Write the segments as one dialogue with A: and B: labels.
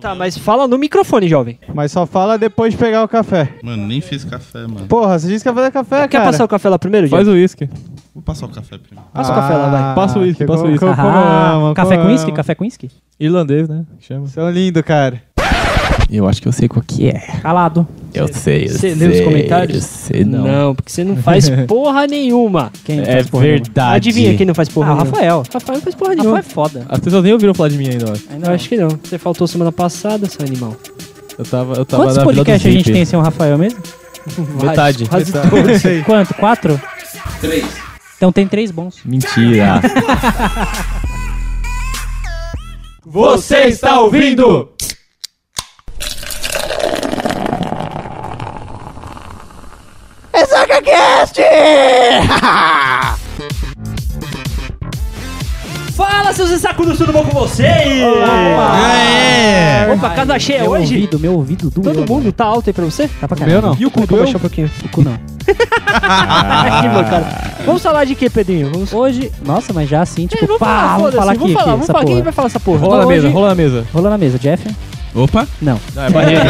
A: Tá, mas fala no microfone, jovem.
B: Mas só fala depois de pegar o café.
C: Mano, nem fiz café, mano.
B: Porra, você disse que ia fazer café,
A: Quer
B: cara.
A: passar o café lá primeiro,
D: Faz
A: jovem?
D: o uísque.
C: Vou passar o café primeiro.
A: Passa o café lá, vai.
D: Passa o uísque,
B: Ah, que
D: passa o
B: co-
D: uísque.
B: co- como ama,
E: Ah, Café
B: como
E: com uísque?
B: ama.
E: Café com uísque?
D: Irlandês, né? Que chama.
B: São é um lindo, cara.
F: Eu acho que eu sei qual que é.
E: Calado.
F: Eu sei, eu
A: Você
F: sei.
A: leu os comentários?
F: Eu sei, não.
A: Não, porque você não faz porra nenhuma.
E: Quem
D: Tá
F: É
E: faz porra nenhuma?
F: verdade.
A: Adivinha quem não faz porra
E: Ah,
A: nenhuma?
E: Rafael.
A: Rafael né? não faz porra nenhuma.
E: Rafael é foda.
D: As pessoas nem ouviram falar de mim ainda, eu acho.
E: Ainda
A: Eu acho que não. Você faltou semana passada, seu animal.
D: Eu tava, eu tava
E: Quantos
D: na Vila do
E: podcasts a gente
D: Zip.
E: tem sem o Rafael mesmo?
D: Metade.
A: Quase
B: Metade.
A: todos.
B: Não sei.
E: Quanto? Quatro? Três. Então tem três bons.
F: Mentira.
D: Você está ouvindo?
A: Fala, seus sacudos, tudo bom com vocês? Ah, é.
F: Aê!
A: Opa, casa cheia
E: meu
A: hoje.
E: Ouvido, meu ouvido doeu. né?
A: Todo mundo tá alto aí pra você?
E: Tá pra
B: Meu
E: caralho.
B: não.
A: E o cu,
B: Meu?
A: baixar um pouquinho.
E: O cu não.
A: que bancada. Vamos falar de quê, Pedrinho? Vamos...
E: Hoje, nossa, mas já assim, tipo,
A: vamos
E: pá, vamos
A: vamos falar,
E: falar aqui. aqui,
A: vamos
E: essa
A: falar. Quem
E: porra.
A: vai falar essa porra? Então,
D: Rola na
E: Hoje-
D: mesa, rola na mesa.
E: Rolando na mesa, Jeff?
F: Opa.
E: Não.
D: Não, é barreira.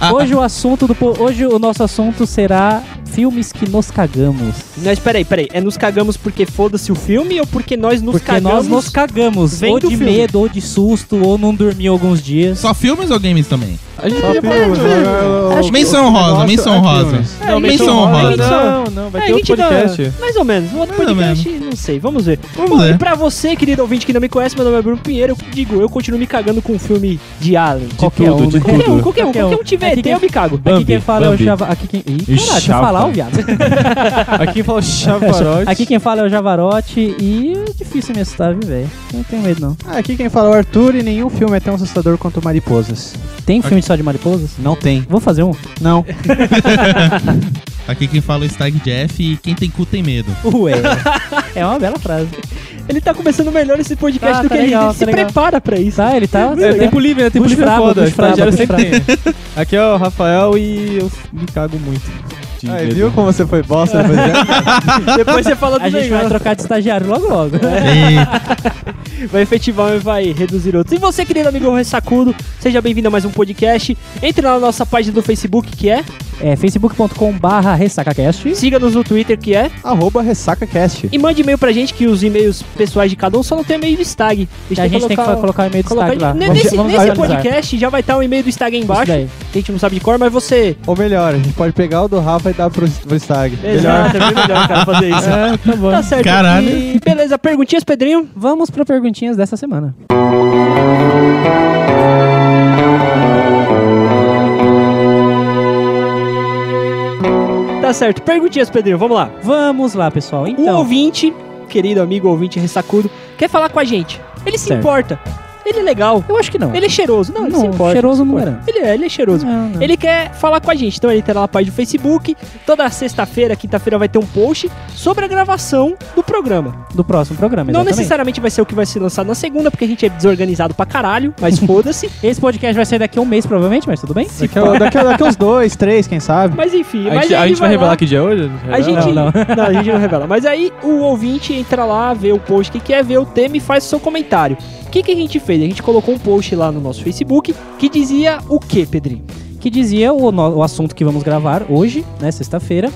E: É, hoje o assunto do. po- Hoje o nosso assunto será filmes que nos cagamos.
A: Mas peraí, peraí. É nos cagamos porque foda-se o filme ou porque nós nos
E: Porque
A: cagamos?
E: nós nos cagamos,
A: vendo
E: ou de
A: filme.
E: medo, ou de susto, ou não dormiu alguns dias.
C: Só filmes ou games também?
D: A gente
B: Só
D: podia falar
B: filmes,
D: de-
B: agora o-
C: Menção rosa,
B: negócio é
C: menção rosa.
B: filmes.
A: É,
D: Não,
A: menção
D: menção
A: honrosa.
D: honrosa.
A: Menção-
D: Não, não,
A: É,
D: vai
A: a
D: ter outro
A: gente dá-
D: podcast.
A: Mais ou menos. Um outro
C: Mais ou
A: podcast, não sei. Vamos ver.
C: Vamos
A: Bom, e
C: ver.
A: pra você, querido ouvinte que não me conhece, meu nome é Bruno Pinheiro. Eu digo, eu continuo me cagando com um filme de Alien.
E: Qualquer
D: tudo,
E: um,
D: de
E: né?
A: Qualquer um,
D: tudo.
A: qualquer um,
E: Qualquer
A: qualquer
E: um.
A: um tiver
E: Aqui
A: ET, eu me cago.
E: Aqui quem
D: Bambi,
E: fala é o
D: Bambi.
E: Java. Aqui quem. Ih,
F: Ixi,
E: caralho, deixa eu
F: chapa.
E: falar, o viado.
D: Aqui fala chavarote.
E: Aqui quem fala é o Javarote e é difícil me assustar, viu, velho? Não tenho medo, não.
B: Ah, Aqui quem fala é o Arthur e nenhum filme é tão assustador quanto Mariposas.
E: Tem filme só de mariposas?
B: Não tem.
E: Vou fazer um.
B: Não.
C: Aqui quem fala é o Stag Jeff e quem tem cu tem medo.
E: Ué. é uma bela frase.
A: Ele tá começando melhor esse podcast
E: Tá,
A: do
E: tá
A: que a gente.
E: legal,
A: Ele
E: tá
A: se
E: legal.
A: prepara pra isso.
E: Tá, ele tá.
D: É, tempo livre, né? Tempo
E: Bush
D: livre é
E: braba,
D: foda.
E: bush
D: Estagiário
E: braba,
D: sempre
E: bush
D: tem. Aqui é o Rafael e eu me cago muito. De
B: Aí,
D: medo.
B: viu como você foi bosta? depois dessa?
A: Depois você fala né? do
E: A gente vai
A: negócio.
E: trocar de estagiário logo logo.
C: E
A: vai efetivar e vai reduzir outros. E você, querido amigo Ressacudo, seja bem-vindo a mais um podcast. Entre lá na nossa página do Facebook, que é.
E: É facebook.com/barra ressacacast.
A: Siga-nos no Twitter, que é.
B: Arroba RessacaCast.
A: E mande e-mail pra gente, que os e-mails pessoais de cada um só não tem e-mail do Stag.
E: A gente tem que fa- colocar o e-mail do
A: colocar-
E: destaque lá.
A: Ne-
E: Vamos-
A: Nesse,
E: vamos
A: nesse
E: atualizar.
A: podcast já vai estar o e-mail do Stag aí embaixo.
E: Isso daí.
A: A gente não sabe de cor, mas você.
B: Ou melhor, a gente pode pegar o do Rafa e dar pro, pro Stag.
A: Exato, é bem melhor, cara, fazer isso.
D: É, tá bom.
A: Tá certo.
C: Caralho.
A: E beleza, perguntinhas, Pedrinho?
E: Vamos para perguntinhas dessa semana.
A: Tá certo. Perguntinhas, Pedrinho, vamos lá.
E: Vamos lá, pessoal.
A: O
E: Então,
A: ouvinte, querido amigo ouvinte ressacudo, quer falar com a gente. Ele se
E: Certo.
A: importa. Ele é legal.
E: eu acho que não.
A: Ele é cheiroso. Não, ele
E: Não,
A: se importa.
E: cheiroso
A: ele se
E: não
A: importa. Ele é, ele é cheiroso.
E: Não, não.
A: Ele quer falar com a gente, então ele tá lá na página do Facebook. Toda sexta-feira, quinta-feira, vai ter um post sobre a gravação do programa.
E: do próximo programa,
A: Não
E: exatamente.
A: necessariamente vai ser o que vai ser lançado na segunda, porque a gente é desorganizado pra caralho, mas foda-se.
E: Esse podcast vai sair daqui a um mês, provavelmente, mas tudo bem?
B: Daqui,
D: é
B: a- é daqui, a- daqui a uns dois, três, quem sabe?
A: Mas enfim,
D: A
A: mas
D: gente, a
A: ele
D: gente vai
A: lá.
D: revelar que dia é hoje?
A: A gente não,
E: não.
A: a gente não revela. Mas aí o ouvinte entra lá, vê o post que quer, vê o tema e faz seu comentário. O que, que a gente fez? A gente colocou um post lá no nosso Facebook que dizia o que, Pedrinho?
E: Que dizia o, no- o assunto que vamos gravar hoje, né, sexta-feira,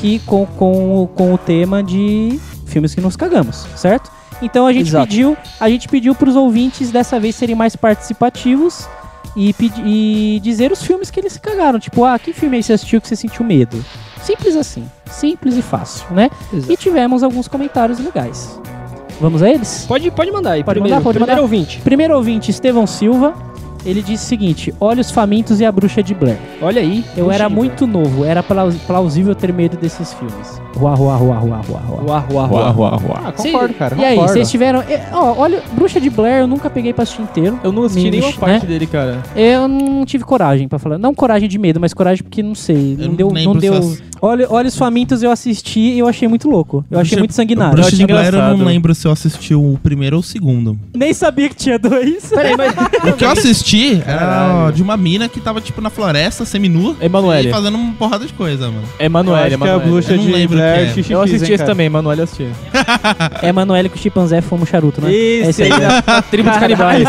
E: que com, com, o- com o tema de filmes que nos cagamos, certo? Então a gente
A: Exato.
E: pediu, a gente pediu para os ouvintes dessa vez serem mais participativos e, pedi- e dizer os filmes que eles se cagaram, tipo, ah, que filme aí você assistiu que você sentiu medo? Simples assim, simples e fácil, né? E tivemos alguns comentários legais. Vamos a eles?
A: Pode, pode mandar aí.
E: Pode
A: primeiro,
E: mandar, pode
A: primeiro
E: mandar.
A: ouvinte.
E: Primeiro ouvinte, Estevão Silva. Ele disse o seguinte: Olhos Famintos e a Bruxa de Blair.
A: Olha aí.
E: Eu
A: Puxa,
E: era
A: Ivan.
E: muito novo, era plaus- plausível ter medo desses filmes. Rua, rua, rua, rua, rua, rua.
A: Uá, uá, uá.
F: Ruá, ruá, ruá.
B: Ah, concordo,
A: Sim.
B: cara.
E: E aí,
B: concordo.
E: vocês tiveram. é, Ó, olha, Bruxa de Blair eu nunca peguei pra assistir inteiro.
D: Eu não assisti
E: Me-
D: nenhuma
E: né?
D: parte dele, cara.
E: Eu não tive coragem pra falar. Não coragem de medo, mas coragem porque não sei.
C: Eu
E: Não
C: não
E: deu. Não
C: lembro se
E: deu
C: eu ass-
E: Olha, olha os famintos eu assisti e eu achei muito louco. Eu achei
C: Bruxa-
E: muito sanguinário.
C: Bruxa de
E: Eu achei
C: Blair, eu não
E: engraçado.
C: lembro se eu assisti o primeiro ou o segundo.
E: Nem sabia que tinha dois.
D: É,
A: Peraí, mas.
C: O que eu assisti era
D: Caralho.
C: de uma mina que tava, tipo, na floresta, seminua. E
F: Emanuele.
C: fazendo uma porrada de coisa, mano.
D: Eu
F: Emanuele,
D: acho que é a
F: Emanuele.
D: bruxa
C: Eu não
D: de
C: lembro
D: Blair
C: quem é.
D: xixi
F: Eu
D: fiz,
F: assisti
D: hein,
F: esse
D: cara?
F: também, Emanuele assistia.
E: É Manuel que o chimpanzé fuma o charuto, né?
D: Esse
E: é esse aí.
D: aí,
F: A tribo dos canibais.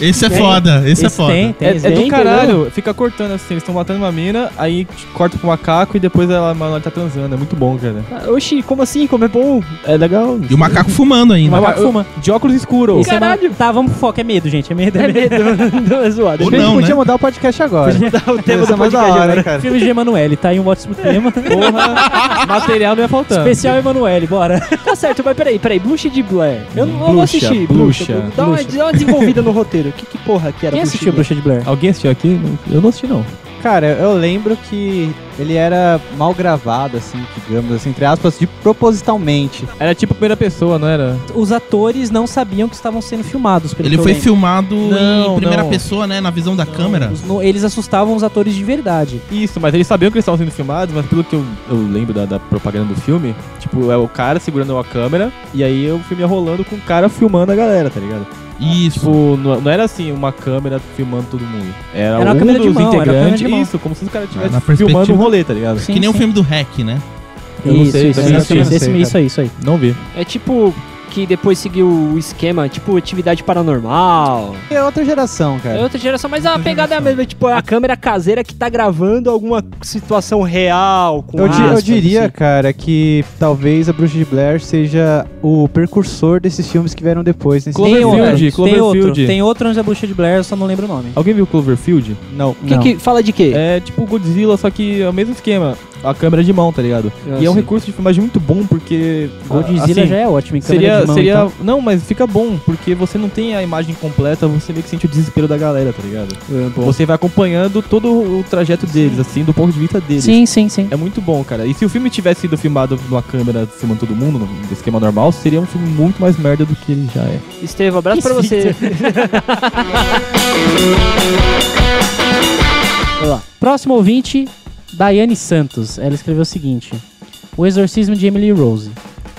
C: Esse é
E: Tem.
C: foda, esse é
E: Esse
C: foda.
E: tem, tem.
D: É,
E: esse
D: é
E: tem.
D: do caralho, fica cortando assim, eles estão matando uma mina, aí t- corta pro macaco e depois ela, mano, ela tá transando, é muito bom, cara.
A: Oxi, como assim? Como é bom?
D: É legal.
C: E o macaco fumando ainda.
E: Macaco fuma.
D: De óculos escuros.
E: Esse é ma- Tá, vamos pro foco. É medo, gente. É medo. É
A: É
E: medo.
A: medo, não é zoado.
C: Ou
B: A gente
C: não,
B: podia
C: né?
B: mudar o podcast agora.
A: mudar o tema
B: Ia ser
A: do
B: mais
A: podcast
B: da hora,
A: agora.
B: hein, cara?
E: Filme de Emanuele, tá aí um ótimo tema.
D: Porra, material não ia faltando.
E: Especial Emanuele, bora.
A: Tá certo, mas peraí, peraí. Bruxa de Blair. Eu não eu vou
D: Bruxa,
A: assistir.
D: bruxa,
A: Dá, uma,
D: bruxa.
A: dá uma desenvolvida no roteiro. Que, que porra que era
E: Quem assistiu
A: Bruxa
E: Bruxa de Blair?
F: Alguém assistiu aqui? Eu não assisti, não.
B: Cara, eu lembro que ele era mal gravado, assim, digamos assim, entre aspas, de propositalmente.
F: Era tipo primeira pessoa, não era?
E: Os atores não sabiam que estavam sendo filmados. Pelo
C: Ele
E: que eu
C: foi
E: lembro.
C: filmado em
D: Não,
C: primeira
D: não.
C: pessoa, né? Na visão da câmera.
E: Os- no- Eles assustavam os atores de verdade.
D: Isso, mas eles sabiam que eles estavam sendo filmados, mas pelo que eu, eu lembro da, da propaganda do filme, tipo, é o cara segurando a câmera e aí o filme ia rolando com o cara filmando a galera, tá ligado?
C: Isso.
D: Tipo, não, não era assim uma câmera filmando todo mundo. Era,
E: Era uma
D: um
E: câmera de
D: dos
E: mão, era uma câmera
D: integrantes.
E: de mão.
D: Isso, como se os caras
C: na
D: estivessem
C: perspectiva-
D: filmando um rolê, tá ligado?
C: que nem o filme do Hack, né?
F: Eu não
E: isso,
F: sei,
E: isso,
F: também não
E: isso,
F: sei,
E: isso,
F: não
E: esse-
F: sei,
E: isso aí, isso aí.
D: Não vi.
A: É tipo que depois seguiu o esquema, tipo atividade paranormal.
B: É outra geração,
A: É
B: cara.
A: outra geração, mas a
C: Outra
A: pegada é a
C: geração.
A: mesma. Tipo, é a câmera caseira que tá gravando alguma situação real. Com
B: Eu, di- eu
A: aspas,
B: diria,
A: assim.
B: cara, que talvez a Bruxa de Blair seja o precursor desses filmes que vieram depois. né? Nesse
E: Tem
D: Cloverfield,
E: outro, tem outro,
D: Cloverfield.
E: tem outro antes da Bruxa de Blair, eu só não lembro o nome.
D: Alguém viu Cloverfield?
B: Não,
A: Que
B: não.
A: que- fala de quê?
D: É tipo Godzilla, só que é o mesmo esquema. A câmera de mão, tá ligado? e é um recurso de filmagem muito bom, porque.
E: Godzilla
D: assim,
E: já é ótimo, em câmera
D: Seria.
E: de mão,
D: seria
E: então.
D: Não, mas fica bom, porque você não tem a imagem completa, você meio que sente o desespero da galera, tá ligado? Você vai acompanhando todo o trajeto deles, assim, do ponto de vista deles.
E: Sim, sim, sim.
D: É muito bom, cara. E se o filme tivesse sido filmado numa câmera filmando todo mundo, no esquema normal, seria um filme muito mais merda do que ele já é.
A: Estevam, abraço pra você.
E: Vamos lá. Próximo ouvinte, Daiane Santos. Ela escreveu o seguinte: O Exorcismo de Emily Rose.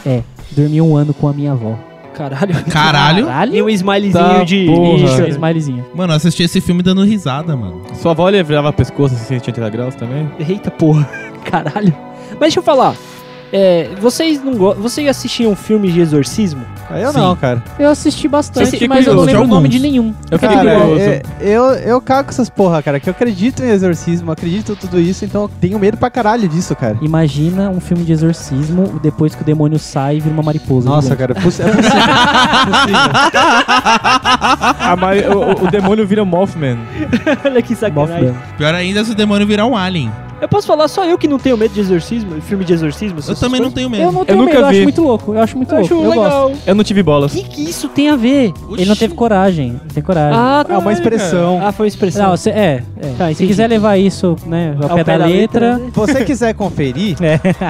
E: É, dormi um ano com a minha avó.
A: Caralho.
C: Caralho.
A: E um smileyzinho
D: Tá,
A: de.
D: porra.
E: Isso, um smilezinho.
C: Mano, eu assisti esse filme dando risada, mano.
D: Sua avó levava pescoço assim, 180 graus também?
A: Eita porra, caralho. Mas deixa eu falar. É, vocês não go... Vocês assistiam filmes de exorcismo?
B: Ah, eu não, cara.
E: Eu assisti bastante,
A: Esse-
E: mas eu não
C: de
E: lembro o nome
C: alguns.
E: de nenhum.
D: Eu fiquei
B: Cara,
D: curioso.
B: é- eu, eu cago com essas porra, cara, que eu acredito em exorcismo, acredito em tudo isso, então eu tenho medo pra caralho disso, cara.
E: Imagina um filme de exorcismo depois que o demônio sai e vira uma mariposa.
B: Nossa,
E: gigante.
B: cara, é possi- é possível.
D: A Mari- o- o, o demônio vira Mothman.
A: Olha que sacanagem.
E: Mothman.
C: Pior ainda é se o demônio virar um alien.
A: Eu posso falar só eu que não tenho medo de exorcismo? Filme de exorcismo?
C: Eu
A: essas
C: também não
A: coisas?
C: tenho
E: Eu
C: medo.
E: não tenho
D: nunca
E: medo, eu acho
D: vi.
E: muito louco. Eu acho muito
A: Eu
E: louco.
A: acho
E: eu gosto.
A: legal.
D: Eu não tive
A: O
D: bolas.
A: que, que isso tem a ver?
E: Ele não teve coragem. Tem coragem.
A: Ah,
B: É
A: tá.
B: uma expressão.
A: Ah, foi uma expressão.
E: Não, cê- é. é.
A: Tá,
E: Se
A: entendi.
E: quiser levar isso, né, ao, pé, da, letra.
B: você quiser conferir,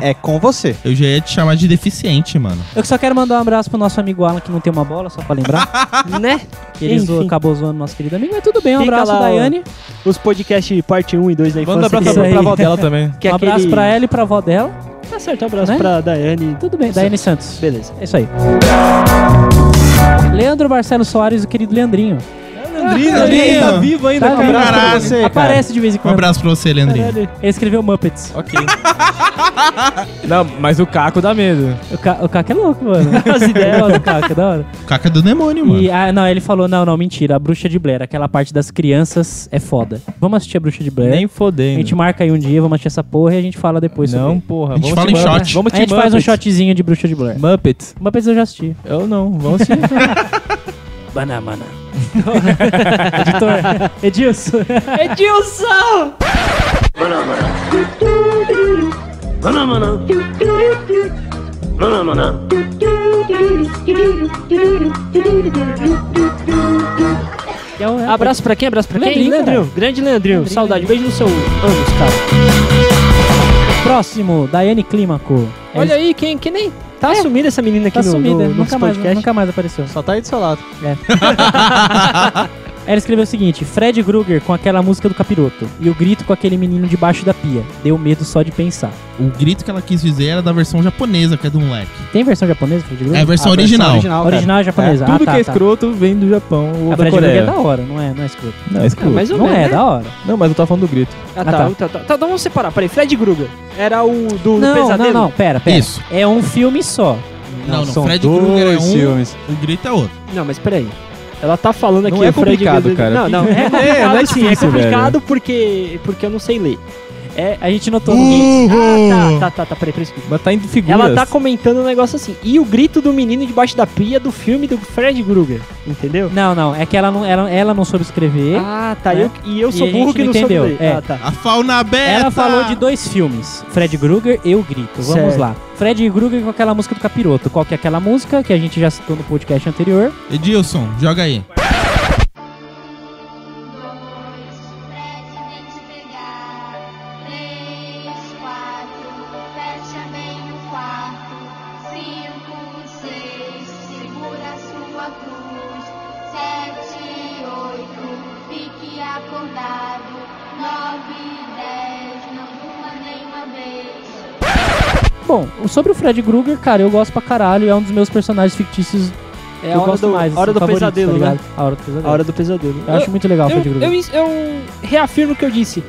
B: é com você.
C: Eu já ia te chamar de deficiente, mano.
E: Eu só quero mandar um abraço pro nosso amigo Alan, que não tem uma bola, só pra lembrar.
A: né?
E: que ele zoou,
A: Enfim.
E: acabou zoando nosso querido amigo, mas tudo bem. Um
A: Fica
E: abraço,
A: lá, ó,
E: Daiane.
A: Os podcasts parte 1 e 2 da infância.
D: Manda um abraço
E: Isso
D: pra,
E: aí.
D: pra avó dela também.
A: que é
E: um abraço
A: aquele-
E: pra ela e pra avó dela.
A: Tá certo, um abraço
E: Né?
A: pra Daiane.
E: Tudo bem, Daiane Santos.
A: Beleza.
E: É isso aí. Leandro Marcelo Soares, o querido Leandrinho.
D: Leandrinho,
C: Leandrinho.
D: ele tá vivo ainda,
E: Tá
D: cara.
E: vivo.
C: Caralho.
B: É você, cara.
E: Aparece de vez em
C: Um
E: quando.
C: abraço pra você, Leandrinho.
E: Ele escreveu Muppets.
D: Ok. não, mas o Caco dá medo.
E: O, Ca... o Caco é louco, mano. As ideias ó, do Caco, é da hora.
C: Caca do demônio, mano.
E: E, ah, não, ele falou, não, não, mentira. A Bruxa de Blair, aquela parte das crianças é foda. Vamos assistir a Bruxa de Blair.
D: Nem
E: A
D: fodendo.
E: gente marca aí um dia, vamos assistir essa porra e a gente fala depois
D: não,
E: sobre.
D: porra.
C: A gente
D: vamos
C: fala
D: de
C: em
D: Muppets.
C: shot.
D: Vamos
E: A
D: de
E: gente faz um
D: Muppets.
E: shotzinho de Bruxa de Blair.
D: Muppets.
E: Muppets eu já assisti.
D: Eu não, vamos sim.
E: Banamana. Editor, Edilson.
A: Edilson!
E: É o- é o-
A: Abraço pra quem? Abraço pra quem?
E: Leandrinho,
A: Grande Leandrinho.
E: Leandrinho.
A: Saudade. Beijo no seu ânus, cara.
E: Próximo, Daiane Clímaco. É
A: Olha
E: isso- É.
A: aí, quem, que nem... Tá sumida essa menina aqui
E: tá
A: no,
E: sumida,
A: no, no tá
E: nunca, mais,
A: podcast.
E: nunca mais apareceu.
B: Só tá aí do seu lado.
E: Aí ele escreveu o seguinte: Fred Krueger com aquela música do capiroto e o grito com aquele menino debaixo da pia. Deu medo só de pensar.
C: O grito que ela quis dizer era da versão japonesa, que é do moleque.
E: Tem versão japonesa, Fred Krueger?
C: É a versão original.
B: original, cara.
E: Original é japonesa.
D: Tudo
E: ah, tá,
D: que é
E: tá.
D: escroto vem do Japão ou
E: A
D: da
E: Fred Krueger
D: Coreia.
E: é da hora, não é, não é escroto.
D: Não, é escroto.
A: Ah, mais ou
E: não
A: menos.
E: é,
A: né?
E: da hora.
D: Não, mas eu tava falando do grito.
A: Ah,
E: Ah, tá.
A: tá, tá, tá. Tá, então vamos separar. Peraí, Fred Krueger era o do, do
E: Não, não,
A: pesadelo?
E: não, pera, pera.
C: Isso.
E: É um filme só.
C: Não, não.
B: São
C: Fred Krueger é
B: dois
C: um,
B: filmes.
C: o grito é outro.
A: Não, mas peraí. Ela tá falando aqui
D: Não é
A: o Fred
D: complicado,
A: Krueger- Não,
D: cara.
A: não, é complicado,
D: É, não é
A: sim, é
D: difícil,
A: complicado porque porque eu não sei ler.
E: É, a gente notou no
A: Ah,
C: Uhul!
A: tá, tá, tá, tá, peraí, peraí. peraí.
D: Mas tá em figuras.
A: Ela tá comentando um negócio assim. E o grito do menino debaixo da pia do filme do Fred Krueger, entendeu?
E: Não, não, é que ela não, ela, ela não soube escrever.
A: Ah, tá.
E: Né?
A: eu- e eu
E: E
A: sou
E: a
A: burro
E: gente
A: que
E: não
A: não soube
E: entendeu,
A: ler.
E: é.
A: Ah, tá.
C: A fauna aberta.
E: Ela falou de dois filmes, Fred Krueger e O Grito. Vamos
A: Certo.
E: lá. Fred Krueger com aquela música do Capiroto. Qual que é aquela música que a gente já citou no podcast anterior?
C: Edilson, joga aí.
G: dois, Fred vem te pegar. Três, quatro, fecha bem o quarto. Cinco, seis, segura a sua cruz. Sete, oito, fique acordado. Nove, dez, não durma nenhuma vez.
E: Bom, sobre o Fred Krueger, cara, eu gosto pra caralho. É um dos meus personagens fictícios
A: É
E: que
A: a
E: eu
A: hora
E: gosto
A: do,
E: mais.
A: a hora
E: assim,
A: do
E: favoritos,
A: pesadelo,
E: tá
A: né?
E: ligado? A hora do pesadelo.
A: A hora do pesadelo.
E: Eu acho muito legal o
A: Eu,
E: Fred Krueger.
A: eu, eu reafirmo o que eu disse.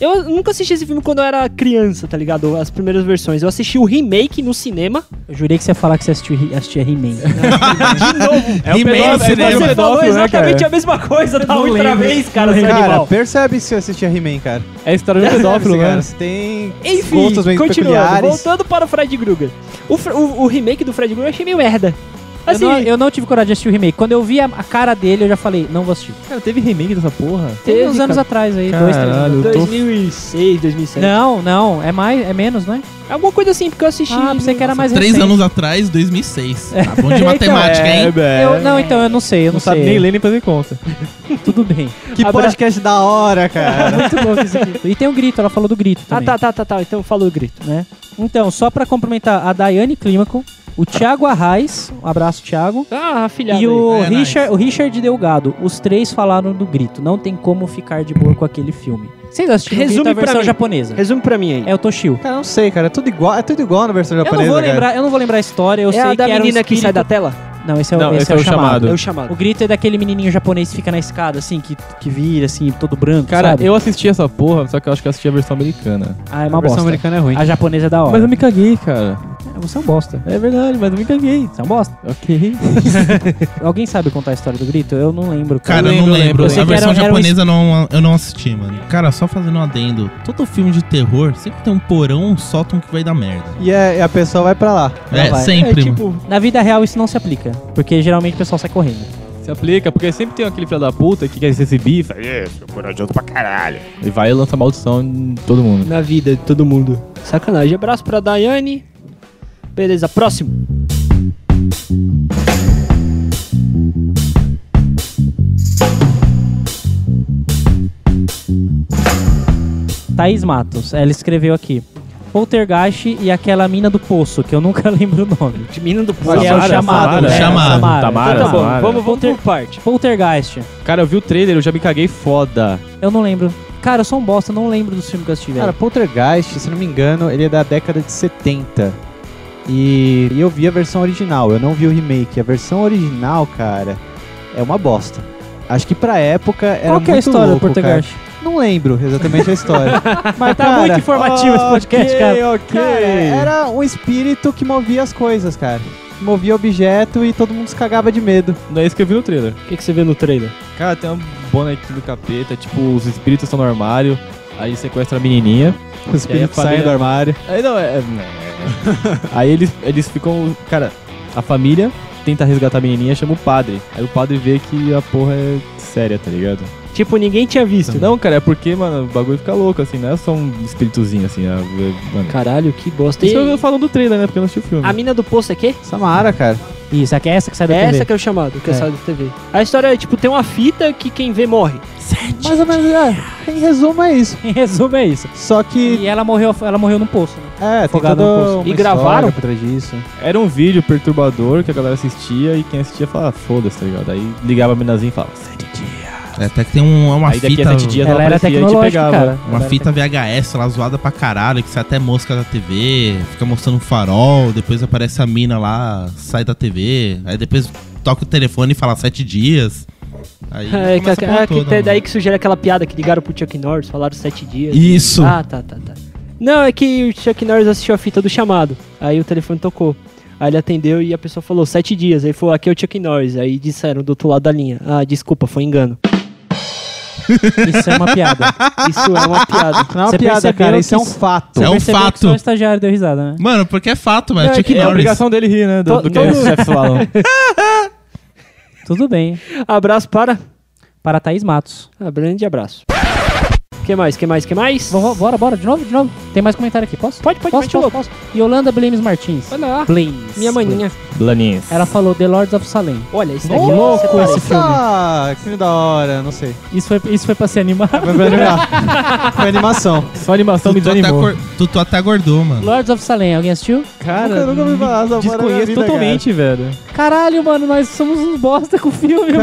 A: Eu nunca assisti esse filme quando eu era criança, tá ligado? As primeiras versões. Eu assisti o remake no cinema.
E: Eu jurei que você ia falar que você assistiu, He- assistia He-Man.
A: De novo.
C: É
D: pedófilo,
A: Você
D: cinema.
A: você falou
D: Pedófilo, né,
A: exatamente a mesma coisa da
E: Não
A: outra
E: lembro.
A: vez, cara,
E: Não
A: seu
E: lembro.
B: Cara,
A: animal.
B: percebe se eu assistia He-Man, cara.
F: É a história do
B: Percebe-se,
F: pedófilo, né?
B: cara. Você tem
A: Enfim,
B: gostos meio
A: continuando.
B: peculiares.
A: Voltando para o Fred Krueger. O, Fre- o- o remake do Fred Krueger eu achei meio merda.
E: eu,
A: Assim,
E: não, eu não tive coragem de assistir o remake. Quando eu vi a, a cara dele, eu já falei, não vou assistir.
D: Cara, teve remake dessa porra?
E: Teve
A: Teve,
E: uns anos
A: cara.
E: atrás aí, dois, três anos.
D: Caralho, eu tô...
A: 2006, 2007.
E: Não, não, é mais, é menos, né?
A: Alguma coisa assim, porque eu assisti.
E: Ah, pensei que era mais
C: Três
E: recente.
C: anos atrás, 2006. Tá bom de
E: Então,
C: matemática, hein?
D: é,
E: Eu- não, então eu não sei, eu não,
D: não
E: sei.
D: sabe nem ler nem fazer conta.
E: Tudo bem.
B: Que
A: Abra-
B: podcast da hora, cara.
E: Muito louco isso aqui. E tem o grito, ela falou do grito
A: Ah,
E: também.
A: tá, tá, tá, tá. Então falou o grito.
E: né? Então, só pra cumprimentar a Daiane Clímaco, o Thiago Arraes, um abraço, Thiago.
A: Ah, afilhado.
E: E o,
C: É, nice.
E: Richard, o Richard Delgado, os três falaram do grito. Não tem como ficar de boa com aquele filme. Vocês assistiram o
A: Resume
E: grito, a
A: pra
E: versão
A: mim.
E: japonesa?
A: Resume pra mim aí.
E: É o Toshio.
B: Cara, não sei, cara. É tudo igual, é tudo igual na versão
E: Eu não,
B: japonesa,
E: vou
B: cara.
E: lembrar, eu não vou lembrar a história, eu
A: é
E: sei
A: a da
E: que era um
A: menina que sai
E: espírito-
A: da tela?
E: Não, esse é, o-
D: Não,
E: esse é o chamado.
A: É o chamado.
E: O grito é daquele menininho japonês que fica na escada, assim, que, que vira, assim, todo branco,
F: Cara,
E: sabe?
F: eu assisti essa porra, só que eu acho que eu assisti a versão americana.
E: Ah, é
B: A
E: uma
B: versão
E: bosta.
B: americana é ruim.
E: A japonesa é da hora.
F: Mas eu me caguei, cara.
E: É, Você é um bosta.
F: É verdade, mas eu me caguei.
E: Você é um bosta.
F: Ok.
E: Alguém sabe contar a história do grito? Eu não lembro.
C: Cara, eu, não lembro.
E: Eu sei
C: A
E: que era-
C: versão
E: era um
C: japonesa não, eu não assisti, mano. Cara, só fazendo um adendo. Todo filme de terror sempre tem um porão, um sótão que vai dar merda.
B: E é- e a pessoa vai pra lá.
C: É,
E: vai.
C: sempre,
A: É
C: mano.
A: tipo,
E: Na vida real isso não se aplica, porque geralmente o pessoal sai correndo.
F: Se aplica, porque sempre tem aquele filho da puta que quer se exibir e fala, é, sou corajoso pra caralho. E vai e lança maldição em todo mundo.
A: na vida de todo mundo. Sacanagem. Abraço pra Daiane. Beleza, próximo.
E: Thaís Matos, ela escreveu aqui. Poltergeist e aquela mina do poço, que eu nunca lembro o nome.
A: De menino do
E: Que é o
A: poço.
F: Samara,
E: chamado,
F: Samara,
E: né?
C: é. Chamado.
E: Samara.
F: Tamara,
A: Então tá bom,
F: Samara.
A: vamos, vamos por parte.
E: Poltergeist,
F: Cara, eu vi o trailer, eu já me caguei foda.
E: eu não lembro. Cara, eu sou um bosta, eu não lembro dos filmes que eu assisti, velho.
B: Cara, Poltergeist, se não me engano, ele é da década de 70. E, e eu vi a versão original, eu não vi o remake. A versão original, cara, é uma bosta. Acho que pra época era
E: Qual que é a
B: muito
E: história
B: louco,
E: do Poltergeist?
B: cara. Não lembro exatamente a história. Mas
E: Tá muito informativo esse podcast, cara.
B: Ok, Cara, era um espírito que movia as coisas, cara. Movia objeto e todo mundo se cagava de medo.
F: Não é isso que eu vi no trailer.
A: O que, que você vê no trailer?
F: Cara, tem um bonequinho do capeta, tipo, os espíritos estão no armário, aí sequestra a menininha.
B: Os espíritos saem
F: família-
B: do armário.
F: Aí não, é... é- aí eles, eles ficam... Cara, a família tenta resgatar a menininha, chama o padre. Aí o padre vê que a porra é séria, tá ligado?
A: Tipo, ninguém tinha visto.
F: Não, cara, é porque, mano, o bagulho fica louco, assim, não é só um espíritozinho, assim, é, é- mano.
A: Caralho, que bosta.
F: Isso
A: E
F: eu falo do trailer, né, porque eu não assisti o filme.
A: a mina do poço é quê?
B: Samara, cara.
E: Isso, é essa que sai da
A: É
E: TV.
A: essa que é o chamado, que é,
E: É.
A: só da TV. A história é, tipo, tem uma fita que quem vê morre.
B: Mais ou menos, é, em resumo é isso.
E: Em resumo, é isso.
B: Só que
E: E ela morreu, ela morreu num poço, né?
B: É, tem
E: Afogado no poço.
B: toda uma
A: E gravaram?
B: história por trás disso.
F: Era um vídeo perturbador que a galera assistia e quem assistia falava, foda-se, tá ligado? Aí ligava a minazinha e falava, sete dias.
C: É, até que tem um, é uma
D: Aí daqui
C: fita.
D: a sete dias
E: Ela
D: ela
E: era
D: aparecia e te
E: tecnológica,
D: pegava.
E: cara. Ela
C: Uma
E: era
C: fita VHS lá zoada pra caralho, que sai até mosca da TV, fica mostrando um farol, depois aparece a mina lá, sai da TV, aí depois toca o telefone e fala sete dias. Aí
A: É, que,
C: começa a né? porra
A: é, que
C: toda,
A: até
C: mano.
A: daí que sugere aquela piada que ligaram pro Chuck Norris, falaram sete dias.
C: Isso!
A: Ah, tá, tá, tá. Não, é que o Chuck Norris assistiu a fita do chamado. Aí o telefone tocou. Aí ele atendeu e a pessoa falou sete dias. Aí ele falou, aqui é o Chuck Norris. Aí disseram do outro lado da linha. Ah, desculpa, foi engano.
E: Isso é uma piada.
A: Isso é uma piada.
B: Não é uma
E: Você
B: piada,
E: percebeu
B: cara,
E: que
B: isso é um
E: isso-
B: fato.
C: É um
E: Percebeu que
C: fato.
E: só o estagiário deu risada, né?
C: Mano, porque é fato, mano.
A: Não,
C: Chuck
A: é
D: É a
C: Norris.
D: obrigação dele rir, né?
A: To-
D: Do, do que
A: todo-
D: os chefes falam.
E: Tudo bem.
A: Abraço para...
E: Para Thaís Matos.
A: Ah, grande abraço. Que mais, que mais, que mais?
E: Vamos, bora, bora, de novo, de novo. Tem mais comentário aqui, posso?
A: Pode, pode,
E: posso,
A: pode,
E: posso, posso. Yolanda Blames Martins.
A: Olha lá.
E: Blames.
A: Minha maninha.
D: Blaninhas.
E: Ela falou The Lords of Salem.
A: Olha, isso daqui é
E: Nossa,
A: louco esse
E: esse
A: filme.
B: Ah, que filme da hora, não sei.
E: Isso foi, isso foi pra ser animado.
B: Foi, pra animar. Foi animação.
D: Só animação me
C: Tu, tu, até
D: desanimou.
C: gor- tu, tu até gordou, mano.
E: Lords of Salem, alguém assistiu?
D: Cara,
B: nunca ouvi falar essa porra na minha
D: desconheço
B: vida,
D: totalmente, velho.
E: Caralho, mano, nós somos uns bosta com o filme,
B: Cara.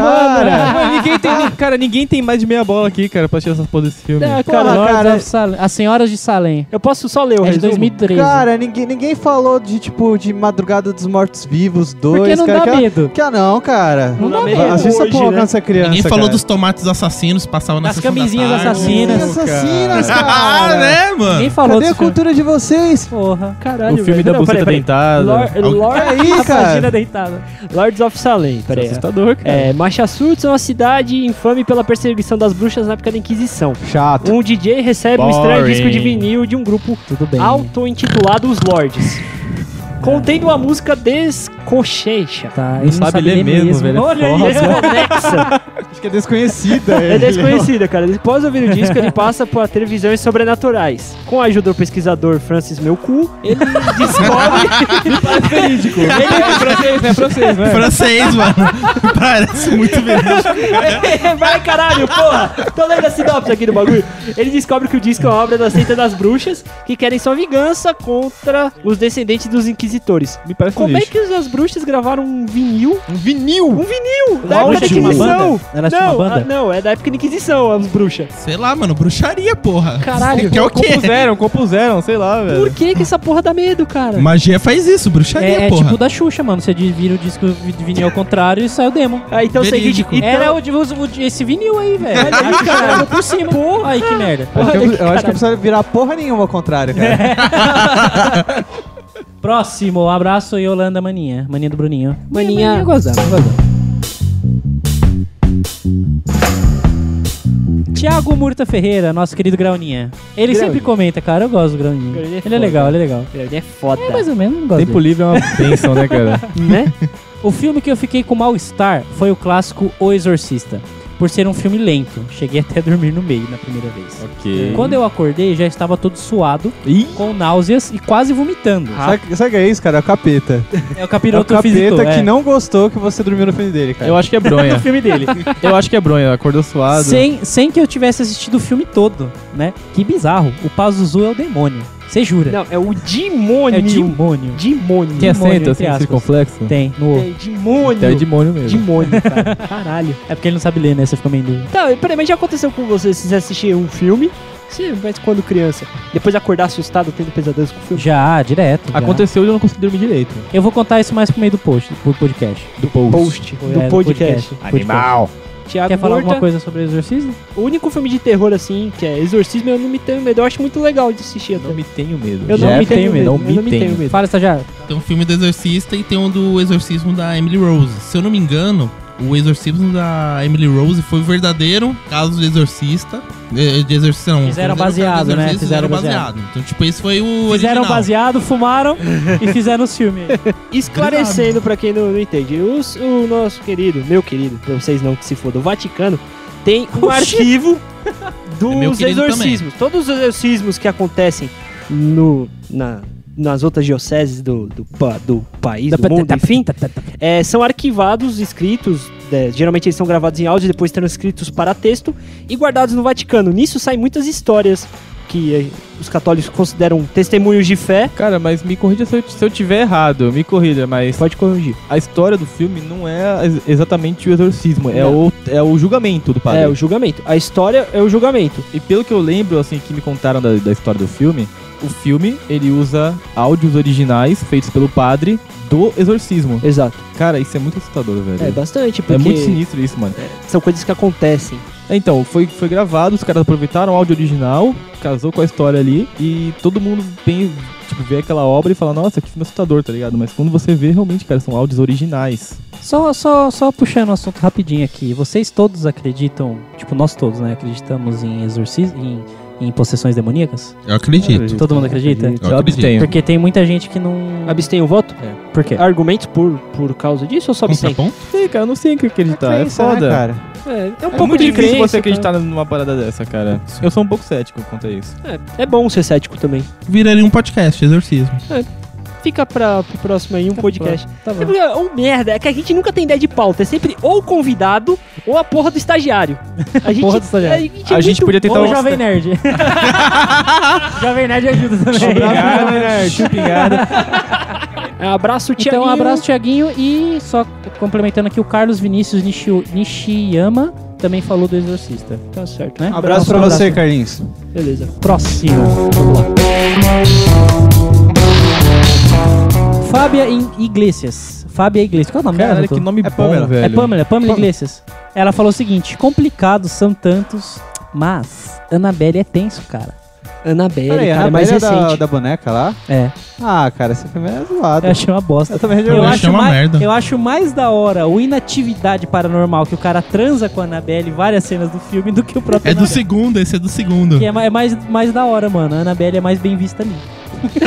E: mano.
D: Mano, Ah, ninguém tem, cara, ninguém tem mais de meia bola aqui, cara, pra assistir essas porra desse filme.
A: Ah,
E: Cara,
A: cara,
E: Lords
B: cara,
E: of Salem. É, As Senhoras de Salem.
A: eu posso só ler o
E: É de
A: resumo?
E: 2013.
B: Cara, ninguém, ninguém falou de, tipo, de Madrugada dos Mortos-Vivos 2.
E: Porque não
B: cara,
E: dá
B: que-
E: medo.
B: Que ah, não, cara.
E: Não dá
A: Não,
E: medo.
A: mas-
B: Assista
D: Hoje,
B: porra
D: né?
B: quando você é criança,
C: Ninguém falou
B: cara.
C: dos tomates assassinos que passavam na
E: Das
C: sessão da
E: camisinhas
C: tarde.
E: assassinas.
B: As assassinas,
C: Ah,
B: cara.
C: né, mano?
E: Ninguém falou
B: Cadê a
E: desse filme.
B: cultura de vocês?
E: Porra.
A: Caralho,
D: o filme
A: velho.
D: da
A: Não,
D: buceta
A: peraí, peraí.
D: dentada.
A: Lor-
C: Alguém-
A: Lor-
B: Aí,
E: Imagina
B: cara.
E: deitada.
A: Lords of Salem,
D: Isso é
A: peraí.
D: assustador, cara.
A: É, Massachusetts é uma cidade infame pela perseguição das bruxas na época da Inquisição.
B: Chato.
A: Um DJ recebe um estranho
D: Boring.
A: disco de vinil de um grupo
E: Tudo bem.
A: auto-intitulado Os Lords, contendo uma música descochecha.
E: Tá, ele
D: Não sabe ler mesmo, velho.
E: Olha aí.
A: Desconexa.
B: Acho que é desconhecida.
A: É desconhecida, cara. Após ouvir o disco, ele passa por ter visões sobrenaturais. Com a ajuda do pesquisador Francis Melcu, ele descobre.
D: verídico. é francês, né? É francês, né?
C: Francês, mano. Parece muito verídico.
A: Vai caralho, porra! Tô lendo a sinopse aqui do bagulho. Ele descobre que o disco é uma obra da seita das bruxas que querem sua vingança contra os descendentes dos inquisitores.
D: Me parece um
A: Como é
D: lixo.
A: que as bruxas gravaram um vinil?
B: Um vinil.
A: Um vinil! Da época da
E: Lorde de uma
A: Inquisição!
E: banda? Era de uma
A: Não,
E: banda?
A: ah, não, é da época da Inquisição, as bruxas.
C: Sei lá, mano, bruxaria, porra.
A: Caralho.
C: Que é o quê?
D: Compuseram, compuseram, sei lá,
A: Por
D: velho.
A: que que essa porra dá medo, cara?
C: Magia faz isso, bruxaria,
E: É, é
C: porra.
E: tipo da Xuxa, mano. Você vira o disco de vinil ao contrário e sai o demo.
A: Ah, então seguinte,
C: Verídico.
A: então,
E: Era o, de- o de- esse vinil aí, velho. Olha aí, cara. por cima. Aí, que merda.
B: Acho que eu,
A: Olha,
B: eu acho que eu preciso virar porra nenhuma ao contrário, cara.
E: Próximo. um Abraço, Yolanda Maninha. Maninha do Bruninho.
A: Maninha.
E: Maninha gozando, gozando. Tiago Murta Ferreira, nosso querido Grauninha. Ele
A: Grauninha.
E: sempre comenta, cara, eu gosto do Grauninha.
A: Grauninha é
E: Ele é
A: foda.
E: legal, ele é legal.
A: Ele é foda.
E: É mais ou menos, não gosto
D: Tempo
E: dele.
D: livre é uma bênção, né, cara?
A: né?
E: O filme que eu fiquei com mal-estar foi o clássico O Exorcista. Por ser um filme lento, cheguei até a dormir no meio na primeira vez.
D: ok.
E: Quando eu acordei, já estava todo suado,
D: Ih,
E: com náuseas e quase vomitando.
B: Sabe, sabe o que é isso, cara? É o capeta.
E: É o
B: É o
E: capiroto
B: capeta
E: visitou,
B: que
E: é.
B: não gostou que você dormiu no filme dele, cara.
D: eu acho que é bronha.
E: filme dele.
D: eu acho que é bronha. Acordou suado.
E: sem, sem que eu tivesse assistido o filme todo, né? Que bizarro. O Pazuzu é o demônio. Você jura?
A: Não, é o
E: é
A: demônio.
E: o demônio.
A: Demônio.
D: Tem
E: demônio,
D: acento,
E: entre
D: assim,
E: aspas.
D: circunflexo?
E: Tem, no
A: É demônio.
D: É demônio mesmo.
A: Demônio, cara. Caralho.
E: É porque ele não sabe ler, né? Você ficou meio em dúvida.
A: Tá, peraí, mas já aconteceu com você se você assistir um filme? Sim, mas quando criança. Depois acordar assustado tendo pesadelos com o filme.
E: Já, direito. já.
D: Aconteceu e eu não consegui dormir direito.
E: Eu vou contar isso mais pro meio do post, do podcast.
D: Do post.
A: Post do
E: É, do
A: podcast.
E: Animal.
A: Tiago
E: Quer falar
A: Murta,
E: alguma coisa sobre o exorcismo?
A: O único filme de terror assim, que é Exorcismo, eu não me tenho medo. Eu acho muito legal de assistir. até.
D: Não me tenho medo.
A: Eu não
D: Já é.
A: me tenho
D: tenho
A: medo.
D: Não
A: eu não me tenho medo.
E: Fala, estagiário.
C: Tem um filme do Exorcista e tem um do Exorcismo da Emily Rose. Se eu não me engano, o Exorcismo da Emily Rose foi o verdadeiro caso do Exorcista. De, de Exorcista não.
E: Fizeram
C: o verdadeiro caso
E: baseado,
C: do
E: né?
C: Exorcista, Fizeram
E: Fizeram baseado.
C: baseado. Então, tipo, esse foi o
E: Fizeram
C: original.
E: baseado, fumaram e fizeram os filmes. aí.
A: Esclarecendo pra quem não, não entende, os- o nosso querido, meu querido, pra vocês não que se for do Vaticano, tem um arquivo
C: É meu
A: dos
C: querido
A: exorcismos. Todos os exorcismos que acontecem no, na- nas outras dioceses do, do, pa- do país, do mundo, enfim, é, são arquivados, escritos, é, geralmente eles são gravados em áudio, depois transcritos para texto e guardados no Vaticano. Nisso saem muitas histórias que eh, os católicos consideram testemunhos de fé.
D: Cara, mas me corrija se eu, se eu tiver errado, me corrija, mas
A: Pode corrigir.
D: a história do filme não é ex- exatamente o exorcismo, é
A: Não.
D: o, é o julgamento do padre.
A: É, o julgamento. A história é o julgamento.
D: E pelo que eu lembro, assim, que me contaram da, da história do filme, o filme, ele usa áudios originais feitos pelo padre do exorcismo.
A: Exato.
D: Cara, isso é muito assustador, velho.
A: É bastante,
D: É
A: porque
D: muito sinistro isso, mano.
A: são coisas que acontecem.
D: Então, foi, foi gravado, os caras aproveitaram o áudio original, casou com a história ali, e todo mundo tem, tipo, vê aquela obra e fala, nossa, que filme assustador, tá ligado? Mas quando você vê, realmente, cara, são áudios originais.
E: Só, só, só puxando o assunto rapidinho aqui. Vocês todos acreditam, tipo, nós todos, né? Acreditamos em exorcismo, em, em possessões demoníacas?
C: Eu acredito.
E: Todo mundo acredita?
C: Eu acredito.
E: Porque tem muita gente que não.
A: Abstém o voto?
E: Por quê?
A: Argumentos por, por causa disso ou só
D: Então.
A: abstém?
C: Contraponto?
D: Sei, cara, eu não sei o que acreditar, é
B: Crença, né,
D: foda.
B: cara?
A: É, é um
D: É
A: pouco
D: muito
A: de
D: difícil
A: crença.
D: você acreditar numa parada dessa, cara. Eu sou um pouco cético quanto a isso.
A: tá? É, é bom ser cético também.
C: Viraria um podcast, exorcismo.
A: Fica pra, pro próximo aí um podcast.
E: Tá
A: É porque, ô, merda, é que a gente nunca tem ideia de pauta. É sempre ou o convidado ou a porra do estagiário. A, gente,
E: porra do estagiário.
A: é
D: A gente
A: muito
D: podia
A: bom.
D: tentar
E: Ou
D: Então-
E: o Jovem Nerd. Jovem Nerd ajuda também.
D: Obrigado, né? Chupingada.
A: É, Abraço, Tiago.
E: Então, um abraço, Tiaguinho. E só complementando aqui, o Carlos Vinícius Nishi- Nishiyama também falou do Exorcista.
A: Tá certo.
E: Né?
B: Abraço pra você, Carlinhos.
A: Beleza.
E: Próximo. Vamos lá. Fábia In- Iglesias. Fábia Iglesias. Qual é o nome
D: Cara,
E: dela?
D: que nome
B: É
D: bom,
B: Pamela.
D: velho.
E: É Pamela, Pamela Iglesias. Ela falou o seguinte: complicados são tantos, mas Annabelle é tenso, cara.
A: Anabelle,
B: Peraí,
A: cara,
B: a
A: é mais
B: Anabelle é
A: recente.
B: da, da boneca lá?
E: É.
B: Ah, cara, esse filme é zoado.
E: Eu achei uma bosta.
B: Eu também
C: Eu
B: já
C: achei uma
E: mais,
C: merda.
E: eu acho mais da hora o Inatividade Paranormal, que o cara transa com a Annabelle em várias cenas do filme, do que o próprio.
C: É do
E: Annabelle.
C: segundo, esse é do segundo.
E: Que é, ma- é mais, mais da hora, mano. A Annabelle é mais bem vista ali. Porque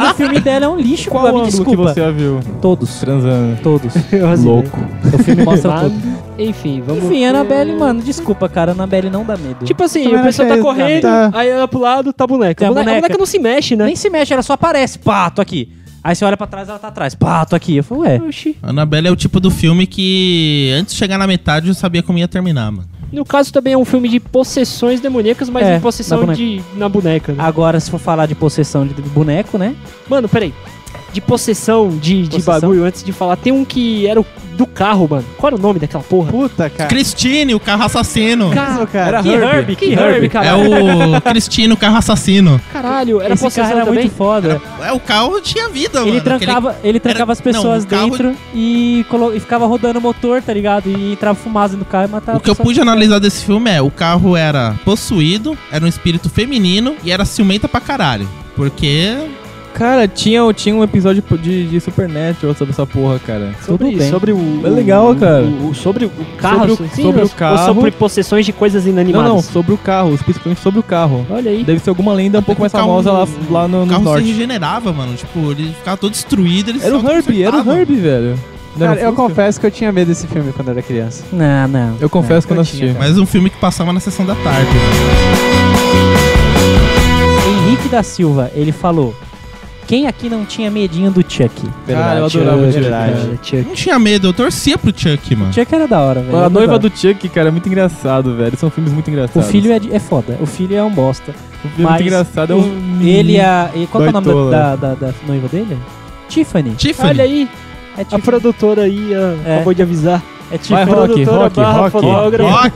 E: no filme dela é um lixo,
D: Qual
E: Gabi,
D: ângulo
E: desculpa.
D: que você a viu?
E: Todos,
D: Transando.
E: todos.
A: Eu
D: Louco.
E: O filme mostra
A: Mas,
E: tudo.
A: Enfim, vamos.
E: Enfim, Annabelle, mano, desculpa, cara. Annabelle não dá medo.
A: Tipo assim,
B: Também
A: o pessoal tá
B: achei-
A: correndo,
B: tá.
A: aí anda pro lado, tá a boneca.
E: Tem
A: A
E: a
A: boneca, a
E: boneca.
A: boneca não se mexe, né?
E: nem se mexe, ela só aparece. Pá, tô aqui. Aí você olha pra trás, ela tá atrás. Pá, tô aqui. Eu falo, ué.
A: Oxi.
C: Annabelle é o tipo do filme que antes de chegar na metade eu sabia como ia terminar, mano.
A: No caso também é um filme de possessões demoníacas, mas
E: É,
A: em possessão
E: na boneca. Ah.
A: de na boneca. né?
E: Agora, se for falar de possessão de boneco, né?
A: Mano, peraí. De possessão de, de
E: Possessão?
A: bagulho, antes de falar, tem um que era o do carro, mano. Qual era o nome daquela porra?
B: Puta, cara.
C: Christine, o carro assassino.
B: Isso, cara.
A: que Herb, que Herb,
C: É
A: caralho.
C: o Christine, o carro assassino.
A: Caralho, era
E: um Esse
A: possessão
E: cara era
A: também?
E: muito foda.
C: É, o carro tinha vida, mano.
E: Ele
C: Aquele-
E: trancava, ele trancava as
C: era- não,
E: pessoas
C: o carro-
E: dentro e, colo- e ficava rodando o motor, tá ligado? E entrava fumaça no carro e matava.
C: O que eu
E: a pessoa.
C: pude analisar desse filme é, o carro era possuído, era um espírito feminino e era ciumenta pra caralho. Porque
D: Cara, tinha, tinha um episódio de, de Supernatural sobre essa porra, cara.
A: Sobre,
E: Tudo bem.
A: sobre o.
D: É legal,
A: o-
D: cara.
A: o- o- sobre o carro.
D: Sobre o-
A: sim,
D: sobre
A: ou-
D: o carro.
A: Ou sobre possessões de coisas
D: não,
A: inanimadas.
D: não, sobre o carro, principalmente sobre o carro.
A: Olha aí.
D: Deve ser alguma lenda um pouco mais
C: Carro-
D: famosa lá, lá no,
C: o
D: no
C: carro se
D: norte.
C: regenerava, mano. Tipo, ele ficava todo destruído, ele
D: Era o
C: só
D: Herbie, era o
C: consertava.
D: Herbie, velho. Não era
B: Cara, eu
D: o Fusca?
B: confesso que eu tinha medo desse filme quando era criança.
E: Não, não.
D: Eu confesso que eu não
E: tinha,
D: assisti.
C: Mas um filme que passava na sessão da tarde. né?
E: Henrique da Silva, ele falou: Quem aqui não tinha medinho do Chuck?
D: Cara, eu
B: Verdade,
E: é
D: adorava o
B: verdade.
D: Chuck.
A: Cara, tinha-
C: Não tinha medo, eu torcia pro Chuck, mano.
E: Chuck era da hora, velho.
D: Mano,
E: Eu
D: a noiva
E: adoro.
D: do Chuck, cara, é muito engraçado, velho. São filmes muito
E: O
D: engraçados.
E: filho é, de- é foda. O filho é um bosta.
D: O filme
E: mas
D: muito engraçado é
E: o-
D: um.
E: Ele a. E qual que é o nome
D: Baitola.
E: da, da, da- da noiva dele? Tiffany.
A: Olha
C: Tiffany,
A: aí,
E: É
A: a
E: Tiffany.
A: produtora aí ah,
E: É.
A: acabou de avisar.
E: É Tiffany.
D: Rock,
A: produtora
D: rock,
A: barra
D: rock.
A: fotógrafa.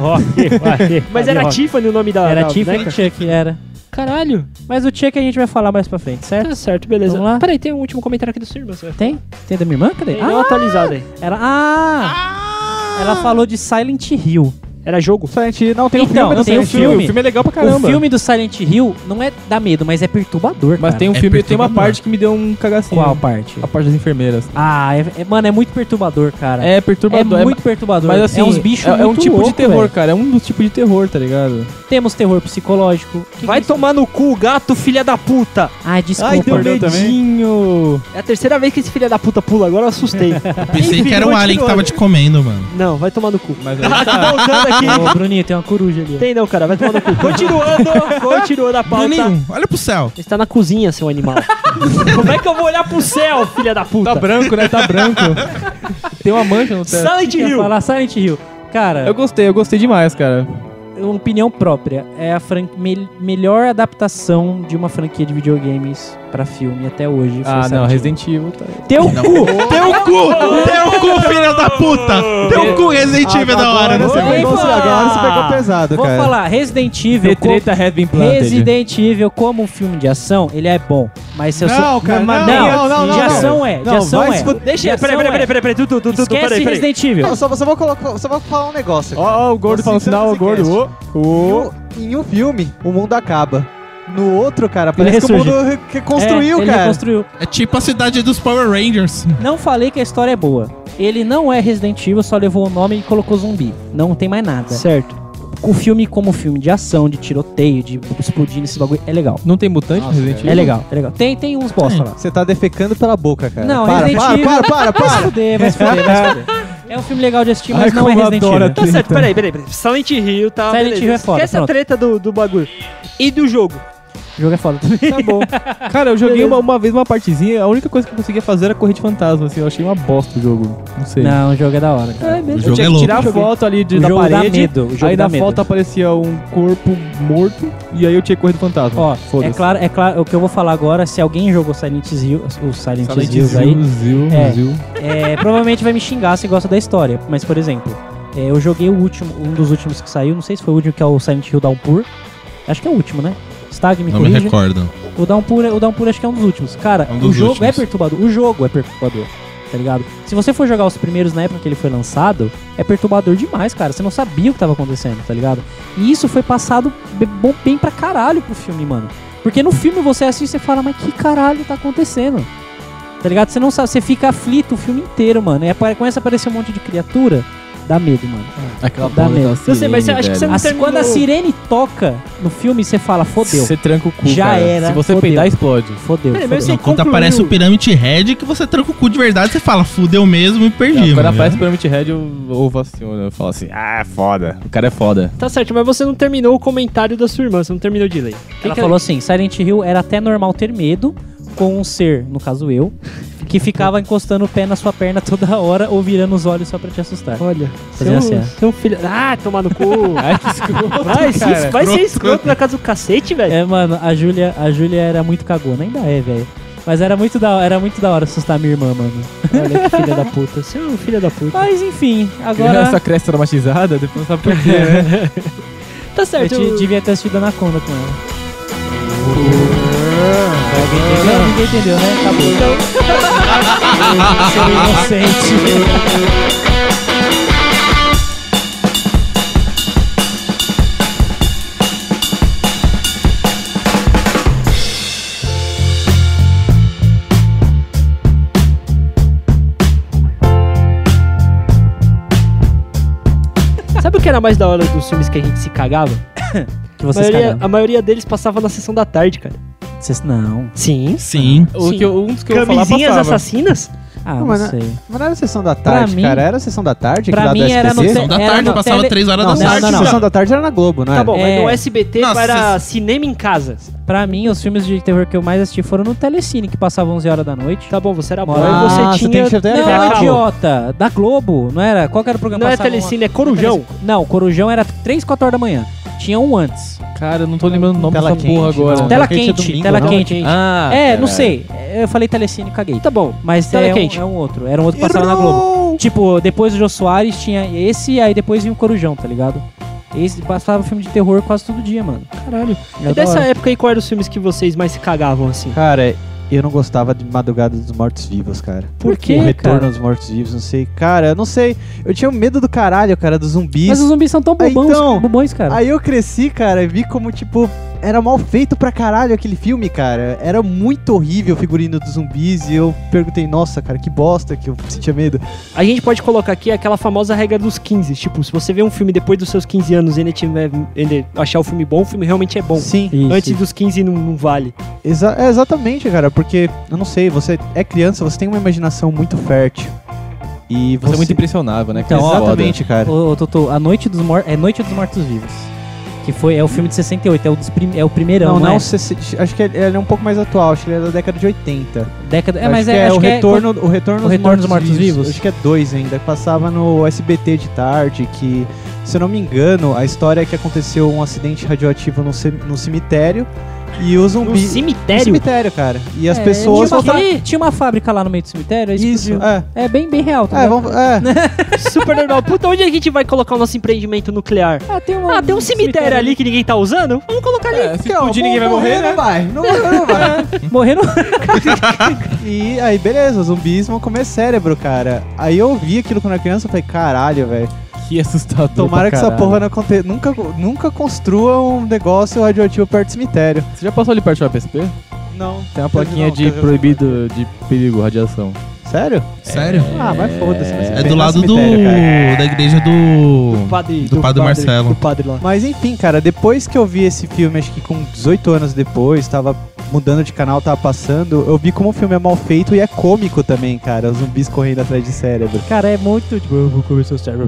C: ó que...
A: Mas era
E: Rock.
A: Tiffany o nome da né?
E: Era
A: da
E: Tiffany
A: boneca?
E: e Chuck, era.
A: Caralho.
E: Mas o Chuck a gente vai falar mais pra frente, certo?
A: Tá certo, beleza.
E: Vamos lá?
A: Peraí, tem um último comentário aqui do seu irmão. Você vai
E: Tem? Tem da minha irmã? Cadê? Ah,
A: Tem não atualizado aí.
E: ela, ah, ela falou de Silent Hill.
A: Era jogo?
B: Só a gente não
D: um
B: tem o
E: Então,
B: filme do
E: tem o
B: Silent Hill.
E: filme.
D: O filme é legal pra caramba.
E: O filme do Silent Hill não é dá medo, mas é perturbador,
D: Mas
E: cara.
D: tem um
C: É
D: filme, tem uma
C: perturbador.
D: parte que me deu um cagacinho.
E: Qual parte?
D: A parte das enfermeiras.
E: Ah, é- é- mano, é muito perturbador, cara.
D: É
E: É
D: perturbador.
E: muito perturbador.
D: Mas assim,
E: é uns bichos
D: é, é um
E: muito
D: tipo
E: louco,
D: de terror,
E: velho.
D: cara. É um dos tipos de terror, tá ligado?
E: Temos terror psicológico. Que
A: Vai
E: que é isso?
A: tomar no cu, gato, filha da puta.
E: Ah, desculpa.
D: deu medo.
A: medinho. É a terceira vez que esse filha da puta pula, agora eu assustei.
C: Pensei que era um alien que tava te comendo, mano.
A: Não, vai tomar no cu.
D: Mas
A: Tá voltando aqui.
E: Ô, Bruninho, tem uma coruja ali. ó.
A: Tem não, cara, vai tomar no cu. Continuando, continuando a pauta.
C: Bruninho, um. olha pro céu.
A: Você tá na cozinha, seu animal. Como é que eu vou olhar pro céu, filha da puta?
D: tá branco, né? Tá branco. Tem uma mancha no teto.
A: Silent
E: Eu ia
A: Hill.
E: falar Silent Hill. Cara,
D: Eu gostei, eu gostei demais, cara.
E: uma opinião própria, é a fran- mel- melhor adaptação de uma franquia de videogames pra filme até hoje. foi
D: Ah, não,
E: Silent Hill.
D: Resident Evil tá aí.
E: Teu cu!
C: Teu cu! Teu cu, filha da puta! Teu cu, Resident Evil é da hora, né?
B: Agora você
E: Epa!
B: pegou, agora você pegou pesado,
E: Vou
B: cara.
E: falar, Resident Evil, como,
D: Retreta Heavy Implanted.
E: Resident Evil como um filme de ação, ele é bom. Mas se eu sou...
B: mas-
E: não, de ação é, de
B: Não,
E: ação
B: vai
E: é.
B: se fuder.
A: Deixa,
E: Ação
A: peraí, peraí, peraí,
E: é.
A: peraí, peraí, tu, tu, tu, tu,
E: Esquece
A: peraí, peraí.
E: Resident Evil.
B: Não, só, só vou colocar, só vou falar um negócio.
D: Ó,
B: cara.
D: ó, o gordo
B: Tô
D: falando
B: citando
D: sinal, o
B: esse
D: gordo.
B: cast.
D: ô, ô.
B: Em um, em um filme, o mundo acaba. No outro, cara, parece que o
E: ressurge.
B: mundo re- reconstruiu,
E: É, ele
B: cara.
E: reconstruiu.
C: É tipo a cidade dos Power Rangers.
E: Não falei que a história é boa. Ele não é Resident Evil, só levou o nome e colocou zumbi. Não tem mais nada.
A: Certo.
E: O filme, como filme de ação, de tiroteio, de explodindo esse bagulho, é legal.
D: Não tem mutante no Resident Evil?
E: É legal, é legal. Tem, tem uns bosta lá.
B: Você tá defecando pela boca, cara.
E: Não, é
B: para,
E: Resident Evil-
B: para, para, para,
E: Vai se
B: para.
E: fuder, vai se fuder, vai se fuder. É um filme legal de assistir, mas
D: Ai,
E: não
D: como
E: é
D: eu
E: Resident
D: adoro
E: Evil.
D: a
A: Tá certo, peraí, peraí, peraí. Silent Hill, tá?
E: né? Silent
A: beleza.
E: Hill é foda,
A: Esquece
E: pronto.
A: a treta do, do bagulho. E do jogo.
E: O jogo é foda.
D: Tá bom. Cara, eu joguei uma, uma vez uma partezinha, a única coisa que eu conseguia fazer era correr de fantasma, assim, eu achei uma bosta o jogo. Não sei.
E: Não, o jogo é da hora. cara.
C: O
D: Eu
C: jogo é
D: tinha que
C: louco.
D: tirar a foto ali de,
E: O
D: da
E: jogo dá
D: parede.
E: medo, o jogo
D: aí
E: dá
D: na
E: medo.
D: foto aparecia um corpo morto e aí eu tinha corrido fantasma.
E: Ó, é
D: foda-se.
E: claro, é claro, o que eu vou falar agora, se alguém jogou Silent Hill, os Silent,
D: Silent
E: Hills aí,
D: Hill, Zil,
E: É.
D: Zil.
E: é, provavelmente vai me xingar se gosta da história. Mas, por exemplo, é, eu joguei o último, um dos últimos que saiu, não sei se foi o último que é o Silent Hill Downpour. Acho que é o último, né? Stag me
C: Não me
E: corrija.
C: recordo.
E: O Downpour, é- o Downpour acho que é um dos últimos. Cara,
C: É um dos
E: o jogo
C: últimos.
E: é perturbador. O jogo é perturbador, tá ligado? Se você for jogar os primeiros na época que ele foi lançado, é perturbador demais, cara. Você não sabia o que tava acontecendo, tá ligado? E isso foi passado be- bom- bem pra caralho pro filme, mano. Porque no filme você assiste e você fala, mas que caralho tá acontecendo? Tá ligado? Você não sabe, você fica aflito o filme inteiro, mano. E apare- começa a aparecer um monte de criatura, dá medo, mano.
F: Aquela
E: Dá
F: banda
E: medo.
F: da
A: Eu sei, mas
F: sirene,
A: acho que você
D: Então
F: velho.
A: não
E: Assim,
A: terminou.
E: quando a sirene toca no filme, você fala, fodeu,
F: Você tranca o cu,
E: Já
F: cara.
E: era,
F: Se você
E: fodeu.
F: peidar, explode.
E: fodeu.
A: Peraí,
E: fodeu.
A: mas
C: Não,
A: você
C: quando
A: concluiu.
C: aparece o Pirâmide Red, que você tranca o cu de verdade, você fala, fudeu mesmo e perdi.
F: Quando
C: mano.
B: né?
F: aparece o Pyramid Head, eu ovaciono. Eu falo assim, ah, foda. O cara é foda.
A: Tá certo, mas você não terminou o comentário da sua irmã, você não terminou de ler. O que é?
E: ela
A: que
E: falou assim: Silent Hill era até normal ter medo com um ser, no caso eu, que ficava encostando o pé na sua perna toda hora ou virando os olhos só pra te assustar.
A: Olha,
E: Fazendo assim,
A: seu,
E: ó.
A: seu filho. Ah, tomar no cu.
F: Ai, que escroto,
A: Vai, se-
F: cara.
A: vai ser
C: Escroto.
A: escroto na casa do cacete, velho.
E: É, mano, a Júlia, a Júlia era muito cagona, ainda é, velho. Mas era muito, da, era muito da hora assustar minha irmã, mano.
A: Olha que filha da puta. Você é um filho da puta.
E: Mas enfim,
F: Agora...
E: agora.
F: Essa cresta traumatizada, depois não sabe por quê, né?
A: Tá
E: Eu
A: certo.
E: te- devia ter assistido Anaconda com ela.
A: Ah.
E: Alguém entendeu? Ninguém entendeu, né? Acabou.
A: Então.
E: Seu inocente.
A: Sabe o que era mais da hora dos filmes que a gente se cagava?
E: Que
A: A
E: vocês
A: maioria,
E: cagaram.
A: a maioria deles passava na sessão da tarde, cara.
E: Vocês não.
A: Sim.
C: Sim.
F: O que eu- um dos que eu ia falar
A: Camisinhas
F: passava.
A: assassinas?
E: Ah, não,
B: Não, mas na-
E: sei.
B: Mas não era sessão da tarde,
E: mim-
B: cara. Era sessão da tarde
E: pra
B: que lá
E: mim
B: do
E: era no
B: SBT?
E: te-
C: Sessão da
E: era
C: tarde,
E: no
C: passava
E: tele-
C: três horas
E: Não,
C: da
E: não,
C: tarde.
E: não, não.
C: mano.
B: Sessão da tarde era na Globo, não
A: Tá
B: era?
A: bom,
E: É.
A: mas no SBT
C: Nossa,
A: era cinema em casa.
E: Pra mim, os filmes de terror que eu mais assisti foram no Telecine, que passavam 11 horas da noite.
A: Tá bom, você era bom.
E: Moral.
A: Aí
B: Ah,
A: você
B: você
A: tinha.
B: tem que até
E: não,
A: era
E: era
A: cabo.
E: idiota. Da Globo, não era? Qual que era o programa?
A: Não é
E: Passava
A: telecine, é corujão.
E: uma- Não, Corujão era 3, 4 horas da manhã. Tinha um antes.
F: Cara, eu não tô lembrando o nome
B: Tela
F: dessa
B: quente,
F: porra agora.
B: não.
E: tela
B: Tela quente é
E: quente,
B: domingo,
E: tela
B: não?
E: quente.
F: Ah,
E: é,
F: cara.
E: não sei. Eu falei Telecine e caguei.
A: Tá bom.
E: Mas
A: Tela
E: é um,
A: quente.
E: é um outro. Era um outro que passava na Globo. Tipo, depois do Jô Soares tinha esse, aí depois vinha o Corujão, tá ligado? Esse passava filme de terror quase todo dia, mano.
A: Caralho.
E: Era
A: E
E: da
A: dessa
E: hora.
A: época aí, qual eram os filmes que vocês mais se cagavam, assim?
B: Cara, eu não gostava de Madrugada dos Mortos Vivos, cara.
E: Por quê,
B: O Retorno
E: cara?
B: dos Mortos Vivos, não sei. Cara, eu não sei. Eu tinha medo do caralho, cara, dos zumbis.
E: Mas os zumbis são tão
B: Ah,
E: bobões,
B: então,
E: bobões cara.
B: Aí eu cresci, cara, e vi como, tipo, era mal feito pra caralho aquele filme, cara. Era muito horrível o figurino dos zumbis. E eu perguntei, nossa, cara, que bosta que eu sentia medo.
A: A gente pode colocar aqui aquela famosa regra dos 15. Tipo, se você vê um filme depois dos seus 15 anos e ele, tiver, ele achar o filme bom, o filme realmente é bom.
B: Sim.
E: Isso.
A: Antes dos 15 não, não vale.
B: Exa- é, exatamente, cara, porque, eu não sei, você é criança, você tem uma imaginação muito fértil. E
F: Você é muito impressionável, né?
E: Então,
F: cara?
B: Exatamente, cara.
E: Ô, ô, Totô, A Noite dos Mortos. É Noite dos Mortos Vivos. Que foi, é o filme de 68, é o, dos prim, é o primeirão,
B: Não,
E: não,
B: não,
E: é?
B: se- se- acho que ele ele é um pouco mais atual, acho que ele é da década de 80.
E: Década, é,
B: acho
E: mas
B: que
E: é, acho
B: o
E: que
B: retorno, o retorno,
E: o Retorno dos Mortos-Vivos.
B: Acho que é dois ainda, que passava no SBT de tarde, que Se eu não me engano, a história é que aconteceu um acidente radioativo no, ce- no cemitério e o
A: No
B: zumbi. No
A: cemitério?
B: Um cemitério, cara. E as
E: É,
B: pessoas.
E: Tinha
B: voltaram-
E: uma, tinha uma fábrica lá no meio do cemitério, é isso. que
B: Isso,
E: eu-
B: é.
E: É bem, bem real, tá
B: É,
E: ligado?
B: vamos. É.
A: Super normal. Puta, onde é que a gente vai colocar o nosso empreendimento nuclear?
E: Ah, tem, uma-
A: Ah, tem um cemitério
E: é
A: ali que ninguém tá usando? Vamos colocar ali.
B: Se explodir, ninguém vai morrer, né? Não vai, não vai, não vai.
E: Morreram.
B: e aí, beleza, os zumbis vão comer cérebro, cara. Aí eu vi aquilo quando era criança e falei, caralho, velho.
D: Que assustador.
B: Tomara que
D: pra
B: essa
D: caralho.
B: porra não aconteça. Nunca, nunca construa um negócio radioativo perto do cemitério.
D: Você já passou ali perto do APSP?
B: Não.
D: Tem uma plaquinha de proibido de perigo, radiação.
B: Sério?
C: Sério?
B: Ah, mas foda-se. mas
C: É,
B: tem
C: do
B: no
C: lado do.
B: cemitério, cara.
C: da igreja do.
A: padre,
C: do padre Marcelo.
A: Do padre lá.
B: Mas enfim, cara, depois que eu vi esse filme, acho que com 18 anos depois, tava mudando de canal, tava passando, eu vi como o filme é mal feito e é cômico também, cara. Os zumbis correndo atrás de cérebro.
E: Cara, é muito. Tipo, eu vou comer seu cérebro.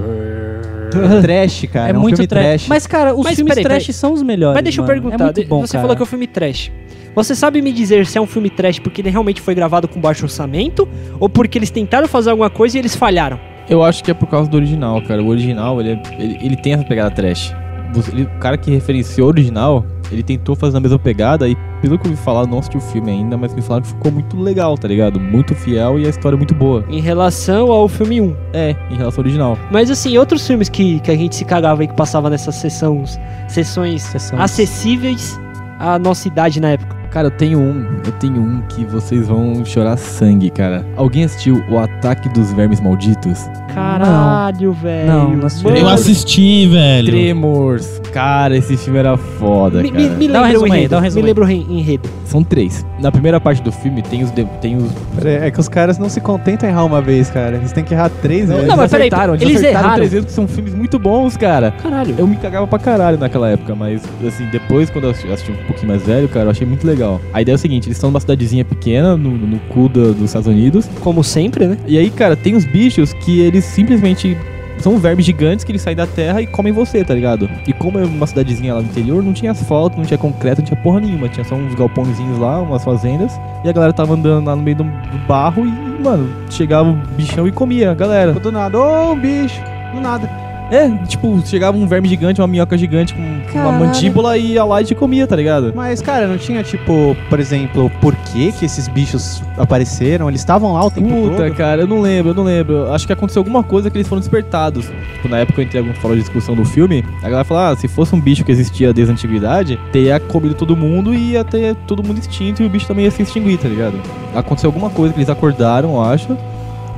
B: É trash, cara.
E: é
B: um
E: muito
B: filme
E: trash. Mas, cara, os
A: Mas
E: filmes
A: peraí,
E: trash
A: peraí.
E: são os melhores.
A: Mas deixa eu
E: mano.
A: perguntar,
E: É muito
A: de-
E: bom,
A: você
E: cara.
A: falou que é um filme trash. Você sabe me dizer se é um filme trash porque ele realmente foi gravado com baixo orçamento ou porque eles tentaram fazer alguma coisa e eles falharam?
D: Eu acho que é por causa do original, cara. O original, ele, é- ele, ele tem essa pegada trash. Você- ele- o cara que referenciou o original, ele tentou fazer a mesma pegada e, pelo que eu ouvi falar, não assisti o filme ainda, mas me falaram que ficou muito legal, tá ligado? Muito fiel e a história é muito boa.
A: Em relação ao filme 1.
D: É, em relação ao original.
A: Mas assim, outros filmes que, que a gente se cagava e que passava nessas sessões, sessões
E: Sessões.
A: acessíveis à nossa idade na época.
D: Cara, eu tenho um, eu tenho um que vocês vão chorar sangue, cara. Alguém assistiu O Ataque dos Vermes Malditos?
A: Caralho, velho.
E: Não, não assisti.
A: Mano,
C: Eu assisti, velho.
D: Tremors! Cara, esse filme era foda,
A: Me,
D: né, cara.
A: me, me
E: Dá um
A: lembra o
E: resumo aí,
A: enredo.
E: dá um
A: me
E: resumo aí.
A: lembra o re- enredo.
D: São três. Na primeira parte do filme tem os, de- tem os
B: Pera aí, É que os caras não se contentam em errar uma vez, cara. Eles têm que errar três
D: Não,
B: vezes.
A: Não, mas peraí,
D: acertaram,
A: eles
D: acertaram
A: erraram.
D: três vezes, porque são filmes muito bons, cara.
A: Caralho.
D: Eu me cagava pra caralho naquela época, mas assim, depois, quando eu assisti, assisti um pouquinho mais velho, cara, eu achei muito legal. A ideia é o seguinte: eles estão numa cidadezinha pequena, no, no cu do- dos Estados Unidos,
A: Como sempre, né?
D: e aí, cara, tem uns bichos que eles simplesmente. São vermes gigantes que eles saem da terra e comem você, tá ligado? E como é uma cidadezinha lá no interior, não tinha asfalto, não tinha concreto, não tinha porra nenhuma. Tinha só uns galpãozinhos lá, umas fazendas. E a galera tava andando lá no meio do do barro e, mano, chegava o bichão e comia a galera.
B: Do nada, ô um bicho, do nada.
D: É, tipo, chegava um verme gigante, uma minhoca gigante com uma
E: Caralho.
D: mandíbula e a Light comia, tá ligado?
B: Mas, cara, não tinha, tipo, por exemplo, por que que esses bichos apareceram? Eles estavam lá o tempo
D: Puta,
B: todo?
D: cara, eu não lembro, eu não lembro. Acho que aconteceu alguma coisa que eles foram despertados. Tipo, na época eu entrei em algum fórum de discussão do filme, a galera falou, ah, se fosse um bicho que existia desde a antiguidade, teria comido todo mundo e ia ter todo mundo extinto e o bicho também ia se extinguir, tá ligado? Aconteceu alguma coisa que eles acordaram, eu acho.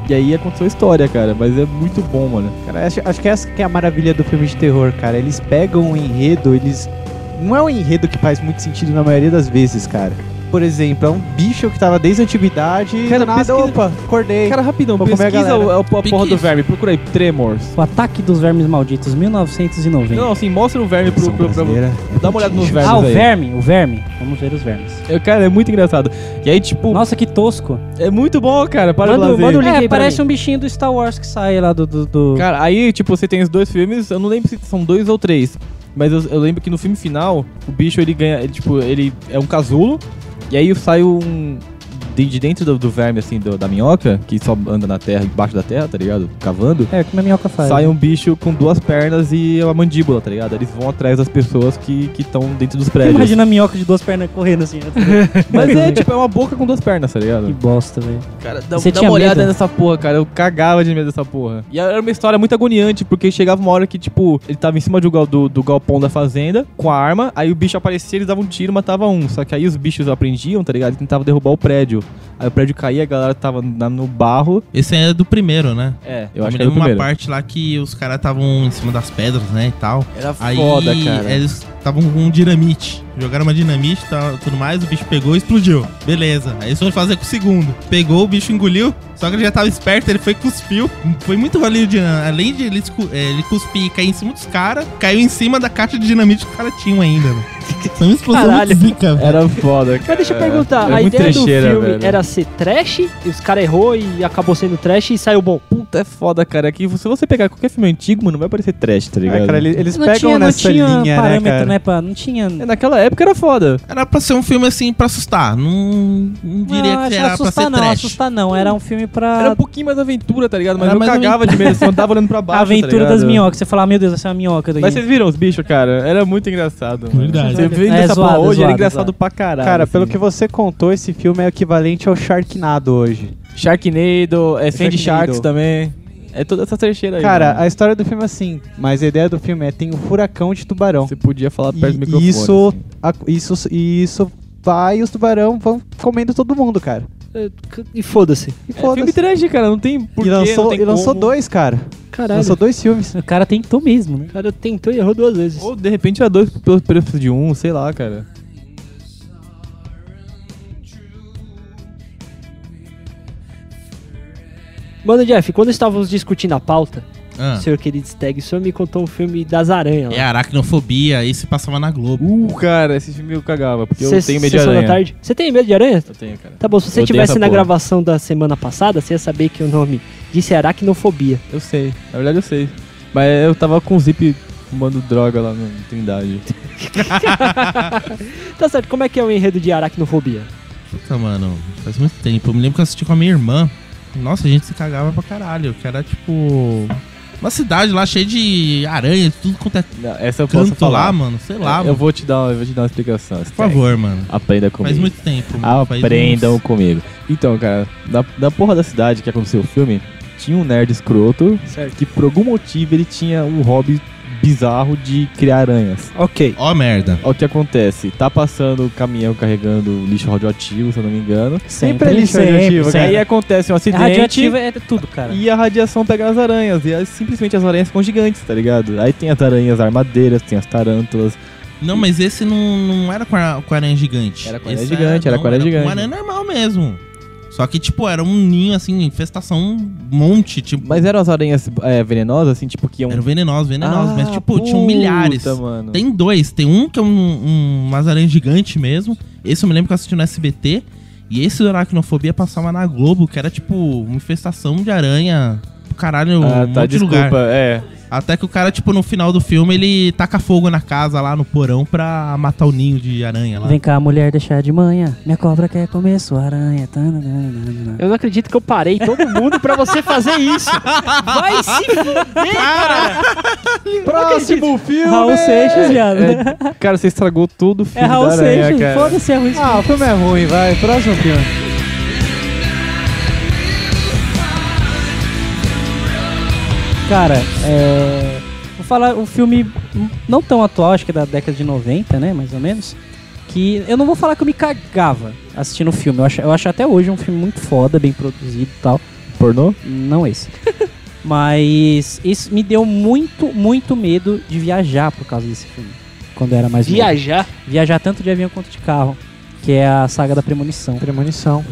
D: E aí aconteceu a história, cara, mas é muito bom, mano.
B: Cara, acho, acho que essa que é a maravilha do filme de terror, cara. Eles pegam um enredo, eles. Não é um enredo que faz muito sentido na maioria das vezes, cara. Por exemplo, é um bicho que tava desde a antiguidade e
D: Cara,
B: do nada,
D: pesquisa-
B: opa, acordei.
D: Cara, rapidão,
B: Vou comer é a
D: pesquisa
B: galera.
D: o- a, a porra do
C: Pesquisa.
D: verme, procura aí, Tremors.
E: O Ataque dos Vermes Malditos, 1990.
D: Não, assim, mostra o verme pro, pro, pro,
B: Brasileira.
D: Dá uma olhada nos vermes
E: ah, o
D: aí.
E: verme, o verme. Vamos ver os vermes.
D: É, Cara, é muito engraçado. E aí, tipo,
E: Nossa, que tosco.
D: é muito bom, cara. Para
A: Manda-
D: de lazer.
A: manda o link aí
E: É,
A: pra
E: parece
A: mim.
E: um bichinho do Star Wars que sai lá do... do, do-
D: Cara, aí, tipo, você tem os dois filmes, eu não lembro se são dois ou três. Mas eu, eu lembro que no filme final, o bicho, ele ganha, ele, tipo, ele é um casulo. E aí sai um... De de dentro do, do verme, assim, do- da minhoca, que só anda na terra, embaixo da terra, tá ligado? Cavando.
E: É, como a minhoca faz.
D: Sai um bicho com duas pernas e uma mandíbula, tá ligado? Eles vão atrás das pessoas que estão dentro dos prédios.
E: Imagina a minhoca de duas pernas correndo assim.
D: Mas é, tipo, é uma boca com duas pernas, tá ligado?
E: que bosta, velho.
D: Cara, dá,
E: Você
D: dá
E: tinha
D: uma olhada
E: medo?
D: nessa porra, cara. Eu cagava de medo dessa porra. E era uma história muito agoniante, porque chegava uma hora que, tipo, ele tava em cima do, gal- do, do galpão da fazenda, com a arma, aí o bicho aparecia, eles davam um tiro, matava um. Só que aí os bichos aprendiam, tá ligado? E tentavam derrubar o prédio. Aí o prédio caía, a galera tava na- no barro.
C: Esse aí é do primeiro, né?
D: É, eu
C: me
D: acho que era
C: lembro uma
D: o primeiro.
C: parte lá que os caras estavam em cima das pedras, né, e tal.
D: Era
C: Aí
D: foda, cara.
E: é-
C: eles estavam com um dinamite. Jogaram uma dinamite e tal, tudo mais, o bicho pegou e explodiu. Beleza. Aí eles foram fazer com o segundo. Pegou, o bicho engoliu, só que ele já tava esperto, ele foi e cuspiu. Foi muito valioso. Além de ele, escu- eh, ele cuspir e cair em cima dos caras, caiu em cima da caixa de dinamite que os caras tinham ainda. mano. Foi uma explosão
A: Caralho.
C: muito zica, velho.
D: Era foda, cara.
A: Mas
B: É,
A: deixa eu perguntar,
D: Era
A: a
D: muito
A: ideia do
D: trecheira,
A: filme
D: velho.
A: era ser trash, e os caras errou e acabou sendo trash e saiu bom.
D: Puta, é foda, cara. Aqui, se você pegar qualquer filme antigo, mano, vai parecer trash, tá ligado?
B: Ah, cara, ele- eles
E: não
B: pegam
E: tinha, não
B: nessa
E: tinha
B: linha, né,
E: parâmetro,
B: cara?
E: né, pá? Não tinha...
D: É, naquela
B: época era foda.
C: Era pra ser um filme assim pra assustar. Não, não diria
E: não,
C: que
E: acho-
C: era pra
E: assustar
C: ser
E: não,
C: trash.
E: assustar não. Era um filme pra
B: Era um pouquinho mais aventura, tá ligado? Mas
C: Era
B: eu
C: mais
B: cagava de medo, assim, eu tava olhando pra baixo. tá
E: aventura
B: ligado?
E: das minhocas. Você fala, ah, meu Deus, essa é uma minhoca daqui.
B: Mas vocês viram os bichos, cara? Era muito engraçado. mano.
C: Verdade.
B: Você vê
E: É,
B: essa porra
E: zoado,
B: hoje,
E: zoado,
B: era engraçado
E: zoado.
B: pra caralho.
D: Cara, pelo
B: assim.
D: que você contou, esse filme é o equivalente ao Sharknado hoje.
B: Sharknado, é Sandy
D: Sharknado.
B: Sharks também. É toda essa terceira aí.
D: Cara,
B: mano.
D: a história do filme é assim, mas a ideia do filme é tem um furacão de tubarão.
B: você podia falar perto do
D: E,
B: microfone.
D: e isso,
B: assim.
D: a- isso, e isso vai e os tubarão vão comendo todo mundo, cara.
A: É, E foda-se.
B: É
D: E
B: filme
D: foda-se.
B: trash, cara, não tem porquê,
D: E
B: não
D: lançou,
B: tem
D: e lançou
B: como.
D: dois, cara.
A: Caralho.
D: Lançou dois filmes.
E: O cara tentou mesmo, né?
A: O cara tentou e errou duas vezes.
B: Ou de repente era dois pelo preço de um, sei lá, cara.
A: Mano, Jeff, quando estávamos discutindo a pauta,
C: Ah,
A: seu querido Stag, o senhor me contou um filme das aranhas
C: é
A: lá.
C: aracnofobia, aí se passava na Globo.
B: Uh, cara, esse filme eu cagava, porque É, eu
A: Sexta-
B: tenho medo de
A: sexta da
B: aranha.
A: tarde. Você tem medo de aranha?
B: Eu tenho, cara.
A: Tá bom, se você
B: Eu odeio
A: tivesse
B: essa
A: na
B: porra.
A: gravação da semana passada, você ia saber que o nome disse aracnofobia.
B: Eu sei, na verdade eu sei. Mas eu tava com o Zip fumando droga lá no Trindade.
A: Tá certo, como é que é o enredo de aracnofobia?
C: Puta, mano, faz muito tempo. Eu me lembro que eu assisti com a minha irmã. Nossa, a gente se cagava pra caralho. Que era tipo. Uma cidade lá cheia de aranha, de tudo quanto é
B: Não, Essa eu posso
C: canto
B: falar.
C: lá, mano. Sei lá,
B: eu
C: mano.
B: vou te dar, eu vou te dar uma explicação.
C: Por favor, mano.
B: Aprenda comigo.
C: Faz muito tempo. mano. Faz um
B: Aprendam
C: uns-
B: comigo. Então, cara, da, da porra da cidade que aconteceu o filme, tinha um nerd escroto
A: Certo.
B: que por algum motivo ele tinha um hobby bizarro de criar aranhas.
A: Ok.
C: Ó, merda.
B: Olha o que acontece, tá passando o caminhão carregando lixo radioativo, se eu não me engano.
D: Sempre é lixo
E: sempre,
D: radioativo,
E: sempre.
D: cara.
B: Aí acontece um
E: É
B: acidente.
E: radioativo é tudo, cara.
B: E a radiação pega as aranhas, e as- simplesmente as aranhas ficam gigantes, tá ligado? Aí tem as aranhas armadeiras, tem as tarântulas.
C: Não, mas esse não, não era com a, com a aranha gigante.
B: Era com a aranha
C: Esse é
B: gigante, era
C: não,
B: com a aranha
C: Uma
B: gigante.
C: aranha normal mesmo. Só que, tipo, era um ninho, assim, infestação, um monte, tipo.
B: Mas eram as aranhas é, venenosas, assim, tipo que iam.
C: Eram venenosos, venenosos,
B: Ah,
C: mas, tipo, tinham
B: puta,
C: milhares.
B: Mano.
C: Tem dois. Tem um que é um, um umas aranhas gigante mesmo. Esse eu me lembro que eu assisti no SBT. E esse do Aracnofobia passava na Globo, que era tipo uma infestação de aranha. pro Caralho,
B: Ah,
C: um
B: tá,
C: monte de
B: desculpa.
C: lugar.
B: É.
C: Até que o cara, tipo, no final do filme, ele taca fogo na casa lá no porão pra matar o ninho de aranha lá.
E: Vem cá, mulher deixar de manhã. Minha cobra quer comer sua aranha. Tananana.
A: Eu não acredito que eu parei todo mundo pra você fazer isso. Vai se fuder, cara!
B: Próximo filme!
E: Raul Seixas, viado.
B: É, cara, você estragou todo o
E: É,
B: filme
E: Raul
B: da aranha,
E: Seixas.
B: cara.
E: Foda-se, é ruim.
D: Ah, o filme é ruim, vai. Próximo filme.
E: Cara, é... vou falar um filme não tão atual, acho que é da década de 90, né, mais ou menos, que eu não vou falar que eu me cagava assistindo o filme. Eu acho, eu acho até hoje um filme muito foda, bem produzido e tal.
B: Pornô?
E: Não esse. Mas isso me deu muito, muito medo de viajar por causa desse filme. Quando eu era mais novo.
A: Viajar.
E: Viajar tanto de avião quanto de carro. Que é a saga da Premonição.
D: Premonição.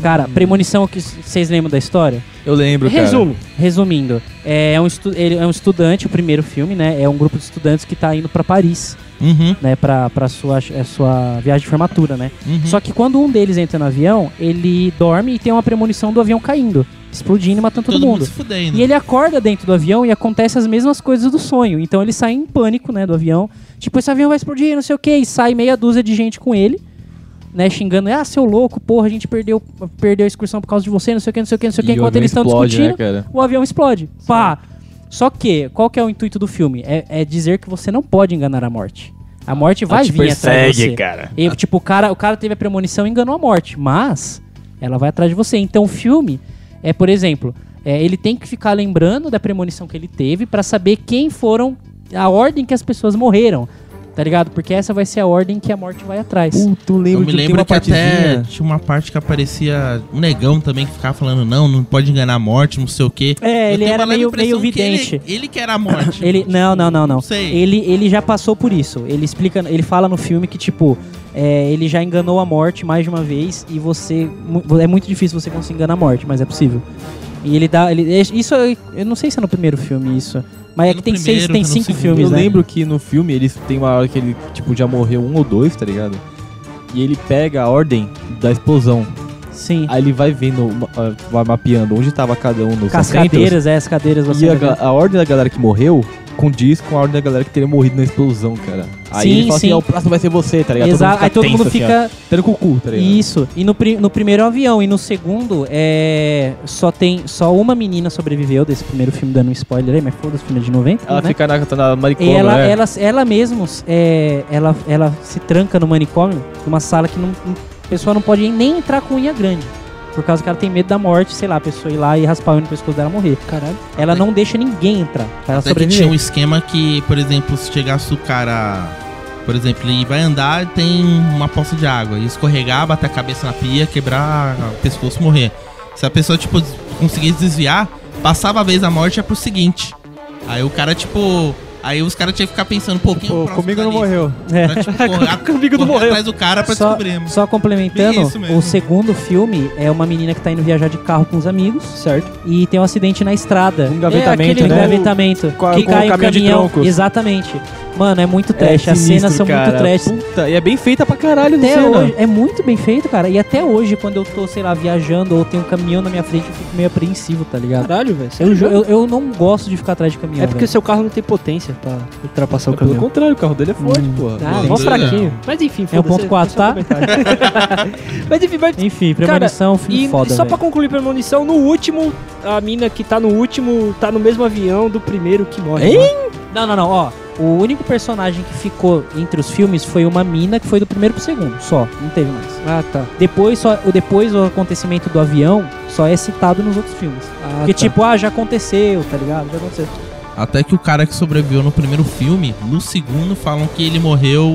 E: Cara, Premonição, que vocês lembram da história?
B: Eu lembro, cara.
A: Resumo.
E: Resumindo, é um, estu- ele é um estudante, o primeiro filme, né? É um grupo de estudantes que tá indo pra Paris,
C: Uhum,
E: né? Pra, pra sua, é sua viagem de formatura, né?
C: uhum.
E: Só que quando um deles entra no avião, ele dorme e tem uma premonição do avião caindo, explodindo e matando todo, mundo.
C: se fudendo.
E: E ele acorda dentro do avião e acontece as mesmas coisas do sonho. Então ele sai em pânico, né, do avião. Tipo, esse avião vai explodir, não sei o quê. E sai meia dúzia de gente com ele, né, xingando. Ah, seu louco, porra, a gente perdeu, perdeu a excursão por causa de você, não sei o quê, não sei o quê, não sei o quê.
B: E o
E: Enquanto
B: avião
E: eles estão
B: explode,
E: discutindo,
B: Né, cara?
E: o avião explode. Pá! Só que, qual que é o intuito do filme? É, é dizer que você não pode enganar a morte. A morte vai vir atrás de você.
B: cara.
E: E, tipo, o cara, o cara teve a premonição e enganou a morte, mas ela vai atrás de você. Então o filme é, por exemplo, é, ele tem que ficar lembrando da premonição que ele teve pra saber quem foram a ordem que as pessoas morreram. Tá ligado? Porque essa vai ser a ordem que a morte vai atrás.
B: Puto,
C: Eu
B: lembro
C: me
B: que tem
C: lembro
B: uma
C: que até
B: partezinha.
C: tinha uma parte que aparecia um negão também que ficava falando, não, não pode enganar a morte, não sei o quê. Eu
E: É, ele
C: tenho
E: era
C: uma leve
E: meio, meio
C: impressão que ele-
E: vidente.
C: Ele, que era a morte.
E: Ele, não, não, não, não.
C: Não sei.
E: Ele, ele já passou por isso. Ele explica, ele fala no filme que tipo, é, ele já enganou a morte mais de uma vez e você mu- é muito difícil você conseguir enganar a morte, mas é possível. E ele dá, ele é, isso eu- eu não sei se é no primeiro filme isso, mas é
C: É
E: que
C: no
E: tem seis,
C: primeiro,
E: tem
C: tá no
E: cinco
C: segundo.
E: filmes,
B: Eu
E: né?
B: lembro que no filme eles tem uma hora que ele, tipo, já morreu um ou dois, tá ligado? E ele pega a ordem da explosão.
E: Sim.
B: Aí ele vai vendo, ma- ah, vai mapeando onde tava cada um nos
E: Com as
B: assentos.
E: cadeiras, é, as cadeiras você
B: E a,
E: vai ver.
B: ga- a ordem da galera que morreu condiz com a ordem da galera que teria morrido na explosão, cara. Aí
E: Sim,
B: ele fala
E: sim.
B: assim, ó, o próximo vai ser você, tá ligado?
E: Exato. Aí todo mundo
B: tenso,
E: fica.
B: Assim, ó, tendo com o cu, tá ligado?
E: Isso. E no, pri- no primeiro é um avião e no segundo é só tem só uma menina sobreviveu desse primeiro filme dando um spoiler aí, mas foda-se, filme é de 90,
B: Ela
E: né?
B: fica na, tá na maricona,
E: E ela,
B: né?
E: ela, ela mesma, é, ela, ela se tranca no manicômio, numa sala que não, não- a pessoa não pode nem entrar com unha grande. Por causa que ela tem medo da morte, sei lá, a pessoa ir lá e raspar o unha no pescoço dela e morrer. Caralho. Ela não deixa ninguém entrar pra ela
C: Até que tinha
E: sobreviver.
C: um esquema que, por exemplo, se chegasse o cara, por exemplo, ele vai andar e tem uma poça de água, e escorregar, bater a cabeça na pia, quebrar o pescoço, morrer. Se a pessoa, tipo, des- conseguisse desviar, passava a vez da morte, é pro seguinte. Aí o cara, tipo... Aí os caras tinham que ficar pensando, pô, quem é o
B: Pô,
C: próximo
B: comigo
C: da
B: não
C: lista?
B: morreu.
C: Pra, tipo, correr,
A: comigo não
C: correr
A: morreu.
C: atrás do cara pra
E: Só-
C: descobrir.
B: um-
C: mano.
E: Só
C: Bem
E: complementando,
C: isso mesmo.
E: o segundo filme é uma menina que tá indo viajar de carro com os amigos
A: Certo.
E: e tem um acidente na estrada.
B: Um
A: É
B: gavetamento,
A: aquele
E: Um
A: do-
B: né?
E: engavetamento.
B: com a-
E: que
B: com
E: cai
B: o
E: o
B: caminhão de
E: caminhão.
B: troncos.
E: Exatamente. Mano, é muito trash. As
B: sinistro,
E: cenas são
B: cara.
E: muito trash.
B: Puta, e é bem feita pra caralho,
E: Até
B: cena.
E: hoje, é muito bem feito, cara. E até hoje, quando eu tô, sei lá, viajando ou tem um caminhão na minha frente, eu fico meio apreensivo, tá ligado?
A: Caralho, velho.
E: Eu, jo- eu, eu não gosto de ficar atrás de caminhão.
A: É porque
E: velho.
A: seu carro não tem potência pra ultrapassar o
B: Pelo
A: caminhão.
B: contrário, o carro dele é forte, porra.
A: Ah,
C: Não,
A: mó
C: não.
A: fraquinho. Mas
E: É
A: enfim, foda-se,
E: 1.4,
A: foi só
E: tá?
A: um comentário. mas enfim, vai
E: Enfim, premonição, é um filme
A: E
E: foda.
A: só pra
E: velho.
A: concluir premonição, no último, a mina que tá no último tá no mesmo avião do primeiro que morre. né?
E: Hein?
A: lá.
E: Não, não, não, ó. O único personagem que ficou entre os filmes foi uma mina que foi do primeiro pro segundo, só. Não teve mais.
A: Ah, tá.
E: Depois, só, o, depois o acontecimento do avião só é citado nos outros filmes.
A: Ah,
E: Porque,
A: tá.
E: tipo, ah, já aconteceu, tá ligado? Já aconteceu.
C: Até que o cara que sobreviveu no primeiro filme, no segundo falam que ele morreu,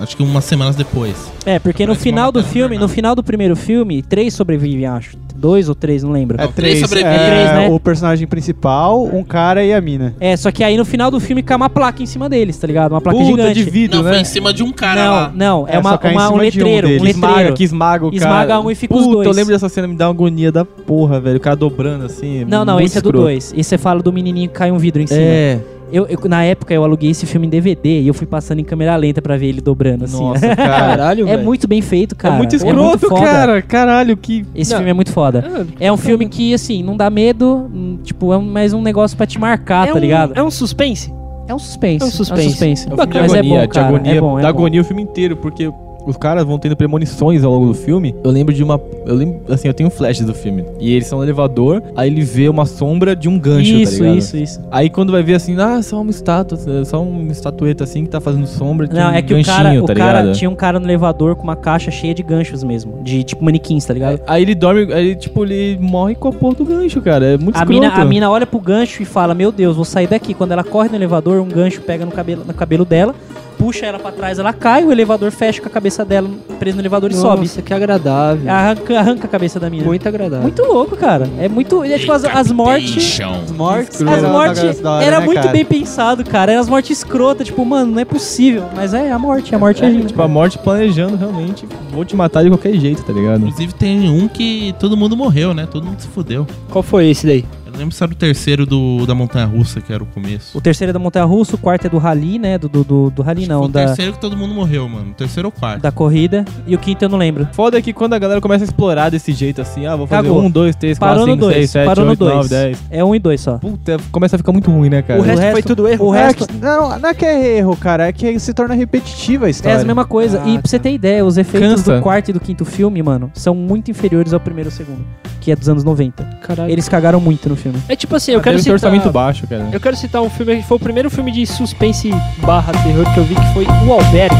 C: acho que umas semanas depois.
E: É, porque no
C: Parece uma
E: final do
C: matéria no
E: filme, no
C: jornal.
E: final do primeiro filme, três sobrevivem, acho. Dois ou três, não lembro.
H: É
C: Não, três
H: três,
C: sobrevivem.
H: é,
E: É três, né?
H: o personagem principal, um cara e a mina.
E: É, só que aí no final do filme cai uma placa em cima deles, tá ligado? Uma placa
B: Puta
E: gigante.
B: de vidro,
C: Não,
B: né?
C: foi em cima de um cara
E: não,
C: lá.
E: não, é,
H: É,
E: uma,
H: só cai em
E: uma- um
H: cima de um
E: letreiro, um,
H: deles.
B: Que esmaga,
E: letreiro.
B: que esmaga o cara.
E: Esmaga um e fica os
B: Puta,
E: dois.
B: eu lembro dessa cena, me dá uma agonia da porra, velho. O cara dobrando assim.
E: Não, não,
B: muito
E: esse é do
B: escroto.
E: dois. Esse é fala do menininho que cai um vidro em cima.
B: É.
E: Eu, eu- na época eu aluguei esse filme em DVD e eu fui passando em câmera lenta pra ver ele dobrando assim. ó.
B: Nossa, cara.
E: é
B: Caralho, velho.
E: muito bem feito, cara.
B: É muito escroto,
E: muito foda.
B: cara. Caralho, que.
E: Esse
A: Não.
E: filme é muito foda.
A: Ah,
E: É um filme que, assim, não dá medo, hum, tipo, é um- mais um negócio pra te marcar,
A: é
E: tá
A: um,
E: ligado?
A: É um suspense?
E: É um suspense.
A: É um suspense.
B: É um filme de
E: Mas é
B: agonia,
E: bom,
B: de
E: cara.
B: agonia,
E: é bom, é
B: dá
E: bom.
B: agonia o filme inteiro, porque os caras vão tendo premonições ao longo do filme. Eu lembro de uma. Eu lembro, assim, eu tenho flashes do filme. E eles estão no elevador, aí ele vê uma sombra de um gancho, tá
E: Isso,
B: ligado?
E: isso, isso.
B: Aí quando vai ver assim, ah, só uma estátua, só uma estatueta assim que tá fazendo sombra. tem
E: Não,
B: um
E: é que o
B: ganchinho,
E: cara, o
B: tá
E: cara
B: ligado?
E: tinha um cara no elevador com uma caixa cheia de ganchos mesmo, de tipo manequins, tá ligado?
B: Aí ele dorme, aí ele, tipo, ele morre com a porra do gancho, cara. É muito
E: A
B: escroto.
E: mina, a mina olha pro gancho e fala: Meu Deus, vou sair daqui. Quando ela corre no elevador, um gancho pega no cabelo, no cabelo dela, puxa ela pra trás, ela cai, o elevador fecha com a cabeça dela presa no elevador e sobe.
A: Nossa, que
H: é
A: agradável.
E: Arranca, arranca É a cabeça da mina. Muito,
A: Muito agradável.
E: louco, cara. É muito. É tipo as, as mortes.
H: As mortes.
E: As mortes
H: da hora,
E: era
H: né,
E: muito
H: cara?
E: bem pensado, cara. Era as mortes escrotas, tipo, mano, não é possível. Mas é a morte, a morte é,
B: É, tipo, a morte planejando realmente. Vou te matar de qualquer jeito, tá ligado?
C: Inclusive tem um que todo mundo morreu, né? Todo mundo se fudeu.
A: Qual foi esse daí?
C: Eu não lembro se era o terceiro do, da Montanha Russa, que era o começo.
E: O terceiro é da Montanha Russa, o quarto é do Rally, né? Do, do, do, do Rally,
C: Foi
E: não,
C: o
E: da,
C: terceiro que todo mundo morreu, mano. O terceiro ou o quarto.
E: da corrida. E o quinto eu não lembro.
B: Foda é que quando a galera começa a explorar desse jeito assim, ah, vou fazer
E: Cagou.
B: um, dois, três,
E: Parou
B: quatro,
E: no
B: cinco,
E: dois,
B: seis, sete,
E: parou no
B: oito,
E: dois.
B: nove, dez.
E: É um e dois só.
B: Puta, começa a ficar muito ruim, né, cara?
A: o, resto
E: resto-
A: foi tudo erro?
E: o
H: É
E: resto-
H: que- não, não é que é erro, cara. É que se torna repetitiva a
E: É
H: história.
E: a mesma coisa.
A: Ah,
E: e pra você
A: tá.
E: ter ideia, os efeitos
B: Cansa.
E: do quarto e do quinto filme, mano, são muito inferiores ao primeiro e ao segundo, que é dos anos 90.
A: Caralho.
E: Eles cagaram muito no filme.
A: É tipo assim, eu
B: Deve
A: quero
B: ter
E: um
A: citar...
B: orçamento um baixo, cara.
A: Eu quero citar um filme que foi o primeiro filme de suspense barra terror que eu vi, que foi O Albergue.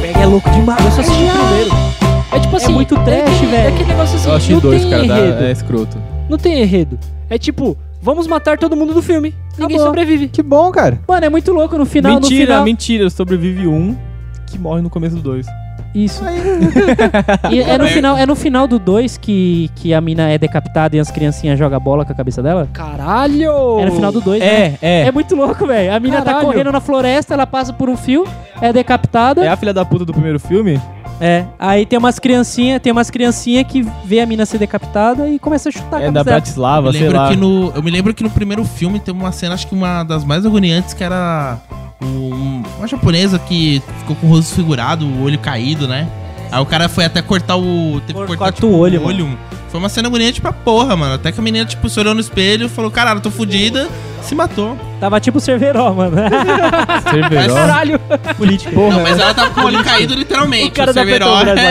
E: Pega é louco demais.
A: Eu só assisti o primeiro. É tipo assim...
E: muito trash,
A: é aquele-
E: velho.
A: É aquele negócio assim,
B: Eu achei
A: não
B: dois,
A: tem
B: cara. dá-
A: enredo.
B: é escroto.
A: Não tem enredo. É tipo, vamos matar todo mundo do filme. Ninguém
E: Acabou.
A: sobrevive.
H: Que bom, cara.
E: Mano, é muito louco no final.
B: mentira,
E: no final...
B: mentira. Sobrevive um que morre no começo do dois.
E: Isso. E é no final, é no final do 2 que, que a mina é decapitada e as criancinhas jogam bola com a cabeça dela?
A: Caralho!
E: É no final do 2, né?
B: É, é.
E: É muito louco, velho. A mina tá
A: Caralho.
E: correndo na floresta, ela passa por um fio, é decapitada.
B: É a filha da puta do primeiro filme?
E: É, aí tem umas criancinha, tem umas criancinha que vê a mina ser decapitada e começa a chutar a
B: É
E: cabeça
B: da
E: dela.
C: Eu
B: Bratislava,
C: me,
B: sei
C: lembro
B: lá.
C: que no, eu me lembro que no primeiro filme tem uma cena, acho que uma das mais agoniantes, que era um- uma japonesa que ficou com o rosto desfigurado, o olho caído, né? Aí o cara foi até cortar o. Teve que
E: Cor-
C: cortar
E: corta o olho, mano.
C: Foi uma cena bonita pra porra, mano. Até que a menina, tipo, se olhou no espelho e falou: Caralho, eu tô fudida, se matou.
E: Tava tipo o Cerveró, mano.
C: Mas-
E: Caralho.
D: Político.
C: Não, mas ela tava com o olho caído, literalmente.
E: O cara da
C: Cerveró,
E: Petrobras lá,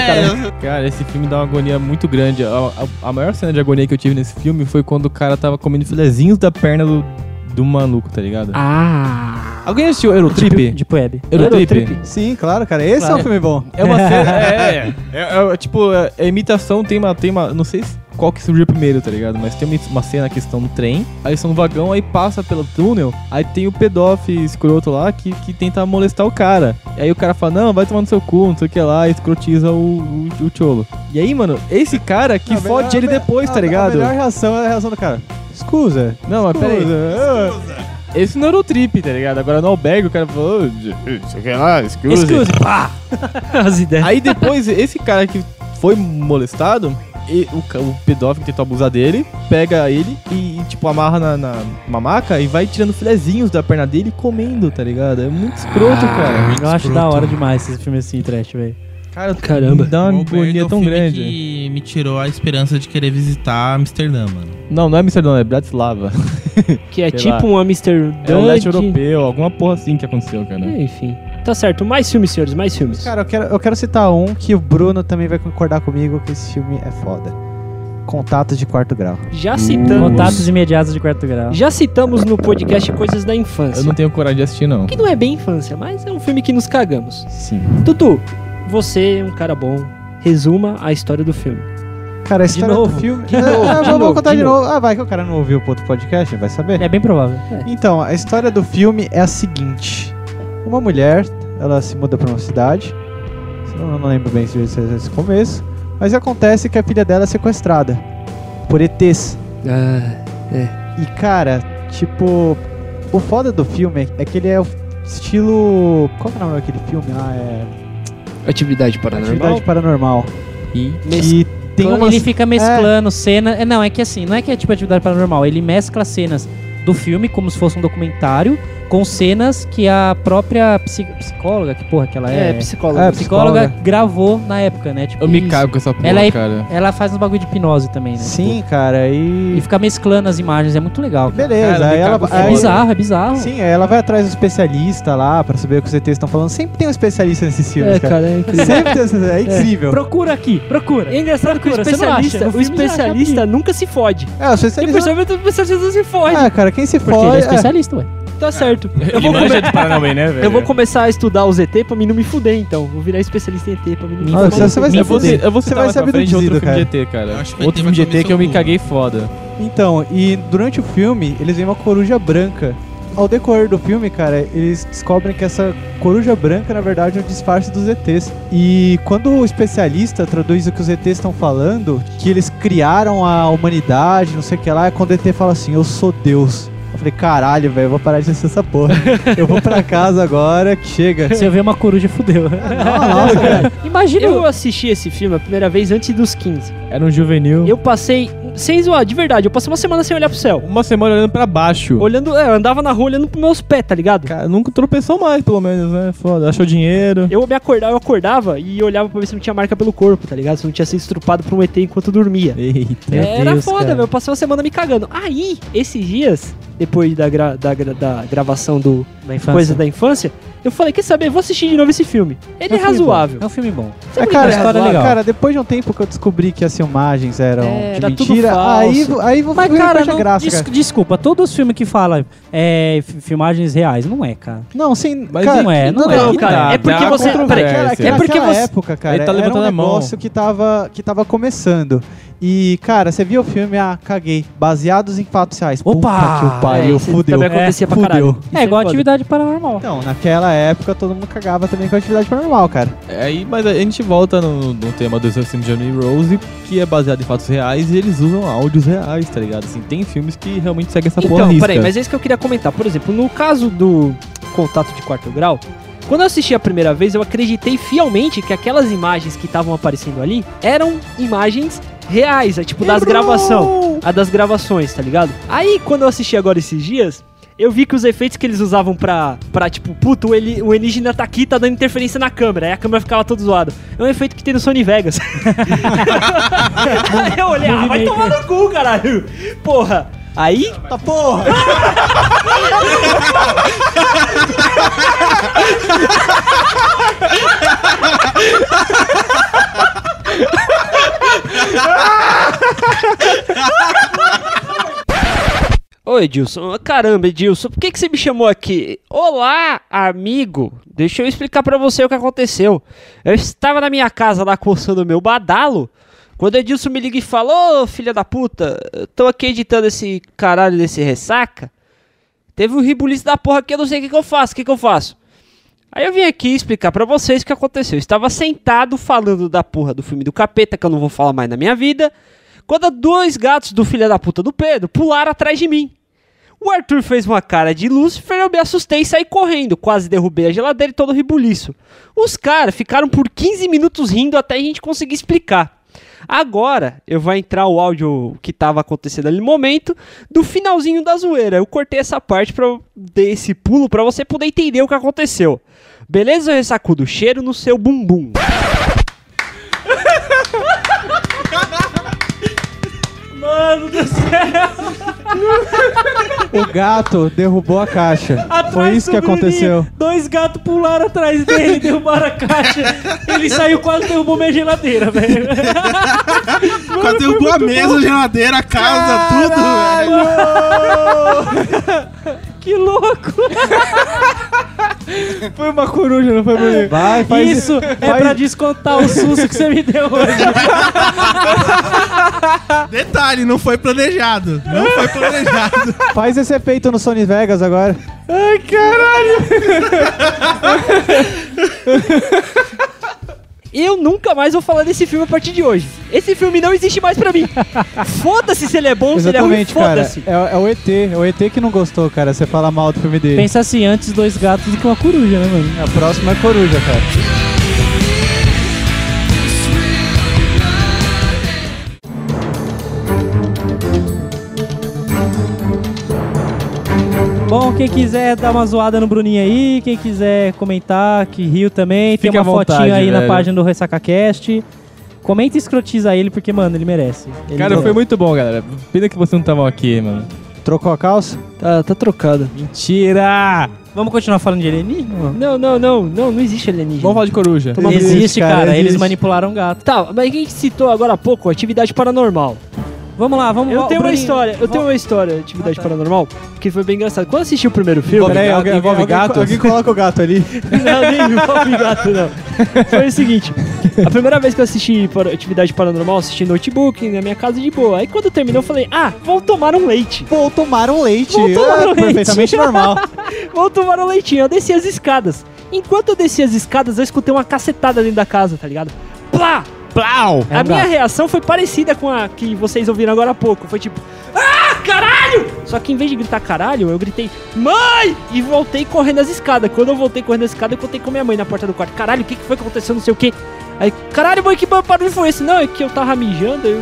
C: é,
D: Cara, esse filme dá uma agonia muito grande. A, a- a maior cena de agonia que eu tive nesse filme foi quando o cara tava comendo filezinhos da perna do, do maluco, tá ligado?
E: Ah.
D: Alguém assistiu Eurotrip?
A: Tipo,
E: Deep Web.
D: Eurotrip?
B: Sim, claro, cara. Esse é um
E: Claro.
B: filme bom.
D: É uma cena. É, é, é, é, tipo, é, é imitação, tem uma, tem uma. Não sei se- qual que surgiu primeiro, tá ligado? Mas tem uma- uma cena que estão no trem, aí estão no vagão, aí passa pelo túnel, aí tem o pedófilo escroto lá que, que tenta molestar o cara. E aí o cara fala, não, vai tomar no seu cu, não sei o que lá, e escrotiza o, o, o cholo. E aí, mano, esse cara que
B: A melhor-
D: fode ele
B: a me-
D: depois,
B: a-
D: tá ligado?
B: A melhor reação é a reação do cara. Escusa. é.
D: Não, mas peraí.
B: Escusa.
D: Esse não era o trip, tá ligado? Agora no albergue o cara falou. "Oh, Sei que lá, excuse.
E: Excuse. Pá. As ideias.
D: Aí depois, esse cara que foi molestado, e o, ca- o pedófilo que tentou abusar dele, pega ele e, e, tipo, amarra na, na mamaca e vai tirando filezinhos da perna dele e comendo, tá ligado? É muito escroto, cara.
E: Eu acho da hora demais esses filmes assim, trash, velho.
D: Cara,
A: Caramba.
D: me dá uma
C: O Berg é
D: agonia
C: o
D: tão
C: filme
D: grande.
C: que me tirou a esperança de querer visitar Amsterdã, mano.
D: Não, não é Amsterdã, é Bratislava.
A: Que é
D: Sei
A: tipo
D: lá.
A: um Amsterdã.
D: É o leste europeu, alguma porra assim que aconteceu, cara.
A: É, Enfim. Tá certo. Mais filmes, senhores. Mais filmes.
B: Cara, eu quero, eu quero citar um que o Bruno também vai concordar comigo que esse filme é foda. Contatos de quarto grau.
A: Já citamos.
E: Contatos imediatos de quarto grau.
A: Já citamos no podcast coisas da
D: Eu
A: infância.
D: não tenho coragem de assistir, não.
A: Que não é bem infância, mas é um filme que nos cagamos.
B: Sim.
A: Tutu, você é um cara bom. Resuma a história do filme.
B: Cara, a história
A: novo?
B: do filme.
A: De
B: Ah,
A: novo,
B: ah,
A: de
B: vou-
A: novo,
B: vou contar
A: de
B: de novo. Ah, vai que o cara não ouviu o outro podcast, vai saber.
E: É bem provável.
B: Então, a história do filme é a seguinte: uma mulher, ela se muda para uma cidade. Eu não lembro bem se isso é esse começo, mas acontece que a filha dela é sequestrada por ETs.
A: Ah,
B: E cara, tipo, o foda do filme é que ele é o estilo, qual que é o nome daquele filme lá? É
A: atividade paranormal.
B: Atividade Paranormal.
A: E
B: Que tem
E: Então,
B: uma
E: Ele fica mesclando cena. é, Não, é que assim, não é que é tipo atividade paranormal. Ele mescla cenas do filme, como se fosse um documentário, com cenas que a própria psi- psicóloga, que porra que ela é,
A: é, psicólogo.
B: É,
E: psicóloga,
B: psicóloga.
E: gravou na época, né? Tipo,
D: Eu me
E: isso.
D: cago com essa porra,
E: Ela é-
D: cara.
E: Ela faz uns bagulho de hipnose também, né?
B: Sim, cara,
E: Tipo, E
B: e
E: fica mesclando as imagens, é muito legal. cara.
B: beleza,
D: Cara,
B: aí
D: me
B: ela
D: cago
E: É
B: aí-
E: bizarro, é bizarro.
B: Sim, aí ela vai atrás do especialista lá pra saber o que os ETs estão falando. Sempre tem um especialista nesses filmes,
A: É,
B: cara.
A: cara, é incrível.
B: Sempre tem um especialista, é incrível.
E: Procura aqui, procura.
A: É engraçado que o
E: Procura, você não
A: especialista,
E: acha,
A: o
E: no filme já acha
A: especialista nunca se fode.
B: É, o
A: Você
B: especialista.
A: percebeu que o especialista se fode.
B: Ah, cara, quem se
E: Porque ele é
B: fode. é.
E: especialista, ué.
A: Tá certo. Eu vou,
D: manja
A: come-
D: de Paranauê, né, velho?
A: eu vou começar a estudar os ET pra mim não me fuder, então. Vou virar especialista em ET pra mim não me
B: Ah,
A: fuder.
B: você, você vai
D: Eu
B: se
D: vou,
B: fuder.
D: ci- eu vou
B: Você
D: citar
B: vai
D: mais
B: ser
D: pra frente outro
B: abduzido,
D: filme de ET,
C: Eu
D: cara.
C: acho que o ET
D: Outro
C: vai
D: filme de
C: comer
D: ET que
C: seu
D: eu me
C: cu.
D: caguei foda.
B: Então, e durante o filme, eles veem uma coruja branca. Ao decorrer do filme, cara, eles descobrem que essa coruja branca, na verdade, é um disfarce dos ETs. E quando o especialista traduz o que os ETs estão falando, que eles criaram a humanidade, não sei o que lá, é quando o ET fala assim, eu sou Deus. Eu falei, caralho, velho, eu vou parar de assistir essa porra. Eu vou pra casa agora, que chega.
E: Se eu ver uma coruja, fudeu.
B: Não, nossa, cara.
E: Imagina
A: Eu assisti esse filme a primeira vez antes dos 15.
D: Era um juvenil.
A: Eu passei, sem zoar, de verdade, eu passei uma semana sem olhar pro céu.
D: Uma semana olhando pra baixo.
E: Tipo,
A: Olhando, é, eu andava na rua olhando pros meus pés, tá ligado?
D: Cara, nunca tropeçou mais, pelo menos, né? Foda. Achou dinheiro.
A: Eu me acordava, eu acordava e olhava pra ver se não tinha marca pelo corpo, tá ligado? Se não tinha sido estrupado por um ET enquanto dormia.
D: Eita.
E: Meu
A: Era
E: Deus,
A: foda,
E: cara.
A: meu. Eu passei uma semana me cagando. Aí, esses dias, depois da, gra- da, gra- da gravação do
E: da infância.
A: Coisa da Infância, eu falei, quer saber? Vou assistir de novo esse filme. Ele é, razoável.
E: É um filme bom.
B: É,
E: a
B: cara,
E: história é legal.
B: cara, depois de um tempo que eu descobri que as filmagens eram
A: É,
B: de
A: era tudo
B: mentira,
A: falso.
B: aí, aí vou
E: Mas, cara, não-
B: graça,
E: des-
B: cara.
E: desculpa, todos os filmes que falam é, f- filmagens reais, não é, cara.
B: Não, sim,
D: Mas
B: cara,
E: não é, não é.
A: Não,
E: que
A: cara,
D: dá-
A: é porque
D: dá
A: você.
D: controvérsia.
A: Peraí,
B: Aquela,
A: É porque
B: naquela
A: você-
B: época, cara,
D: Ele tá
B: era um
D: levantando a mão.
B: negócio que tava, que tava começando. E, cara, você viu o filme, ah, caguei. Baseados em fatos reais. Puta
E: Opa!
B: que o pariu,
A: É, isso
B: fudeu.
A: também acontecia pra
B: fudeu.
A: caralho.
E: É igual
A: foda.
E: atividade paranormal.
B: Então, naquela época, todo mundo cagava também com a atividade paranormal, cara.
D: É, Aí, mas a gente volta no, no tema do Exorcismo de Johnny Rose, que é baseado em fatos reais e eles usam áudios reais, tá ligado? Assim, tem filmes que realmente seguem essa porra
A: Então,
D: risca.
A: peraí, mas é isso que eu queria comentar. Por exemplo, no caso do Contato de Quarto Grau, quando eu assisti a primeira vez, eu acreditei fielmente que aquelas imagens que estavam aparecendo ali eram imagens reais, é, tipo das gravação, a das gravações, tá ligado? Aí quando eu assisti agora esses dias, Eu vi que os efeitos que eles usavam pra, pra tipo, puto, o, eli, o alienígena tá aqui, tá dando interferência na câmera. Aí a câmera ficava toda zoada. É um efeito que tem no Sony Vegas. Aí eu olhei, ah, vai tomar no cu, caralho. Porra. Aí,
B: Tá porra!
A: Ô Edilson, caramba, Edilson, por que, que você me chamou aqui? Olá, amigo! Deixa eu explicar pra você o que aconteceu. Eu estava na minha casa lá coçando o meu badalo. Quando o Edilson me liga e fala: Ô filha da puta, eu tô aqui editando esse caralho desse ressaca. Teve um ribuliço da porra aqui, eu não sei o que, que eu faço, o que, que eu faço. Aí eu vim aqui explicar pra vocês o que aconteceu. Eu estava sentado falando da porra do filme do capeta, que eu não vou falar mais na minha vida. Quando dois gatos do filho da puta do Pedro pularam atrás de mim. O Arthur fez uma cara de Lúcifer, eu me assustei e saí correndo. Quase derrubei a geladeira e todo o ribuliço. Os caras ficaram por 15 minutos rindo até a gente conseguir explicar. Agora eu vou entrar o áudio que tava acontecendo ali no momento do finalzinho da zoeira. Eu cortei essa parte pra eu dar esse pulo pra você poder entender o que aconteceu. Beleza, eu ressacudo cheiro no seu bumbum. Mano do céu!
B: O gato derrubou a caixa. Foi isso que aconteceu.
A: Dois gatos pularam atrás dele, derrubaram a caixa. Ele saiu quase derrubou minha geladeira, velho.
C: Ah, Quase derrubou a mesa, a geladeira, a casa, tudo, velho.
A: Que louco!
F: Foi uma coruja, não foi bonito?
B: Vai, faz
A: Isso é
B: faz-
A: pra descontar o susto que você me deu hoje.
C: Detalhe, não foi planejado. Não foi planejado.
B: Faz esse efeito no Sony Vegas agora.
F: Ai, caralho!
A: Eu nunca mais vou falar desse filme a partir de hoje. Esse filme não existe mais pra mim. Foda-se se ele é bom,
B: Exatamente,
A: se ele é ruim,
B: cara.
A: foda-se.
B: É, é o ET, é o ET que não gostou, cara. Você fala mal do filme dele.
E: Pensa assim, antes dois gatos do que uma coruja, né, mano?
B: A próxima é coruja, cara.
E: Bom, quem quiser dar uma zoada no Bruninho aí, quem quiser comentar, que riu também,
F: Fique
E: tem
F: à
E: uma
F: vontade,
E: fotinho aí na
F: velho.
E: página do RessacaCast. Comenta e escrotiza ele, porque, mano, ele merece. Ele
F: Cara,
E: merece.
F: foi muito bom, galera. Pena que você não tava aqui, mano.
B: Trocou a calça?
A: Tá, tá trocado.
F: Mentira!
E: Vamos continuar falando de alienígena?
A: Não, não, não, não, não existe alienígena.
F: Vamos falar de coruja.
A: Tomar no cu.
E: Existe, cara.
B: cara,
E: Eles
B: existe.
E: manipularam o gato.
A: Tá, mas quem citou agora há pouco atividade paranormal?
E: Vamos lá, vamos
A: Eu
E: vo-
A: tenho uma
E: Bruninho,
A: história, eu
E: vo-
A: tenho uma história de atividade
E: Ah, tá.
A: paranormal que foi bem engraçado. Quando eu assisti o primeiro filme,
F: Peraí,
B: Gato,
F: alguém- envolve gatos?
B: Alguém coloca o gato ali.
A: Não, nem envolve gato, não. Foi o seguinte: a primeira vez que eu assisti para- atividade paranormal, eu assisti notebook na minha casa de boa. Aí quando terminou, eu falei: ah, vão tomar um leite.
B: Pô, tomaram leite.
A: Vou tomar um leite.
B: Perfeitamente normal.
A: Vão tomar um leitinho. Eu desci as escadas. Enquanto eu desci as escadas, eu escutei uma cacetada dentro da casa, tá ligado? Plá!
C: Plau!
E: É um
A: a minha
E: gato.
A: reação foi parecida com a que vocês ouviram agora há pouco. Foi tipo, ah, caralho! Só que em vez de gritar caralho, eu gritei, mãe! E voltei correndo as escadas. Quando eu voltei correndo as escadas, eu contei com minha mãe na porta do quarto. Caralho, o que, que foi que aconteceu? Não sei o que. Aí, caralho, mãe, que barulho foi esse? Não, é que eu tava mijando, eu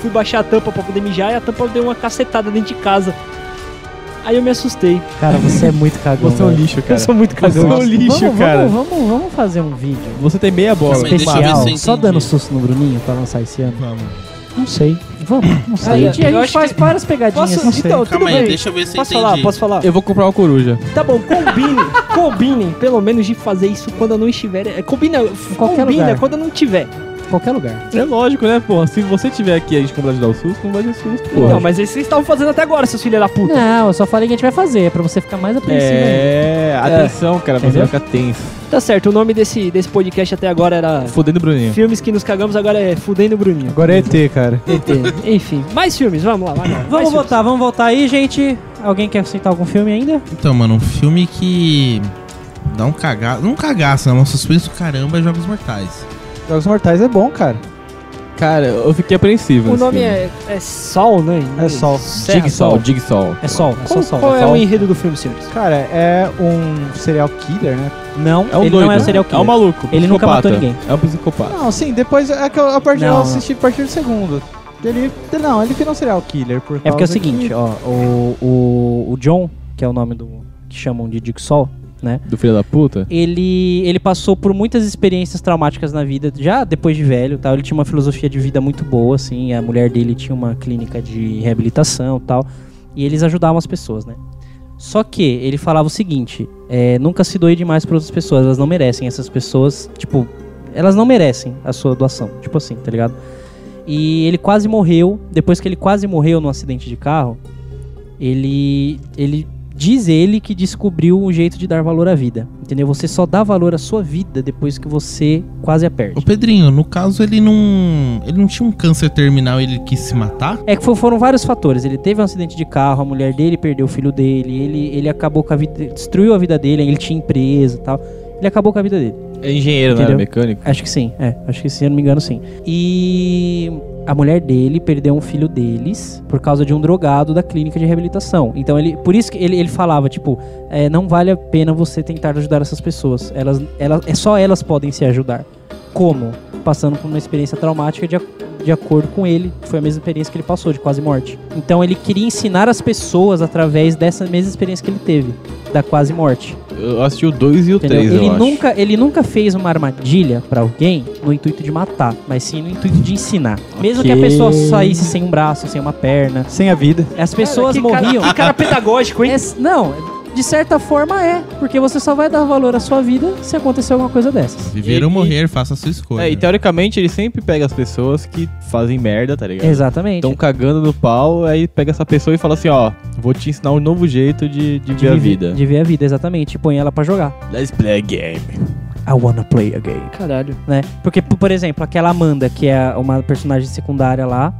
A: fui baixar a tampa pra poder mijar e a tampa deu uma cacetada dentro de casa. Aí eu me assustei.
E: Cara, você é muito cagão.
F: Você é um
E: velho.
F: lixo,
A: Eu
F: cara.
A: sou muito
F: Você é
A: cagão.
F: um lixo,
E: vamos,
F: cara.
E: Vamos, vamos, vamos fazer um vídeo
F: Você tem meia bola.
C: Calma aí, deixa eu ver se eu
E: especial,
C: entendi.
E: só dando susto no Bruninho pra lançar esse ano.
C: Vamos.
E: Não sei. Vamos, não sei.
A: eu
E: a gente, a
A: acho
E: gente faz
A: que-
E: várias pegadinhas.
A: Posso?
E: não sei.
A: Então, tudo
C: Calma aí,
A: bem.
C: deixa eu ver se eu
A: posso
C: entendi.
A: falar, posso falar.
F: Eu vou comprar uma coruja.
A: Tá bom, combine, combinem, pelo menos de fazer isso quando eu não estiver. é, Combina,
E: qualquer
A: combina
E: lugar.
A: quando eu não tiver.
E: Qualquer lugar.
F: É lógico, né, porra? Se você tiver aqui e a gente comprar de dar o susto, não vai dar susto, porra.
A: Não, Então, mas isso vocês estavam fazendo até agora, seus filhos da puta.
E: Não, eu só falei que a gente vai fazer, é pra você ficar mais apreensivo ainda.
F: É, atenção, cara, você vai
E: Entendeu?
F: ficar tenso.
A: Tá certo, o nome desse, desse podcast até agora era
F: Fodendo o Bruninho.
A: Filmes que nos cagamos, agora é Fudendo o Bruninho.
B: Agora é ET, cara.
A: ET. Enfim, mais filmes, vamos lá, vai lá. Mais
E: Vamos votar, vamos votar aí, gente. Alguém quer citar algum filme ainda?
C: Então, mano, um filme que dá um cagaço. Não um cagaço, né? Um suspense do caramba é Jogos Mortais.
B: Jogos Mortais é bom, cara.
F: Cara, eu fiquei apreensivo.
A: O
D: assim.
F: nesse
A: nome
F: filme.
A: é, é Sol, né?
B: É sol.
A: Serra,
F: Jigsaw, Jigsaw.
E: É sol, é só
A: Qual,
E: sol.
A: qual
E: é
A: é
E: sol.
A: o enredo do filme, senhores?
B: Cara, é um serial killer, né?
E: Não,
F: É um
E: ele
F: doido.
E: não é o serial killer.
F: É um maluco.
E: Ele nunca matou ninguém.
F: psicopata. É um psicopata.
B: Não, sim, depois é que eu, a partir,
E: Não,
B: eu
E: não.
B: assisti a partir do segundo. Ele, não, ele virou um serial killer. Por
E: É porque é o
B: causa
E: seguinte,
B: que-
E: ó, o, o, o John, que é o nome do que chamam de Dixol, né?
D: Do filho da puta?
E: ele, ele passou por muitas experiências traumáticas na vida, já depois de velho, tal. Ele tinha uma filosofia de vida muito boa, assim. A mulher dele tinha uma clínica de reabilitação, tal. E eles ajudavam as pessoas, né? Só que ele falava o seguinte: é, nunca se doe demais para outras pessoas. Elas não merecem. Essas pessoas, tipo, elas não merecem a sua doação. Tipo assim, tá ligado? E ele quase morreu. Depois que ele quase morreu num acidente de carro, ele ele diz ele que descobriu um jeito de dar valor à vida. Entendeu? Você só dá valor à sua vida depois que você quase a
C: Ô
E: perde.
C: Pedrinho, no caso ele não. Ele não tinha um câncer terminal e ele quis se matar?
E: É que fo- foram vários fatores. Ele teve um acidente de carro, a mulher dele perdeu o filho dele, ele, ele acabou com a vida, destruiu a vida dele, ele tinha empresa e tal. Ele acabou com a vida dele.
D: É engenheiro, né?
E: Entendeu?
D: Mecânico.
E: Acho que sim, é. Acho que se eu não me engano, sim. E a mulher dele perdeu um filho deles por causa de um drogado da clínica de reabilitação. Então ele. Por isso que ele, ele falava, tipo, é, não vale a pena você tentar ajudar essas pessoas. Elas, elas, é só elas podem se ajudar. Como? Passando por uma experiência traumática de, ac- de acordo com ele. Foi a mesma experiência que ele passou, de quase morte. Então ele queria ensinar as pessoas através dessa mesma experiência que ele teve, da quase morte.
D: Eu assisti o 2 e o
E: Entendeu?
D: 3, eu
E: ele,
D: acho.
E: nunca, ele nunca fez uma armadilha pra alguém no intuito de matar, mas sim no intuito de ensinar. Mesmo que a pessoa saísse sem um braço, sem uma perna,
B: Sem a vida.
E: as pessoas
A: que
E: morriam.
A: Cara, que cara pedagógico, hein?
E: É- não, de certa forma é, porque você só vai dar valor à sua vida se acontecer alguma coisa dessas.
C: Viver
D: E-
C: ou morrer, faça a sua escolha.
D: É, e teoricamente ele sempre pega as pessoas que fazem merda, tá ligado?
E: Exatamente.
D: Estão cagando no pau, aí pega essa pessoa e fala assim, ó, vou te ensinar um novo jeito de, de, ver a
E: viver-
D: vida.
E: De ver a vida, exatamente. E põe ela pra jogar.
D: Let's play a game.
E: I wanna play a game.
A: Caralho.
E: né? Porque, p- por exemplo, aquela Amanda, que é uma personagem secundária lá,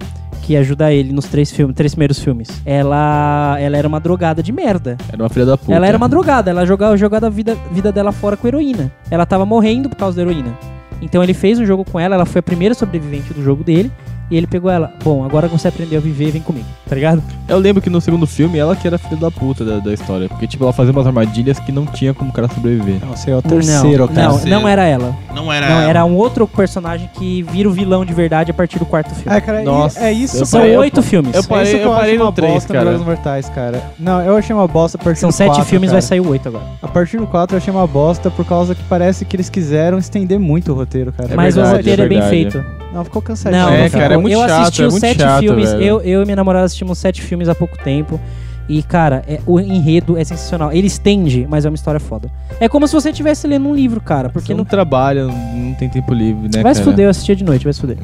E: que ajuda ele nos três, filmes, três primeiros filmes. Ela, ela era uma drogada de merda.
D: Era uma filha da puta.
E: Ela era uma drogada, ela jogava, jogava a vida, vida dela fora com heroína. Ela tava morrendo por causa da heroína. Então ele fez um jogo com ela, ela foi a primeira sobrevivente do jogo dele. E ele pegou ela. Bom, agora que você aprendeu a viver, vem comigo, tá ligado?
D: Eu lembro que no segundo filme ela que era filha da puta da, da história. Porque, tipo, ela fazia umas armadilhas que não tinha como o cara sobreviver.
B: Não, você é o terceiro,
E: não,
B: cara.
E: não, não era ela.
C: Não era.
E: Não, era um outro personagem que vira o vilão de verdade a partir do quarto filme.
B: Ah, cara, e-
D: Nossa,
B: é isso
D: eu
B: que
E: São
D: parei-
E: oito filmes.
D: eu
B: É
D: parei-
B: isso que
D: eu
B: eu,
D: parei
B: acho
D: no
B: uma
D: três,
B: bosta
D: cara.
B: no Jogos Mortais, cara. Não, eu achei uma bosta a partir
E: São
B: do
E: sete
B: quatro,
E: filmes,
B: cara.
E: vai sair o oito agora.
B: A partir do 4 eu achei uma bosta por causa que parece que eles quiseram estender muito o roteiro, cara.
D: É
E: Mas
D: verdade,
E: o roteiro
D: é
E: é, bem
D: verdade.
E: feito.
B: Não, ficou cansativo.
E: Não,
D: É,
E: não
D: cara, é
E: ficou.
D: muito
E: eu
D: chato,
E: assisti
D: é
E: os
D: muito
E: sete
D: chato,
E: filmes,
D: velho.
E: eu, eu e minha namorada assistimos sete filmes há pouco tempo. E, cara, é- o enredo é sensacional. Ele estende, mas é uma história foda. É como se você estivesse lendo um livro, cara. Porque
D: Porque não
E: não.
D: trabalha, não tem tempo livre, né,
E: vai
D: cara?
E: se fuder, eu assistia de noite, vai se fuder.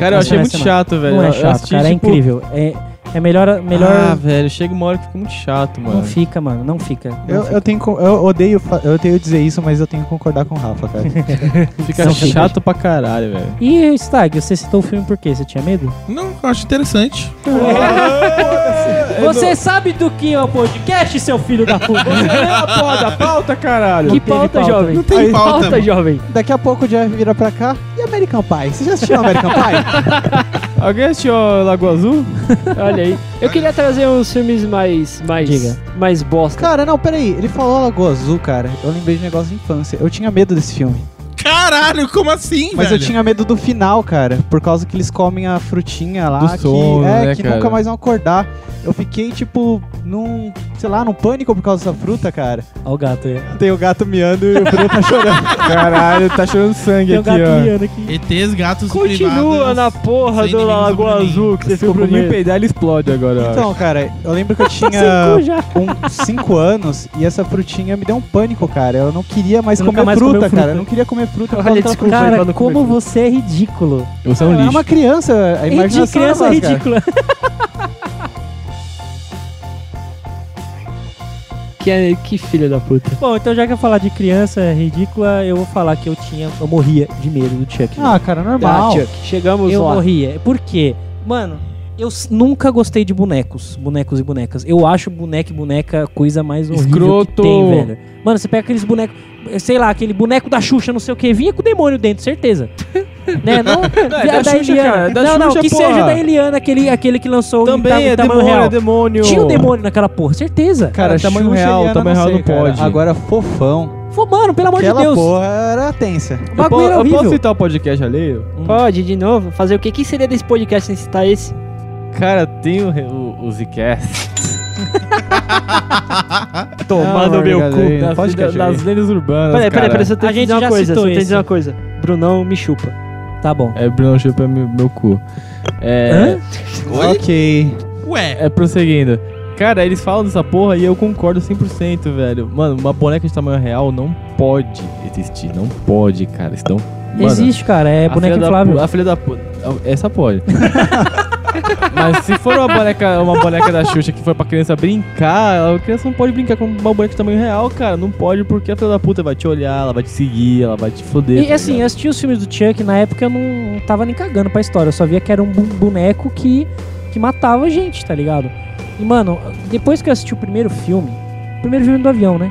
D: Cara, eu achei
E: Não é
D: muito
E: semana.
D: chato, velho.
E: não é
D: Eu
E: chato,
D: assisti,
E: cara. É
D: tipo,
E: incrível. É, é melhor. melhor
D: Ah, velho, chega uma hora que fica muito chato, mano.
E: não fica, mano. Não fica. Não
B: Eu,
E: fica.
B: eu tenho, co- eu, odeio, fa- eu odeio dizer isso, mas eu tenho que concordar com o Rafa, cara.
D: Fica
E: Não fica.
D: chato pra caralho, velho.
E: E, Stag, você citou o filme por quê? Você tinha medo?
C: Não, eu acho interessante.
E: Você sabe do que é o podcast, seu filho da puta?
D: a porra da pauta, caralho.
A: Que
E: teve
A: pauta,
E: pauta.
A: jovem.
C: Não tem
A: Aí,
C: pauta,
A: pauta,
C: mano.
A: jovem.
B: Daqui a pouco já vira pra cá. E American Pie? Você já assistiu American Pie?
D: Alguém assistiu Lagoa Azul?
A: Olha aí. Eu queria trazer uns filmes mais. mais.
E: Diga.
A: mais bosta.
B: cara, não, peraí. Ele falou Lagoa Azul, cara. Eu lembrei de um negócio de infância. Eu tinha medo desse filme.
C: Caralho, como assim,
B: Mas eu
C: velho?
B: tinha medo do final, cara. Por causa que eles comem a frutinha lá.
D: Do
B: que,
D: sono,
B: é,
D: né,
B: que
D: cara?
B: nunca mais vão acordar. Eu fiquei, tipo, num. sei lá, num pânico por causa dessa fruta, cara.
E: Olha o gato aí.
B: Tem o gato miando e o Bruno tá chorando.
D: Caralho, tá chorando sangue
E: Tem o
D: aqui,
E: gato
D: ó.
E: miando aqui.
C: ETs, gatos
A: Continua
C: privados.
A: na porra
C: sem
A: do
C: inimigos
A: Lagoa
C: por ninguém.
A: Azul que você
D: Se
A: ficou
D: o
A: com
D: Bruninho
A: medo.
D: peidar, ele explode agora, ó.
B: Então, cara, eu lembro que eu tinha uns 5 anos e essa frutinha me deu um pânico, cara. Eu não queria mais
E: Você nunca
B: comer
E: mais
B: fruta,
E: comeu fruta.
B: cara. Eu não queria comer fruta. por
A: Olha,
B: causa
A: desculpa aí pra
E: Cara,
A: não
E: como
A: comer.
E: você é ridículo.
D: Você
B: da-
D: é
B: Eu
D: um
B: era
D: lixo.
B: uma criança, a
E: Ridi-
B: imaginação
E: É criança
B: era nossa, cara.
E: ridícula.
A: Que, é- que filha da puta.
E: Bom, então já que eu falar de criança é ridícula, eu vou falar que eu tinha, eu morria de medo do Chuck.
B: Ah, cara,
A: Ah,
B: normal.
A: Chuck, chegamos
E: eu
A: lá.
E: morria. Por quê? Mano, eu s- nunca gostei de bonecos, bonecos e bonecas. Eu acho boneco e boneca a coisa mais horrível
D: Escroto.
E: que tem, velho. Mano, você pega aqueles bonecos, sei lá, aquele boneco da Xuxa, não sei o que, vinha com o demônio dentro, certeza. né? Não,
D: é da Xuxa, cara, é da
E: não, não,
D: Xuxa,
E: que
D: porra.
E: seja da Eliana, aquele, aquele que lançou o
D: Também
E: Tama-
D: é
E: Tamanho
D: demônio, é
E: Tá, real.
D: demônio.
E: Tinha um demônio naquela porra, certeza.
B: Cara,
D: Cara, tamanho
B: Xuxa e
D: real,
B: Ana,
D: tamanho real
B: sei,
D: não
B: cara.
D: pode.
B: Agora, fofão.
E: Pô, mano, pelo amor de
B: Aquela
E: Deus.
B: porra era tensa.
E: O
D: Eu, po-
E: bagulho era
D: eu posso
E: horrível. Hum.
D: citar o podcast alheio?
A: Pode, de novo? Fazer o quê? O que seria desse podcast sem citar esse?
D: tá Cara, tem o, re- o, o Zcast.
A: Tomando
B: Não,
A: meu
B: Morgan,
A: cu.
B: aí não Pode
D: das,
B: cachorro.
D: das lendas urbanas,
A: Peraí, peraí,
D: cara.
A: peraí, você tem
E: A
A: que
E: gente
A: dizer uma
E: já
A: coisa. Você
E: citou
A: tem que
E: esse.
A: dizer uma coisa. Brunão me chupa.
E: Tá bom.
D: É, Bruno chupa meu, meu cu. É,
E: Hã?
C: Oi?
B: Ok.
C: Ué.
D: é, prosseguindo. Cara, eles falam dessa porra e eu concordo 100%, velho. Mano, uma boneca de tamanho real não pode existir. Não pode, cara. Isso não... Mano,
E: Existe, cara. É
D: a
E: boneca
D: filha da
E: inflável.
D: pu- A filha da puta. Essa pode. Mas se for uma boneca, uma boneca da Xuxa que foi pra criança brincar, a criança não pode brincar com uma boneca de tamanho real, cara. Não pode, porque a filha da puta vai te olhar, ela vai te seguir, ela vai te tá foder.
E: E assim, eu assisti os filmes do Chuck, na época eu não tava nem cagando pra história, eu só via que era um bu- boneco que, que matava gente, tá ligado? E, mano, depois que eu assisti o primeiro filme, o primeiro filme do avião, né?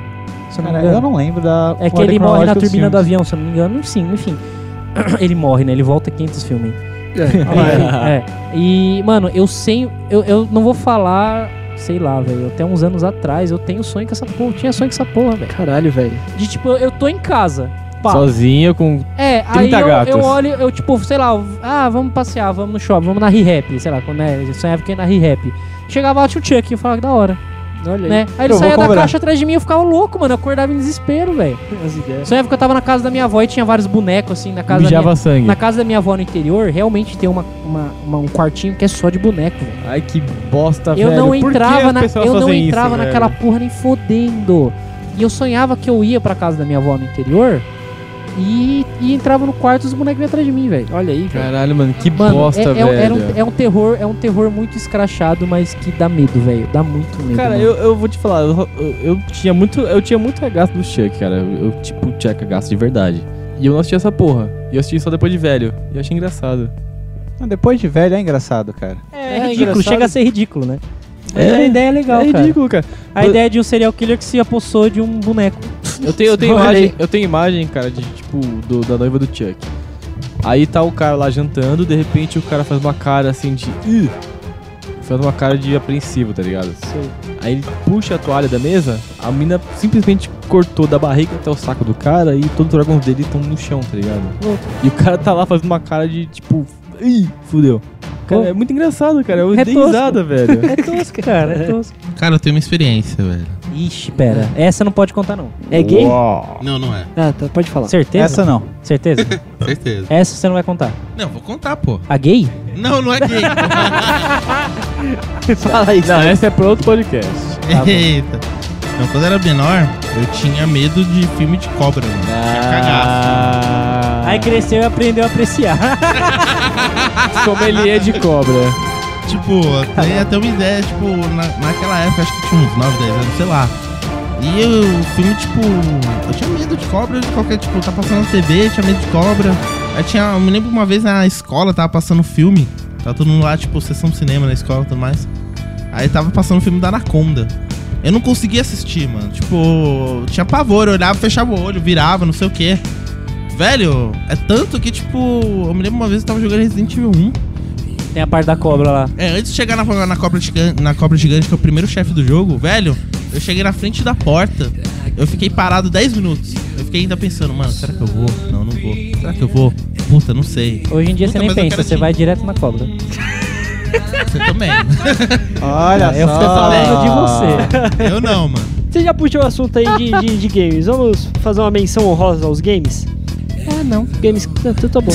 E: Se eu não me
B: Cara,
E: engano.
B: eu não lembro da.
E: É que
B: ordem
E: ele morre na
B: cronológica dos
E: turbina do
B: filmes.
E: avião, se eu não me engano. Sim, enfim. Ele morre, né? Ele volta 500 filmes. É. E, mano, eu sei. Eu, eu não vou falar. Sei lá, velho. Até uns anos atrás eu tenho sonho com essa porra. Eu tinha sonho com essa porra, velho.
A: Caralho, velho.
E: De tipo, eu, eu tô em casa. Pá,
D: Sozinha com.
E: é, aí
D: 30
E: eu,
D: gatos.
E: eu olho, eu tipo, sei lá, eu- ah, vamos passear, vamos no shopping, vamos na Re-Rap, sei lá, quando é, eu sonhava que ia na Re-Rap. Chegava lá, tinha o Chuck, eu falava que da hora,
A: Olha
E: né? Aí ele
B: Eu vou
E: saía da
B: comprar.
E: caixa atrás de mim, eu ficava louco, mano, eu acordava em desespero, velho.
A: aí as ideias.
E: Sonhava que eu tava na casa da minha avó e tinha vários bonecos, assim, na casa da
D: Mijava
E: minha...
D: sangue.
E: Na casa da minha avó no interior, realmente tem uma, uma- uma- um quartinho que é só de boneco, velho.
D: Ai, que bosta,
E: Eu
D: velho.
E: não
D: Por que
E: entrava,
D: as
E: na,
D: pessoas
E: eu não
D: fazem isso,
E: entrava
D: velho?
E: naquela porra nem fodendo. E eu sonhava que eu ia pra casa da minha avó no interior e, e entrava no quarto e os bonecos vinham atrás de mim, velho.
A: Olha aí, velho.
D: Caralho, mano, que
E: Mano,
D: bosta,
E: é, é um-
D: velho.
E: era um, é um terror, é um terror muito escrachado, mas que dá medo, velho. Dá muito medo.
D: Cara,
E: mano.
D: eu, eu vou te falar, eu, eu- eu tinha muito, eu tinha muito cagaço do Chuck, cara. Eu, eu, tipo, tinha cagaço de verdade. E eu não assisti essa porra. E eu assisti só depois de velho. E eu achei engraçado.
B: Não, Depois de velho é engraçado, cara.
D: tá
E: é,
A: é
E: ridículo,
A: engraçado.
E: chega a ser ridículo, né?
D: É,
E: Mas a ideia é legal,
D: é
E: cara.
D: ridículo, cara.
E: A ideia de um serial killer que se apossou de um boneco.
D: Eu tenho, eu tenho
E: Olha
D: imagem,
E: aí.
D: eu tenho imagem, cara, de tipo, do- da noiva do Chuck. Aí tá o cara lá jantando, de repente o cara faz uma cara assim de. "Ih", Faz uma cara de apreensivo, tá ligado? Aí ele puxa a toalha da mesa, a mina simplesmente cortou da barriga até o saco do cara e todos os órgãos dele estão no chão, tá ligado? E o cara tá lá fazendo uma cara de tipo. Ih, fudeu. Cara,
E: Pô.
D: é muito engraçado, cara. Eu
E: É
D: dei
E: tosco.
D: risada, velho.
E: É tosco, cara, é tosco.
C: Cara, eu tenho uma experiência, velho.
E: Ixi, pera. Essa não pode contar, não.
A: É gay?
C: Não, não é.
A: Ah, tá, pode falar.
E: Certeza?
B: Essa não.
E: Certeza?
C: Certeza.
E: Essa você não vai contar.
C: Não, vou contar, pô.
E: A gay?
C: Não, não é gay.
A: Fala aí.
D: Não, essa é pra outro podcast.
C: Eita. Não, quando eu era menor, eu tinha medo de filme de cobra, mano. Tinha cagaço.
D: Ah,
E: Aí cresceu e aprendeu a apreciar.
D: sommelier de cobra.
C: Tipo, eu tenho até uma ideia, tipo, na, naquela época, acho que tinha uns 9, 10 anos, sei lá. E eu- o filme, tipo, eu tinha medo de cobra, de qualquer, tipo, tá passando na TV, tinha medo de cobra. Aí tinha, eu me lembro uma vez na escola, tava passando filme, tava todo mundo lá, tipo, sessão cinema na escola e tudo mais. Aí tava passando o filme da Anaconda. Eu não conseguia assistir, mano. Tipo, eu tinha pavor, eu olhava, fechava o olho, virava, não sei o quê. Velho, é tanto que, tipo, eu me lembro uma vez eu tava jogando Resident Evil 1.
E: Tem a parte da cobra lá.
C: É, antes de chegar na, na, cobra gigante, na cobra gigante, que é o primeiro chefe do jogo, velho, eu cheguei na frente da porta. Eu fiquei parado 10 minutos. Eu fiquei ainda pensando, mano, será que eu vou? Não, não vou. Será que eu vou? Puta, não sei.
E: Hoje em dia
C: Puta,
E: você nem
C: mas eu
E: pensa,
C: quero
E: você
C: te-
E: vai direto na cobra.
C: Você também. né?
B: Olha
E: Eu
B: só.
E: tô falando de
B: Ah.
E: você.
C: eu não, mano.
A: Você já puxou o assunto aí de, de- de games. Vamos fazer uma menção honrosa aos games?
E: Ah, não.
A: Games, tá, tá- tá bom.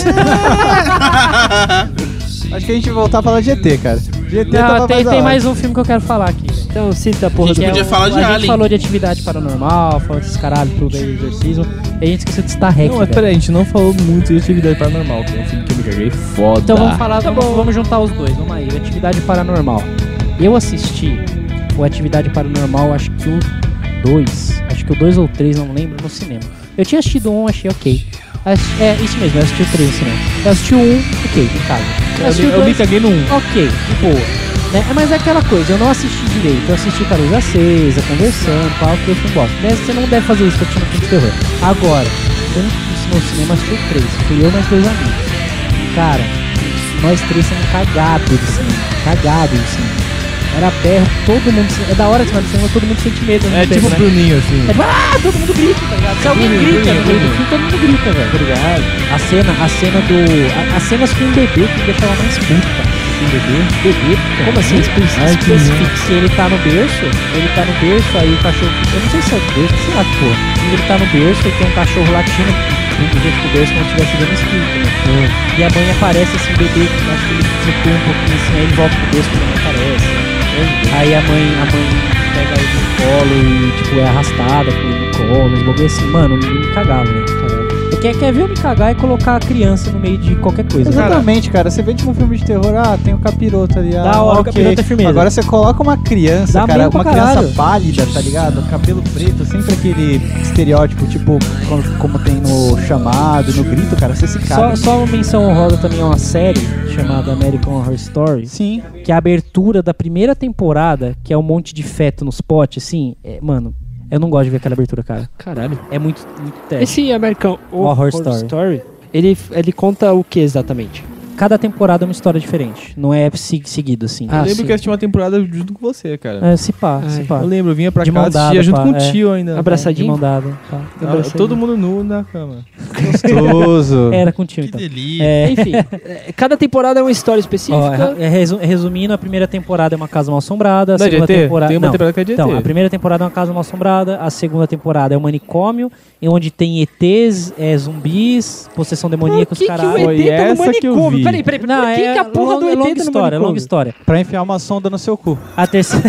B: Acho que a gente vai voltar a falar de ET, cara. De ET
E: Não,
B: tava
E: tem,
B: da
E: tem
B: hora.
E: mais um filme que eu quero falar aqui. velho.
A: Então cita a porra
C: A gente
A: do...
C: podia
E: é o-
C: falar de
E: a gente
C: Alien.
E: falou de atividade paranormal, falou desses caralho, tudo aí, exorcismo. E a gente esqueceu de Star Hack.
D: Não, mas peraí, a gente não falou muito de atividade paranormal, que é um filme que eu me caguei foda.
E: Então vamos falar, vamos, vamos juntar os dois. Vamos aí, atividade paranormal. Eu assisti o Atividade Paranormal, acho que o 2. Acho que o 2 ou o 3, não lembro, no cinema. Eu tinha assistido um, achei ok. Assi- É, isso mesmo, eu assisti o 3 no cinema. Eu assisti o 1, um, ok, em casa. Eu assisti
D: Eu,
E: o
D: eu me
E: dois,
D: caguei no 1.
E: ok, de boa. Né? Mas é aquela coisa, eu não assisti direito. Eu assisti com a luz acesa, conversando, tal, que eu não gosto. Né? Você não deve fazer isso pra tirar um filme de terror. Agora, eu não fiz no cinema, assisti o 3. Fui eu e mais dois amigos. Cara, nós três somos cagados de cinema. Cagados de cinema. Era perto, todo mundo. se- É da hora que você vai no cinema, todo mundo sente medo. ao
D: É tipo
E: mesmo tempo,
D: o
E: né?
D: Bruninho, assim.
E: É tipo, ah, todo mundo grita, tá ligado? Se alguém
D: Bruninho,
E: grita no meio do
D: Bruninho.
E: filme, todo mundo grita, velho. Obrigado. A cena, a cena do. a- as cenas com o bebê que me deixava mais puta.
D: tem bebê.
E: Bebê? Como assim? Espe-
D: Ai, que
E: Especifique. Se ele tá no berço, ele tá no berço, aí o cachorro. Eu não sei se é o berço, sei lá que porra. Mas Ele tá no berço e tem um cachorro latindo do jeito que o berço não estivesse dando espírito, né? E a mãe aparece assim, bebê, que acho que ele flutua um pouquinho assim, aí ele volta pro berço e não aparece. Aí a mãe, a mãe pega ele no colo e tipo é arrastada com ele no colo, uns bagulho assim, mano, o menino me cagava, né? Caralho. Quer, quer ver eu me cagar e colocar a criança no meio de qualquer coisa. né?
B: Exatamente, cara. Você vê tipo um filme de terror, ah, tem o capiroto ali.
E: Da
B: ah,
E: hora, o
B: ok.
E: capiroto é firmeza.
B: Agora você coloca uma criança,
E: Dá
B: cara,
E: medo pra
B: uma criança
E: caralho.
B: pálida, tá ligado? Cabelo preto, sempre aquele estereótipo, tipo, como, como tem no chamado, no grito, cara, você se
E: Só,
B: caga.
E: só uma menção honrosa também é uma série chamada American Horror Story,
B: Sim.
E: que é a abertura da primeira temporada, que é um monte de feto nos potes, assim, é- mano, eu não gosto de ver aquela abertura, cara.
A: Caralho.
E: É muito, muito tédio.
A: Esse American Horror,
E: Horror
A: Story,
E: Story.
A: ele, ele conta o que exatamente?
E: Cada temporada é uma história diferente, não é se- seguido assim.
A: Ah,
D: eu lembro
A: sim.
D: que eu assisti uma temporada junto com você, cara.
E: É, se pá, se
A: Ai,
E: pá.
D: Eu lembro, eu vinha pra
E: De mão
D: casa, assistia
E: dada,
D: junto
E: pá,
D: com o
E: é.
D: tio ainda.
A: Abra- abraçadinho?
E: De mão dada, tá. pá.
D: Ah,
A: Abraçadinho.
E: né?
D: Todo mundo nu na cama.
B: Gostoso.
E: Era com o tio,
C: Que
E: então.
C: delícia.
E: É,
A: Enfim, é, cada temporada é uma história específica.
E: ó, é, resu- resumindo, a primeira temporada é uma casa mal assombrada, a
D: Não é
E: segunda
D: GT?
E: temporada.
D: Tem uma
E: não.
D: temporada que é de
E: Então, a
D: ET.
E: primeira temporada é uma casa mal assombrada, a segunda temporada é um manicômio, em onde tem ETs, é, zumbis, possessão demoníaca, os
A: que, que o
E: caralho. é
D: Foi
A: ET tá no
D: essa que eu
A: manicômio?
D: vi.
A: Peraí, peraí, peraí. Por que, que a porra
E: longa,
A: do ET
E: longa
A: tá no
E: história, é
A: manicômio?
E: longa história.
B: Pra enfiar uma sonda no seu cu.
E: A terceira.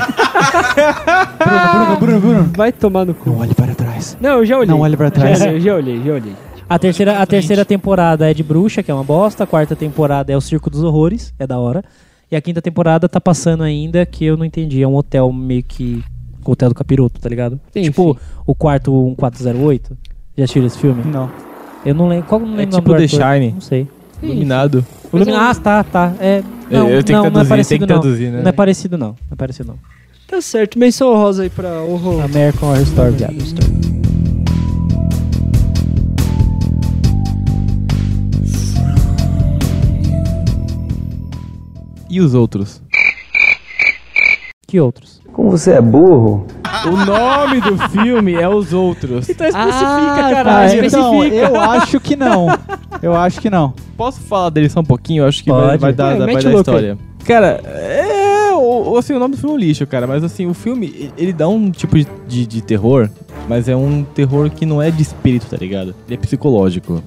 B: Bruno, Bruno, Bruno.
A: Vai tomar no cu.
B: Não olhe para trás.
A: Não, eu já olhei.
B: Não olhe
E: É,
B: pra trás.
A: Já, eu já olhei, já olhei.
E: A terceira, a terceira temporada é de bruxa, que é uma bosta. A quarta temporada é o Circo dos Horrores, é da hora. E a quinta temporada tá passando ainda, que eu não entendi. É um hotel meio que. Hotel do Capiroto, tá ligado?
A: Enfim.
E: Tipo, o quarto 1408. Já assistiram esse filme?
B: Não.
E: Eu não lembro. Qual não
D: É
E: lembro o
D: tipo
E: nome do
D: The
E: ator?
D: Shine,
E: Não sei.
D: iluminado.
E: O Lumin- Ah, tá, tá. É. Não,
D: eu tenho
E: não,
D: que
E: não é
D: traduzir, tem
E: parecido,
D: que
E: não.
D: traduzir, né?
E: Não é parecido, não. Não é parecido, não.
A: Tá certo, menção rosa aí pra horror.
E: American Horror Story, viado.
D: E os outros?
E: Que outros? Ah.
D: O nome do filme é Os Outros.
E: Então
A: especifica, caralho,
E: é
A: é
B: Ah, então, eu acho que não. Eu acho que não.
D: Posso falar dele só um pouquinho? Eu acho que vai,
E: Pode.
D: vai dar,
A: É,
D: da-
A: mete
D: vai
A: o
D: dar
A: louco
D: história. Cara, é. O, o- assim, o nome do filme é um lixo, cara. Mas assim, o filme, e- ele dá um tipo de, de, de terror, mas é um terror que não é de espírito, tá ligado? Ele é psicológico.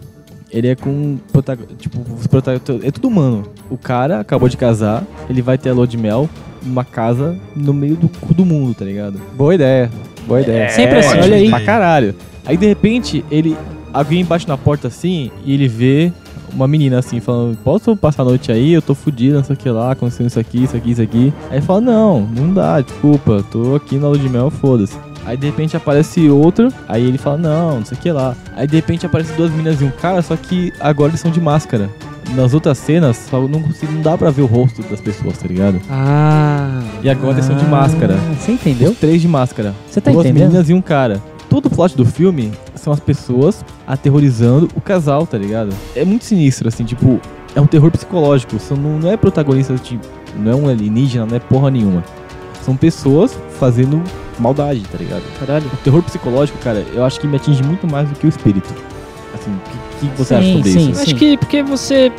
D: Ele é com. prota- Tipo, os protagonistas. É tudo humano. O cara acabou de casar, ele vai ter a lua de mel numa casa no meio do cu do mundo, tá ligado?
B: Boa ideia. Boa ideia.
E: Sempre assim,
C: ótimo.
E: olha aí.
D: Pra caralho. Aí de repente, ele. Alguém bate na porta assim e ele vê uma menina assim, falando: Posso passar a noite aí? Eu tô fudido, não sei o que lá, aconteceu isso aqui, isso aqui, isso aqui. Aí ele fala: Não, não dá, desculpa, tô aqui na lua de mel, foda-se. Aí de repente aparece outro, aí ele fala: Não, não sei o que lá. Aí de repente aparece duas meninas e um cara, só que agora eles são de máscara. Nas outras cenas, só não, consigo, não dá pra ver o rosto das pessoas, tá ligado?
A: Ah.
D: E agora eles são de máscara.
E: é- Ah, Você
D: Deu
E: entendeu?
D: três de máscara
E: Você tá
D: duas
E: entendendo?
D: meninas e um cara. Todo o plot do filme são as pessoas aterrorizando o casal, tá ligado? É muito sinistro, assim, tipo, é um terror psicológico. São, não, não é protagonista, tipo, não é um alienígena, não é porra nenhuma. São pessoas fazendo maldade, tá ligado?
A: Caralho.
D: O terror psicológico, cara, eu acho que me atinge muito mais do que o espírito. Assim, o que, que você acha
E: Sim,
D: sobre
E: sim.
D: isso?
A: Acho que porque você.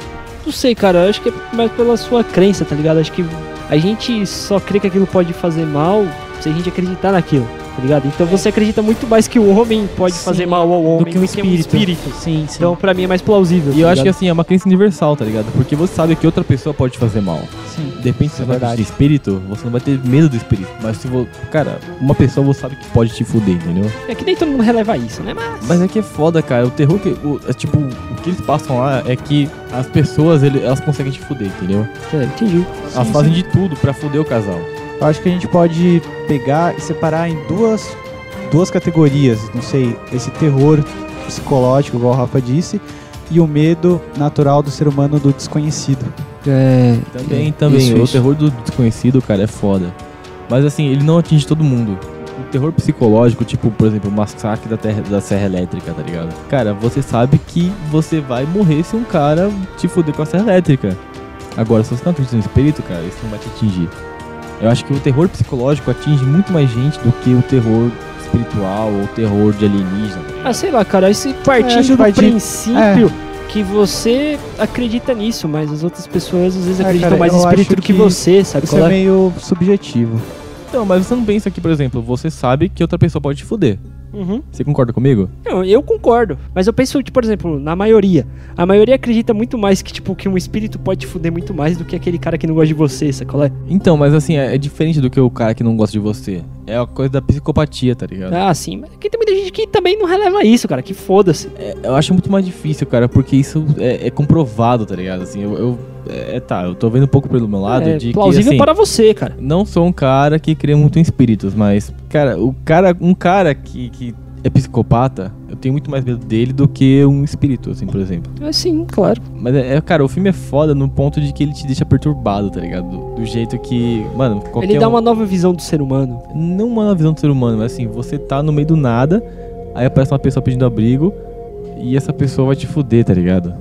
A: Não sei, cara. Acho que é mais pela sua crença, tá ligado? Acho que a gente só crê que aquilo pode fazer mal se a gente acreditar naquilo, tá ligado? Então você acredita muito mais que o homem pode
E: Sim,
A: fazer mal ao
E: Do
A: homem
E: que um espírito.
A: espírito.
E: Sim, sim.
A: Então pra mim é mais plausível.
D: E eu acho que assim, é uma crença universal, tá ligado? Porque você sabe que outra pessoa pode fazer mal.
E: sim.
D: De repente
E: Isso
D: você
E: é
D: vai
E: verdade.
D: de espírito, você não vai ter medo do espírito. Mas se você. Cara, uma pessoa você sabe que pode te fuder, entendeu?
A: que. É que nem todo mundo releva isso, né? Mas.
D: Mas é que é foda, cara. O terror que. o- é, tipo, o que eles passam lá é que as pessoas, ele- elas conseguem te fuder, entendeu?
A: É, entendi.
D: elas fazem de tudo pra fuder o casal.
B: Eu acho que a gente pode pegar e separar em duas, duas categorias, não sei, esse terror psicológico, igual o Rafa disse, e o medo natural do ser humano do desconhecido.
A: É.
D: Também, também.
A: isso,
D: o
A: isso.
D: terror do desconhecido, cara, é foda. Mas assim, ele não atinge todo mundo. O terror psicológico, tipo, por exemplo, o massacre da, terra, da Serra Elétrica, tá ligado? Cara, você sabe que você vai morrer se um cara te fuder com a Serra Elétrica. Agora, se você não acredita no espírito, cara, isso não vai te atingir. Eu acho que o terror psicológico atinge muito mais gente do que o terror espiritual ou o terror de alienígena.
A: Ah, sei lá, cara. Esse
B: É,
A: partindo
B: acho que
A: do
B: vai de-
A: princípio que você acredita nisso, mas as outras pessoas às vezes
B: Ah,
A: acreditam
B: cara,
A: mais em
B: eu
A: espírito
B: acho
A: do que,
B: que
A: você, sabe?
B: Isso
A: qual
B: é
A: é?
B: meio subjetivo.
D: Então, mas você não pensa que, por exemplo, você sabe que outra pessoa pode te fuder.
A: Uhum.
D: Você concorda comigo?
A: Não, eu concordo, mas eu penso, tipo, por exemplo, na maioria. A maioria acredita muito mais que, tipo, que um espírito pode te fuder muito mais do que aquele cara que não gosta de você, sabe? qual é?
D: Então, mas assim, é é diferente do que o cara que não gosta de você. É a coisa da psicopatia, tá ligado?
A: Ah, sim, mas que tem muita gente que também não releva isso, cara, que foda-se.
D: É, Eu acho muito mais difícil, cara, porque isso é, é comprovado, tá ligado? Assim, eu. eu- é, tá, eu tô vendo um pouco pelo meu lado
A: É
D: de
A: plausível
D: que. Assim,
A: para você, cara.
D: Não sou um cara que crê muito em espíritos, mas, cara, o cara, um cara que, que é psicopata, eu tenho muito mais medo dele do que um espírito, assim, por exemplo.
A: É sim, claro.
D: Mas, é, é, cara, o filme é foda no ponto de que ele te deixa perturbado, tá ligado? Do, do jeito que, mano, qualquer
A: Ele dá
D: um-
A: uma nova visão do ser humano.
D: não uma visão do ser humano, mas assim, você tá no meio do nada, aí aparece uma pessoa pedindo abrigo e essa pessoa vai te fuder, tá ligado?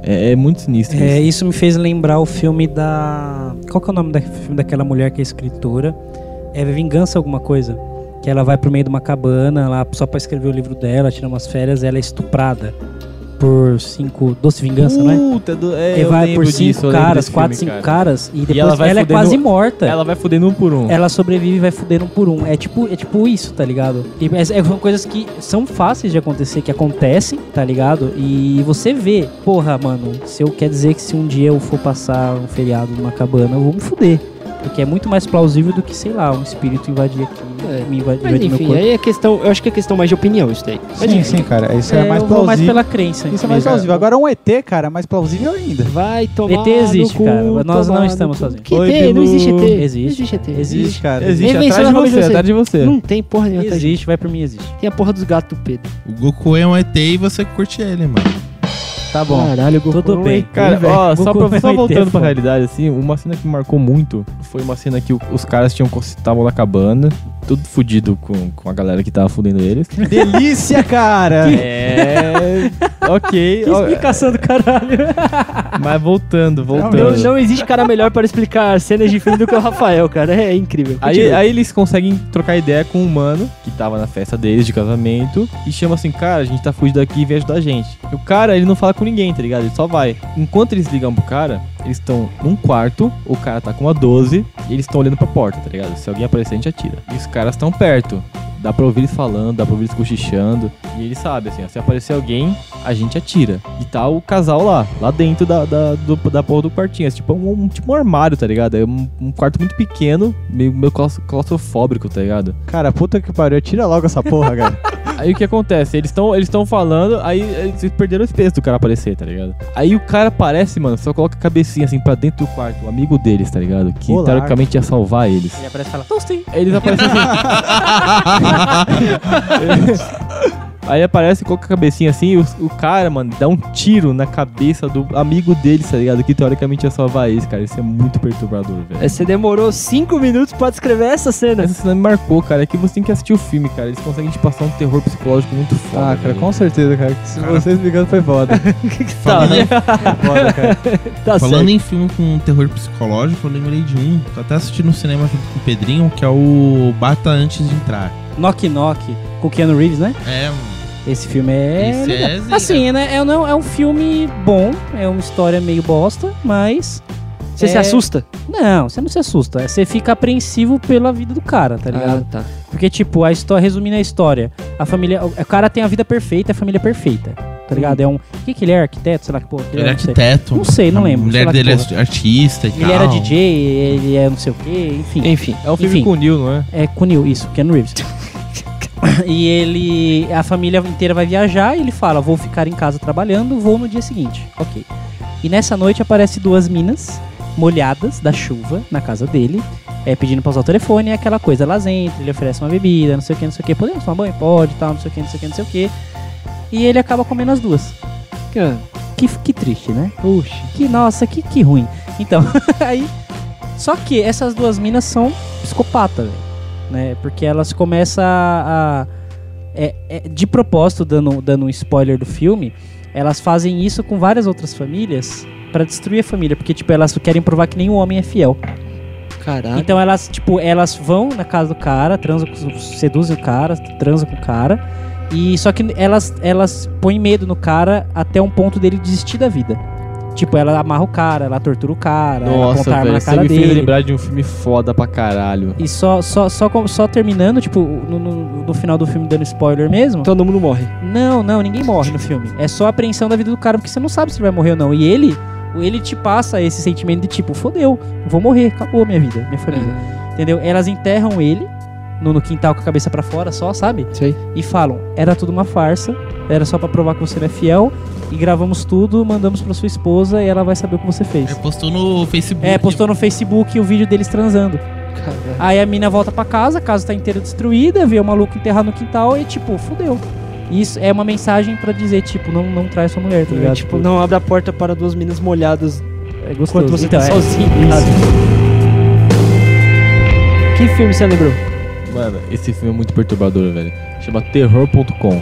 D: É, é muito sinistro
E: É,
D: isso.
E: isso me fez lembrar o filme da. Qual que é o nome da filme daquela mulher que é escritora? É Vingança alguma coisa? Que ela vai pro meio de uma cabana lá só pra escrever o livro dela, tirar umas férias, ela é estuprada por cinco. Doce Vingança, não é?
D: Puta, do, é,
E: Que
D: eu
E: vai
D: lembro
E: por cinco
D: disso, eu lembro
E: caras,
D: desse
E: quatro,
D: filme,
E: cinco
D: cara.
E: caras, e depois
D: ela
E: ela,
D: vai
E: é
D: fudendo-
E: quase morta.
D: Ela vai fudendo um por um.
E: Ela sobrevive e vai fudendo um por um. É tipo, é tipo isso, tá ligado? E é- é- são coisas que são fáceis de acontecer, que acontecem, tá ligado? E você vê, porra, mano, se eu quer dizer que se um dia eu for passar um feriado numa cabana, eu vou me fuder. Porque é muito mais plausível do que, sei lá, um espírito invadir aqui,
A: É.
E: me invadir,
A: Mas
E: invadir meu
A: enfim,
E: corpo.
A: aí é questão. Eu acho que é questão mais de opinião isso daí. Mas
B: Sim,
A: enfim,
B: sim, cara. Isso é,
E: É,
B: mais
E: eu vou mais
B: plausível.
E: pela crença.
B: Isso é mais
E: mesmo.
B: plausível. Agora um ET, cara, é mais plausível ainda.
A: Vai tomar.
E: ET existe,
A: no cu,
E: cara, mas nós não
A: tomar no
E: estamos
A: cu.
E: sozinhos.
A: Que
D: Oi,
A: ET? Não
D: Bilu.
A: existe ET.
E: Existe.
A: Existe ET.
B: Existe,
E: É,
B: cara.
D: Existe
A: Vem, vem,
D: atrás
A: você vai
D: de você,
E: assim.
A: fazer
D: atrás de você.
A: Não tem porra nenhuma. atrás disso.
E: Existe, vai pra mim, existe.
A: Tem a porra dos gatos do Pedro.
C: O Goku é um ET e você curte ele, mano.
B: Tá bom.
A: Caralho, Goku.
E: Tudo
A: não
E: bem.
A: é-
D: Cara, ó,
E: Goku
D: só, pra-
E: vai
D: só
E: ter
D: voltando pra
E: fome.
D: realidade, assim, uma cena que me marcou muito foi uma cena que o- os caras tinham estavam na cabana, tudo fudido com, com a galera que tava fudendo eles.
B: Delícia, cara!
D: É. ok.
E: Que
D: ó, é.
E: explicação do caralho.
D: mas voltando,
A: Não,
E: Uhum.
D: voltando.
A: não existe cara melhor para explicar cenas de filme do que o Rafael, cara. É incrível.
D: Aí,
E: Tipo-
A: Continua.
D: aí eles conseguem trocar ideia com um humano que tava na festa deles de casamento e chama assim, cara, a gente tá fugindo daqui e vem ajudar a gente. E o cara, ele não fala com ninguém, tá ligado? Ele só vai. Enquanto eles ligam pro cara, eles estão num quarto, o cara tá com uma 12 e eles estão olhando pra porta, tá ligado? Se alguém aparecer, a gente atira. E os caras estão perto. Dá pra ouvir eles falando, dá pra ouvir eles cochichando. E ele sabe, assim, ó, se aparecer alguém, a gente atira. E tá o casal lá, lá dentro da, da, do- da porra do quartinho. É tipo um, um- tipo um armário, tá ligado? É um, um quarto muito pequeno, meio, meio claus- claustrofóbico, tá ligado?
B: Cara, puta que pariu, tira logo essa porra, cara.
D: Aí o que acontece? Eles estão eles tão falando, aí eles perderam o espaço do cara aparecer, tá ligado? Aí o cara aparece, mano, só coloca a cabecinha assim pra dentro do quarto, o amigo deles, tá ligado? Que
B: Olá.
D: teoricamente ia salvar eles.
E: Ele aparece e fala, Toasty.
D: Aí eles aparecem assim. Aí aparece, coloca a cabecinha assim, e o, o cara, mano, dá um tiro na cabeça do amigo dele, tá ligado? Que teoricamente ia salvar eles, cara. Isso é muito perturbador, velho.
B: É
A: É, Você demorou 5 minutos pra descrever essa
B: né?
A: cena.
D: Essa cena me marcou, cara. É que você tem que assistir o filme, cara. Eles conseguem te passar um terror psicológico muito foda.
B: Ah, cara,
D: velho.
B: com certeza, cara. Se vocês brigando foi foda.
E: Então, né?
C: Falando,
B: foda, cara.
A: Tá
C: falando em filme com terror psicológico, eu lembrei de um. Tô até assistindo no cinema junto com o Pedrinho, que é o Bata Antes de Entrar.
E: Knock Knock, com Keanu Reeves, né?
C: É,
E: Esse filme é.
C: Esse
E: legal.
C: é zica.
E: assim, né? É, não, é um filme bom, é uma história meio bosta, mas.
A: Você se
E: é-
A: assusta?
E: Não, você não se assusta. Você fica apreensivo pela vida do cara, tá ligado?
A: tá.
E: Porque, tipo, a história, resumindo a história, a família. O cara tem a vida perfeita, a família perfeita. Tá ligado? É um. O que, que ele é? Arquiteto? Sei lá que porra. que
C: ele é
E: não sei.
C: arquiteto.
E: Não sei, não
C: A
E: lembro.
C: mulher
E: sei lá que
C: dele
E: porra.
C: é artista e tal.
E: Ele era DJ, ele é não sei o quê, enfim.
A: Enfim.
D: É um filme
E: Enfim.
D: com o Neil, não é?
E: É com o Neil, isso, Keanu Reeves. e ele. A família inteira vai viajar e ele fala: vou ficar em casa trabalhando, vou no dia seguinte. Ok. E nessa noite aparece duas minas molhadas da chuva na casa dele, é, pedindo pra usar o telefone, é aquela coisa, elas entram, ele oferece uma bebida, não sei o que, não sei o que, podemos tomar banho? Pode, tal, não sei o que, não sei o que, não sei o que. E ele acaba comendo as duas. Que, que triste, né? Puxa. Que nossa, que, que ruim. Então, aí. Só que essas duas minas são psicopata, velho. Né? Porque elas começam a. a- é- é- de propósito, dando, dando um spoiler do filme, elas fazem isso com várias outras famílias pra destruir a família. Porque, tipo, elas querem provar que nenhum homem é fiel.
A: Caralho.
E: Então elas, tipo, elas vão na casa do cara, transam com, seduzem o cara, transam com o cara. E só que elas, elas põem medo no cara até um ponto dele desistir da vida. Tipo, ela amarra o cara, ela tortura o cara, ela aponta a
D: Nossa,
E: arma
D: velho,
E: na
D: você
E: cara
D: me fez
E: dele.
D: lembrar de um filme foda pra caralho.
E: E só, só, só, com- só terminando, tipo, no, no- no final do filme dando spoiler mesmo.
A: Todo mundo morre.
E: Não, não, ninguém morre no filme. É só a apreensão da vida do cara, porque você não sabe se ele vai morrer ou não. E ele, ele te passa esse sentimento de tipo, fodeu, eu vou morrer, acabou minha vida, minha família.
A: É.
E: Entendeu? Elas enterram ele no, no quintal com a cabeça pra fora só, sabe?
A: Sei.
E: E falam, era tudo uma farsa, era só pra provar que você não é fiel, e gravamos tudo, mandamos pra sua esposa e ela vai saber o que você
C: É,
E: fez.
C: postou no Facebook.
E: É, postou no Facebook o vídeo deles transando. Aí a mina volta pra casa, a casa tá inteira destruída, vê o maluco enterrado no quintal e tipo, fudeu. Isso é uma mensagem pra dizer, tipo, não, não trai sua mulher, tá ligado?
A: tipo, não abre a porta para duas meninas molhadas
E: é gostoso.
A: enquanto você
E: Então,
A: tá
E: é.
A: sozinho. em casa. Que filme você lembrou?
D: Mano, esse filme é muito perturbador, velho. Chama terror.com.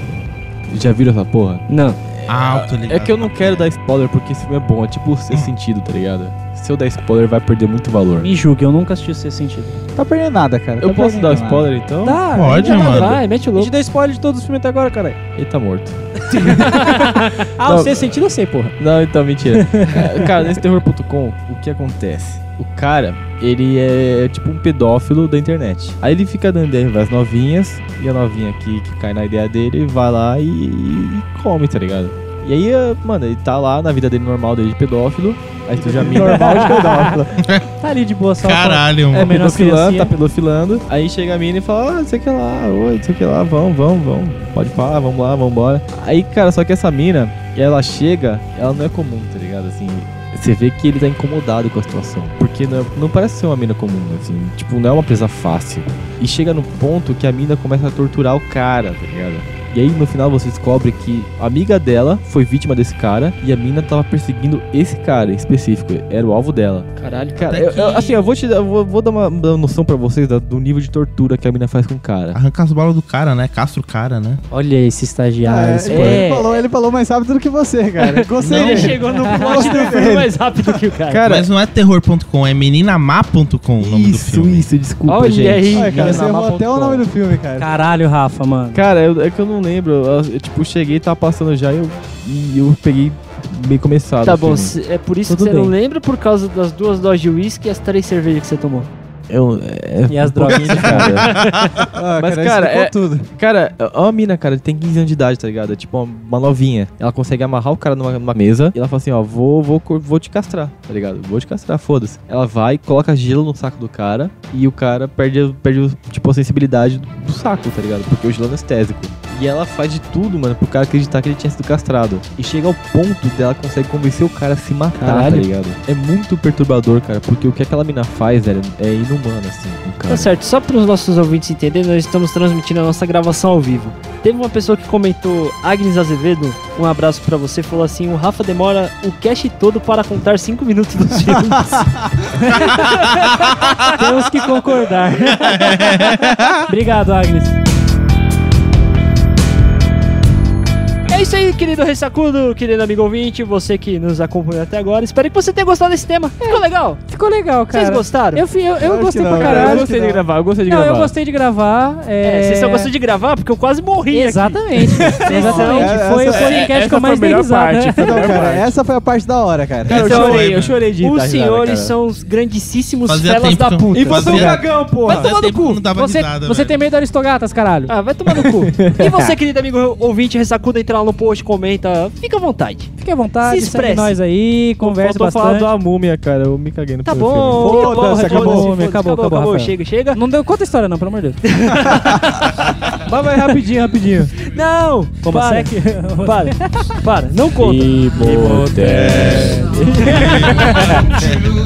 D: Já viram essa porra?
A: Não.
C: Ah, eu tô ligado.
D: É que eu não quero dar spoiler porque esse filme é bom, é tipo esse sentido, tá ligado? Se eu dar spoiler, vai perder muito valor.
E: Me julgue, eu nunca assisti esse sentido.
B: Tá perdendo nada, cara.
D: Eu
B: tá
D: posso
B: perdendo
D: dar
B: nada.
D: spoiler então?
E: Dá,
C: Pode,
E: dá,
C: mano.
E: Vai, mete o
A: A
E: louco.
A: gente deu spoiler de todos os filmes até agora, caralho.
D: Ele tá morto.
E: Ah, o seu sentido eu sei, porra.
D: Não, então mentira. É, cara, nesse terror.com, o que acontece? O cara, ele é tipo um pedófilo da internet. Aí ele fica dando ideia pras novinhas, e a novinha que, que cai na ideia dele vai lá e, e come, tá ligado? E aí, eh, mano, ele tá lá na vida dele normal dele de pedófilo, aí tu já mina.
B: Normal de pedófilo.
E: Tá ali de boa só.
C: Caralho,
D: É,
C: mano.
E: Comendo as
D: pedofilando,
E: criancinhas.
D: tá pedofilando. Aí chega a mina e fala, ah, não sei o que lá, oi, não sei o que lá, vamos, vamos, vamos. Pode falar, vamos lá, vamos embora. Aí, cara, só que essa mina, ela chega, ela não é comum, tá ligado? Assim, você vê que ele tá incomodado com a situação. Porque não, é, não parece ser uma mina comum, assim. Tipo, não é uma presa fácil. E chega no ponto que a mina começa a torturar o cara, tá ligado? E aí, no final, você descobre que a amiga dela foi vítima desse cara e a mina tava perseguindo esse cara em específico. Era o alvo dela.
A: Caralho.
D: Cara,
C: Até
D: eu- eu-
C: que-
D: assim, eu vou te dar, eu vou, vou dar uma, uma noção pra vocês da- do nível de tortura que a mina faz com o cara.
C: Arranca as balas do cara, né? Castra o cara, né?
E: Olha esse estagiário.
B: Ah,
E: esse
B: ele,
E: porra.
B: falou, ele falou mais rápido do que você, cara. Gostei
A: Ele
B: dele.
A: chegou no plot do filme mais rápido que o cara.
D: Cara,
C: Mas não é terror.com, é meninamá.com o nome do
D: isso,
C: filme.
D: isso, desculpa,
A: Olha
D: gente.
A: aí.
B: Ai, cara, você errou
D: Meninamá.com.
B: até o nome do filme, cara.
E: Caralho, Rafa, mano.
D: Cara, eu- é que eu não lembro. Eu, eu, tipo, cheguei, tava passando já e eu, e eu peguei meio começado.
A: Tá
D: o
A: bom,
D: filme.
A: cê- é por isso
D: Tudo
A: que você não
D: bem.
A: lembra por causa das duas doses de uísque e as três cervejas que você tomou.
D: Eu, é,
E: E as
D: um pouco
E: droguinhas,
D: isso, cara.
B: Ah,
D: Mas,
B: isso
D: cara,
B: explicou
D: é-
B: tudo.
D: Cara, ó a mina, cara, tem 15 anos de idade, tá ligado? É tipo uma, uma novinha. Ela consegue amarrar o cara numa, numa mesa e ela fala assim, ó, vou, vou, co- vou te castrar, tá ligado? Vou te castrar, foda-se. Ela vai, coloca gelo no saco do cara e o cara perde, perde tipo, a sensibilidade do, do saco, tá ligado? Porque o gelo é anestésico. E ela faz de tudo, mano, pro cara acreditar que ele tinha sido castrado. E chega ao ponto dela consegue convencer o cara a se matar, tá
A: Caralho.
D: ligado? É muito perturbador, cara, porque o que aquela mina faz, velho, é inumano, assim, com o cara.
A: Tá certo, só para os nossos ouvintes entenderem, nós estamos transmitindo a nossa gravação ao vivo. Teve uma pessoa que comentou, Agnes Azevedo, um abraço pra você, falou assim: o Rafa demora o cast todo para contar 5 minutos dos filmes.
E: Temos que concordar. Obrigado, Agnes.
A: É isso aí, querido Ressacudo, querido amigo ouvinte, você que nos acompanhou até agora. Espero que você tenha gostado desse tema. Ficou legal?
E: Ficou legal, cara.
A: Vocês gostaram?
E: Eu, fui- eu, eu
B: Acho
E: gostei
B: que
E: pra
B: não,
E: caralho.
D: Eu
B: acho
D: gostei
B: que
D: de
B: não.
D: gravar, eu gostei de
E: Não,
D: gravar.
E: eu gostei de gravar.
A: É,
E: É,
A: vocês só gostam de gravar? Porque eu quase morri. aqui.
E: Exatamente. Exatamente.
B: Essa-
E: Foi o
B: essa-
E: podcast
D: É, essa
E: que
D: foi
E: eu
D: a
E: mais né? dei
D: melhor
E: risada.
D: parte.
B: Não, Então, cara, essa foi a parte da hora, cara.
D: Cara, eu
C: Então,
D: chorei,
C: mano.
D: eu chorei de
A: Os
D: dar risada,
A: senhores
D: cara.
A: são os grandíssimos
C: Fazia
A: felas
C: tempo
A: da
C: que eu-
A: puta.
C: E você é um
B: cagão,
A: Vai tomar no
C: tempo que
A: cu.
C: não dava
E: Você,
C: risada,
E: você
C: velho.
E: tem medo de aristogatas, caralho.
A: Ah, vai tomar no cu. e você, querido amigo ouvinte, ressacuda, entra lá no post, comenta, fica à vontade.
E: Fique à vontade,
A: Se
E: segue
A: expresse.
E: nós aí, conversa
D: Faltou falar
E: bastante.
D: da múmia, cara. Eu me caguei no
A: Tá
D: primeiro
A: bom,
D: filme.
A: tá bom,
B: Foda-se,
A: foda-se,
B: acabou.
A: foda-se,
E: Acabou, acabou,
A: acabou, acabou,
E: Rafa.
A: chega, chega.
E: Não deu conta a história não, pelo amor de Deus.
D: Vai, vai, rapidinho, rapidinho.
A: Não,
E: Como assim?
A: para,
E: sec?
A: para, para, não conta.
D: Iboté.
G: True.
C: É.